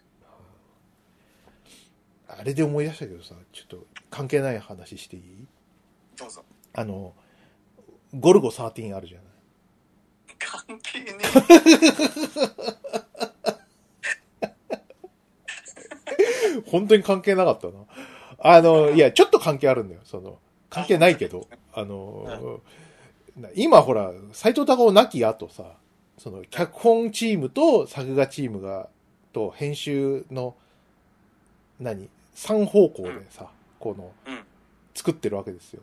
Speaker 2: あれで思い出したけどさ、ちょっと関係ない話していい
Speaker 1: どうぞ
Speaker 2: あの、ゴルゴ13あるじゃない。
Speaker 1: 関係ね
Speaker 2: 本当に関係なかったな。あの、いや、ちょっと関係あるんだよ。その、関係ないけど、あの、な今ほら、斎藤隆夫亡き後さ、その、脚本チームと作画チームが、と編集の、何三方向でさ、この、
Speaker 1: えうん
Speaker 2: 作ってるわけですよ。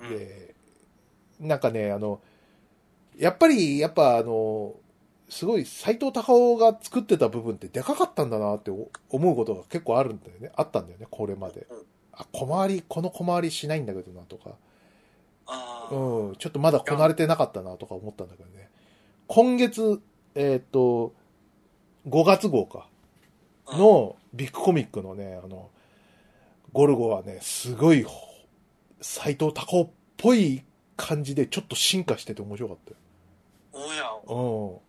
Speaker 1: うん
Speaker 2: で、なんかね、あの、やっぱり、やっぱあの、すごい斎藤隆夫が作ってた部分ってでかかったんだなってお思うことが結構あるんだよね。あったんだよね、これまで。
Speaker 1: うん
Speaker 2: あ、小回り、この小回りしないんだけどなとか、
Speaker 1: ああ、
Speaker 2: うん、ちょっとまだこなれてなかったなとか思ったんだけどね。今月、えーっと、5月号か。
Speaker 1: うん
Speaker 2: のビッグコミックのね、あの、ゴルゴはね、すごい、斎藤隆夫っぽい感じでちょっと進化してて面白かった
Speaker 1: おやお
Speaker 2: よ。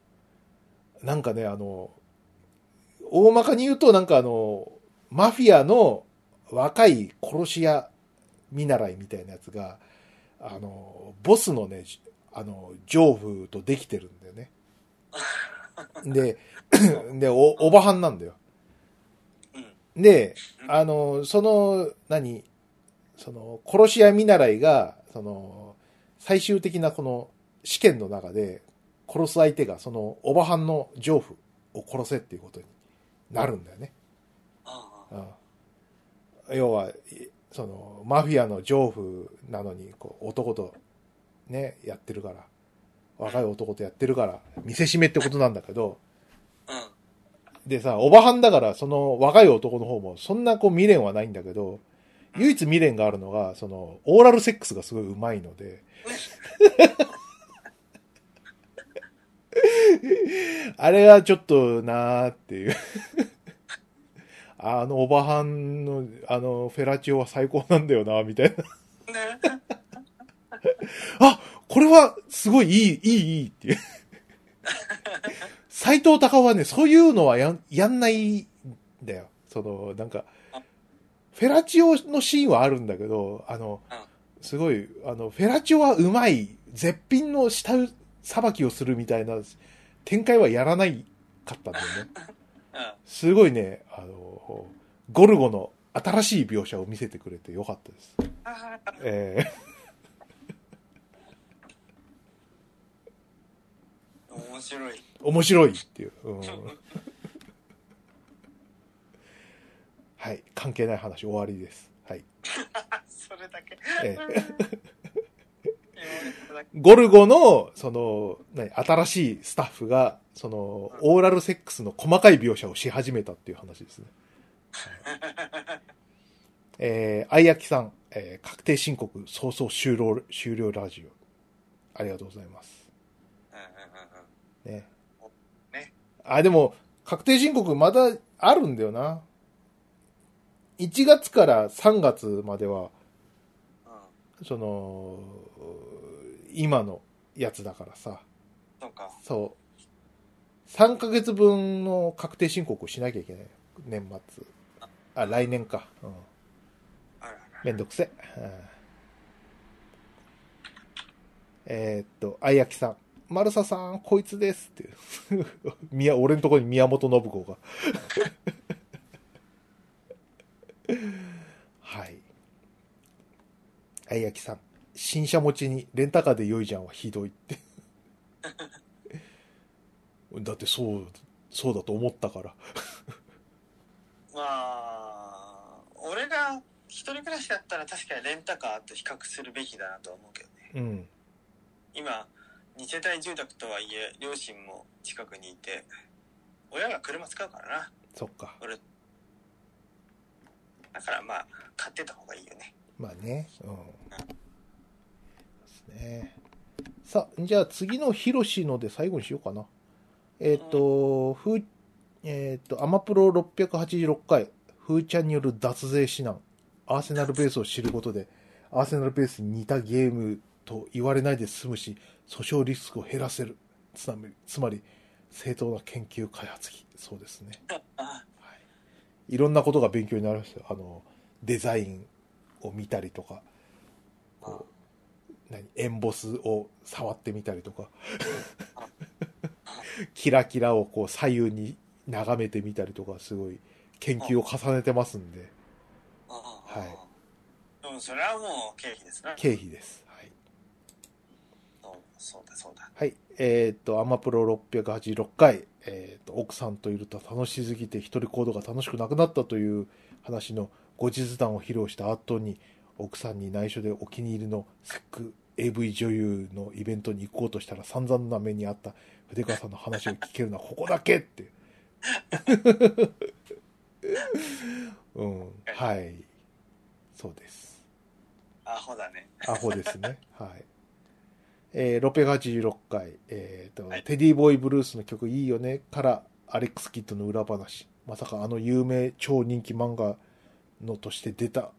Speaker 2: うん。なんかね、あの、大まかに言うと、なんかあの、マフィアの若い殺し屋見習いみたいなやつが、あの、ボスのね、あの、丈夫とできてるんだよ
Speaker 1: (laughs)
Speaker 2: ね。で、で、お、おばはんなんだよ。
Speaker 1: うん
Speaker 2: で
Speaker 1: う、ん
Speaker 2: あの、その、何、その、殺し屋見習いが、その、最終的なこの試験の中で、殺す相手がその、おばはんの丈夫を殺せっていうことになるんだよね。
Speaker 1: ああ
Speaker 2: うん要は、いその、マフィアの丈夫なのに、こう、男と、ね、やってるから、若い男とやってるから、見せしめってことなんだけど、
Speaker 1: うんうん
Speaker 2: でさ、おばはんだから、その若い男の方も、そんなこう未練はないんだけど、唯一未練があるのが、その、オーラルセックスがすごい上手いので、あれがちょっとなーっていう。あのおばはんの、あの、フェラチオは最高なんだよな、みたいな。
Speaker 1: ね
Speaker 2: これは、すごいいい、いい、いいって
Speaker 1: (laughs)
Speaker 2: いう。斎藤隆夫はね、そういうのはやんやんないんだよ。その、なんか
Speaker 1: あ、
Speaker 2: フェラチオのシーンはあるんだけど、あの
Speaker 1: うん、
Speaker 2: すごい、あの、フェラチオはうまい、絶品の下さばきをするみたいな展開はやらないかったんだよ
Speaker 1: (laughs)
Speaker 2: ね。
Speaker 1: うん
Speaker 2: すごいね、あの、ゴルゴの新しい描写を見せてくれてよかったです。
Speaker 1: ああ
Speaker 2: えー
Speaker 1: (laughs) 面白い
Speaker 2: 面白いっていう。う
Speaker 1: (laughs)
Speaker 2: んはい。関係ない話終わりです。はい。
Speaker 1: あそれだけ (laughs)
Speaker 2: ええ
Speaker 1: 言われただけ
Speaker 2: ゴルゴの、その、何、新しいスタッフが、その、オーラルセックスの細かい描写をし始めたっていう話ですね。えー、あいやきさん、えー確定申告早々終了、終了ラジオ。ありがとうございます。
Speaker 1: うんうんうんうん
Speaker 2: ね。
Speaker 1: ね
Speaker 2: あ、でも、確定申告まだあるんだよな。1月から3月までは、
Speaker 1: うん
Speaker 2: その、今のやつだからさ、
Speaker 1: そうか
Speaker 2: そう。3ヶ月分の確定申告をしなきゃいけない。年末。あ、来年か。うん。
Speaker 1: あらあら
Speaker 2: めんどくせえ。うんえーっと、あやきさん。マルサさん、こいつですっていう。 (laughs) 宮、俺のところに宮本信子が。 (laughs) はい。あやきさん。新車持ちにレンタカーで良いじゃんはひどいって。 (laughs) だってそう、そうだと思ったから。
Speaker 1: まあ俺が一人暮らしだったら確かにレンタカーと比較するべきだなとは思うけどね
Speaker 2: うん。
Speaker 1: 今二世帯住宅とはいえ両親も近くにいて親が車使うからな
Speaker 2: そっか。
Speaker 1: 俺だからまあ買ってた方がいいよね
Speaker 2: まあね。うん。ですね。さあ、じゃあ次のヒロシので最後にしようかな。えっ、と、ふう、えっ、と、アマプロ686回、ふーちゃんによる脱税指南、アーセナルベースを知ることで、アーセナルベースに似たゲームと言われないで済むし、訴訟リスクを減らせる。つまり、つまり正当な研究開発機。そうですね。
Speaker 1: あ
Speaker 2: はい、いろんなことが勉強になりましたよあのデザインを見たりとかこう何エンボスを触ってみたりとか (laughs) キラキラをこう左右に眺めてみたりとかすごい研究を重ねてますんでは
Speaker 1: でもそれはもう経費ですな
Speaker 2: 経費ですはい、
Speaker 1: そうそうだそうだ
Speaker 2: はい、えーっとアマプロ686回、えーっと奥さんといると楽しすぎて一人行動が楽しくなくなったという話の後日談を披露した後に奥さんに内緒でお気に入りのセック AV 女優のイベントに行こうとしたら散々な目にあった筆川さんの話を聞けるのはここだけって。 (laughs) うん、はい。そうです。
Speaker 1: アホだね
Speaker 2: アホで
Speaker 1: (laughs)
Speaker 2: すね。はい。えー、686回、えーと、
Speaker 1: はい
Speaker 2: テディボーイブルースの曲いいよねから、アレックス・キッドの裏話。まさかあの有名超人気漫画のとして出た、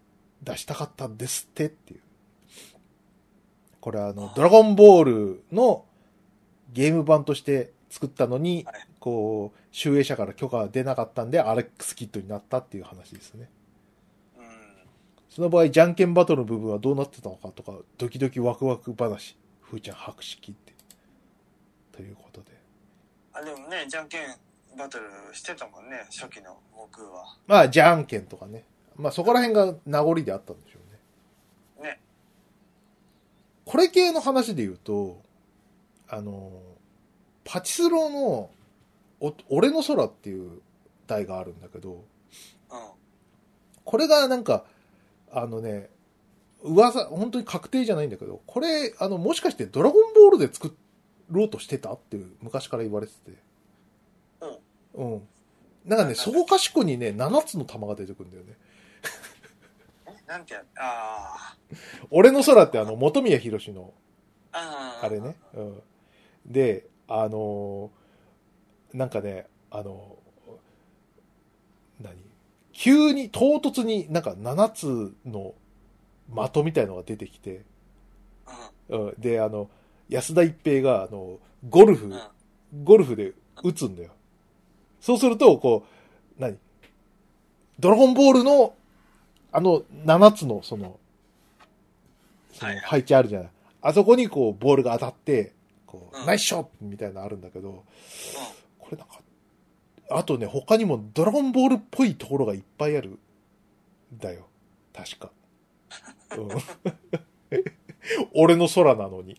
Speaker 2: 出したかったんですってっていう。これはあの
Speaker 1: あ、ー
Speaker 2: ドラゴンボールのゲーム版として作ったのに
Speaker 1: はい、
Speaker 2: こう、集英社から許可が出なかったんで、アレックス・キッドになったっていう話ですね。
Speaker 1: うん
Speaker 2: その場合、じゃんけんバトルの部分はどうなってたのかとか、ドキドキワクワク話、ふーちゃん白色って。ということで。
Speaker 1: あでもねじゃんけんバトルしてたもんね初期の悟空は
Speaker 2: まあ、じゃんけんとかね。まあ、そこら辺が名残であったんでしょうね。これ系の話で言うと、あの、パチスロの、お、俺の空っていう題があるんだけど、
Speaker 1: う
Speaker 2: これがなんか、あのね、噂、本当に確定じゃないんだけど、これ、あの、もしかしてドラゴンボールで作ろうとしてたっていう、昔から言われてて。うん。なんかね、そこかしこにね、7つの玉が出てくるんだよね。
Speaker 1: ん。えなんてや、あ
Speaker 2: 俺の空ってあの、元宮博の、
Speaker 1: あ。ああ。
Speaker 2: あれね。。うん。で、あのーなんかね、あのー何急に、唐突になんか7つの的みたいのが出てきて、
Speaker 1: うん。
Speaker 2: うん、で、あの、安田一平が、あの、ゴルフ
Speaker 1: うん、
Speaker 2: ゴルフで打つんだよ。そうすると、こう、何ドラゴンボールの、あの、7つの、その、そ
Speaker 1: は
Speaker 2: の
Speaker 1: い
Speaker 2: 配置あるじゃない。あそこに、こう、ボールが当たって、こ
Speaker 1: う
Speaker 2: う、
Speaker 1: ん
Speaker 2: ナイスショットみたいなのあるんだけど、これなんか、あとね、他にもドラゴンボールっぽいところがいっぱいある、だよ。確か。うん
Speaker 1: (laughs)
Speaker 2: 俺の空なのに。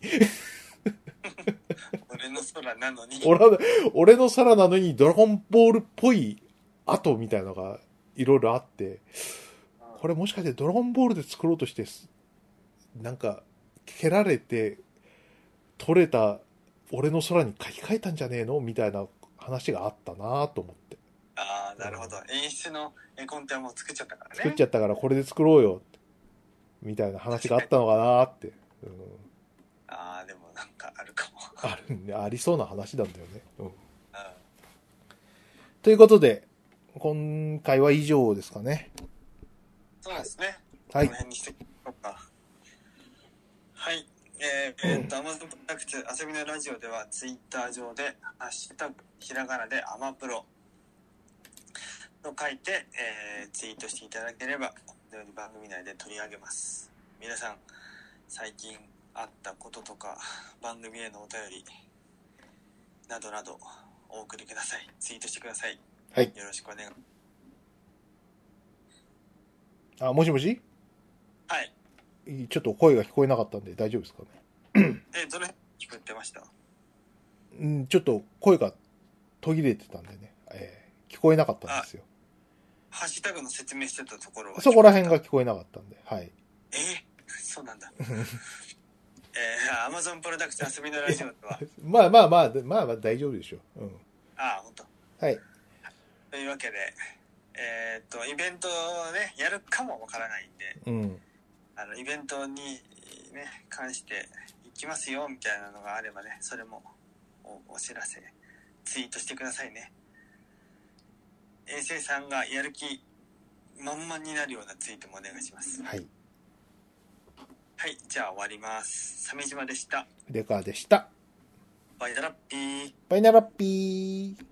Speaker 1: うん。俺の空なのに。
Speaker 2: 俺は俺の空なのにドラゴンボールっぽい跡みたいのがいろいろあって、これもしかしてドラゴンボールで作ろうとしてす、なんか、蹴られて、取れた俺の空に書き換えたんじゃねえのみたいな話があったなと思って。
Speaker 1: ああ、なるほど。演出の絵コンテはもう作っちゃったからね。
Speaker 2: 作っちゃったからこれで作ろうよってみたいな話があったのかなって、うん、
Speaker 1: ああ、でもなんかあるかも。
Speaker 2: あるんでありそうな話なんだよね、うん
Speaker 1: う
Speaker 2: ということで今回は以上ですかね
Speaker 1: ん。そうですね。
Speaker 2: はい
Speaker 1: この辺にしていこうか。はい。えーえーっと、アマゾンプロダクツ、遊びのラジオでは、ツイッター上で、ハッシュタグ、ひらがなで、アマプロと書いて、えーツイートしていただければ、このように番組内で取り上げます。皆さん、最近あったこととか、番組へのお便り、などなど、お送りください。ツイートしてください。
Speaker 2: はい
Speaker 1: よろしくお願い。
Speaker 2: あもしもし
Speaker 1: はい。
Speaker 2: ちょっと声が聞こえなかったんで大丈夫ですかね
Speaker 1: え、どの辺聞くってました
Speaker 2: うんちょっと声が途切れてたんでね、えー聞こえなかったんですよ
Speaker 1: ハッシュタグの説明してたところは
Speaker 2: そこら辺が。聞こえなかったんではい
Speaker 1: えーそうなんだ。えー、アマゾンプロダクツ遊びのラジオと
Speaker 2: (laughs)
Speaker 1: は、
Speaker 2: まあまあまあでまあまあ大丈夫でしょう、うん、
Speaker 1: ああ、本当。
Speaker 2: はい
Speaker 1: というわけで、えーっと、イベントをね、やるかもわからないんで、
Speaker 2: うん
Speaker 1: あの、イベントにね、関して行きますよ、みたいなのがあればね、それもおお知らせ、ツイートしてくださいね。衛星さんがやる気満々になるようなツイートもお願いします。
Speaker 2: はい
Speaker 1: はい、じゃあ終わります。鮫島でした。
Speaker 2: レカーでした
Speaker 1: バイダラッピー。
Speaker 2: バイナラッピー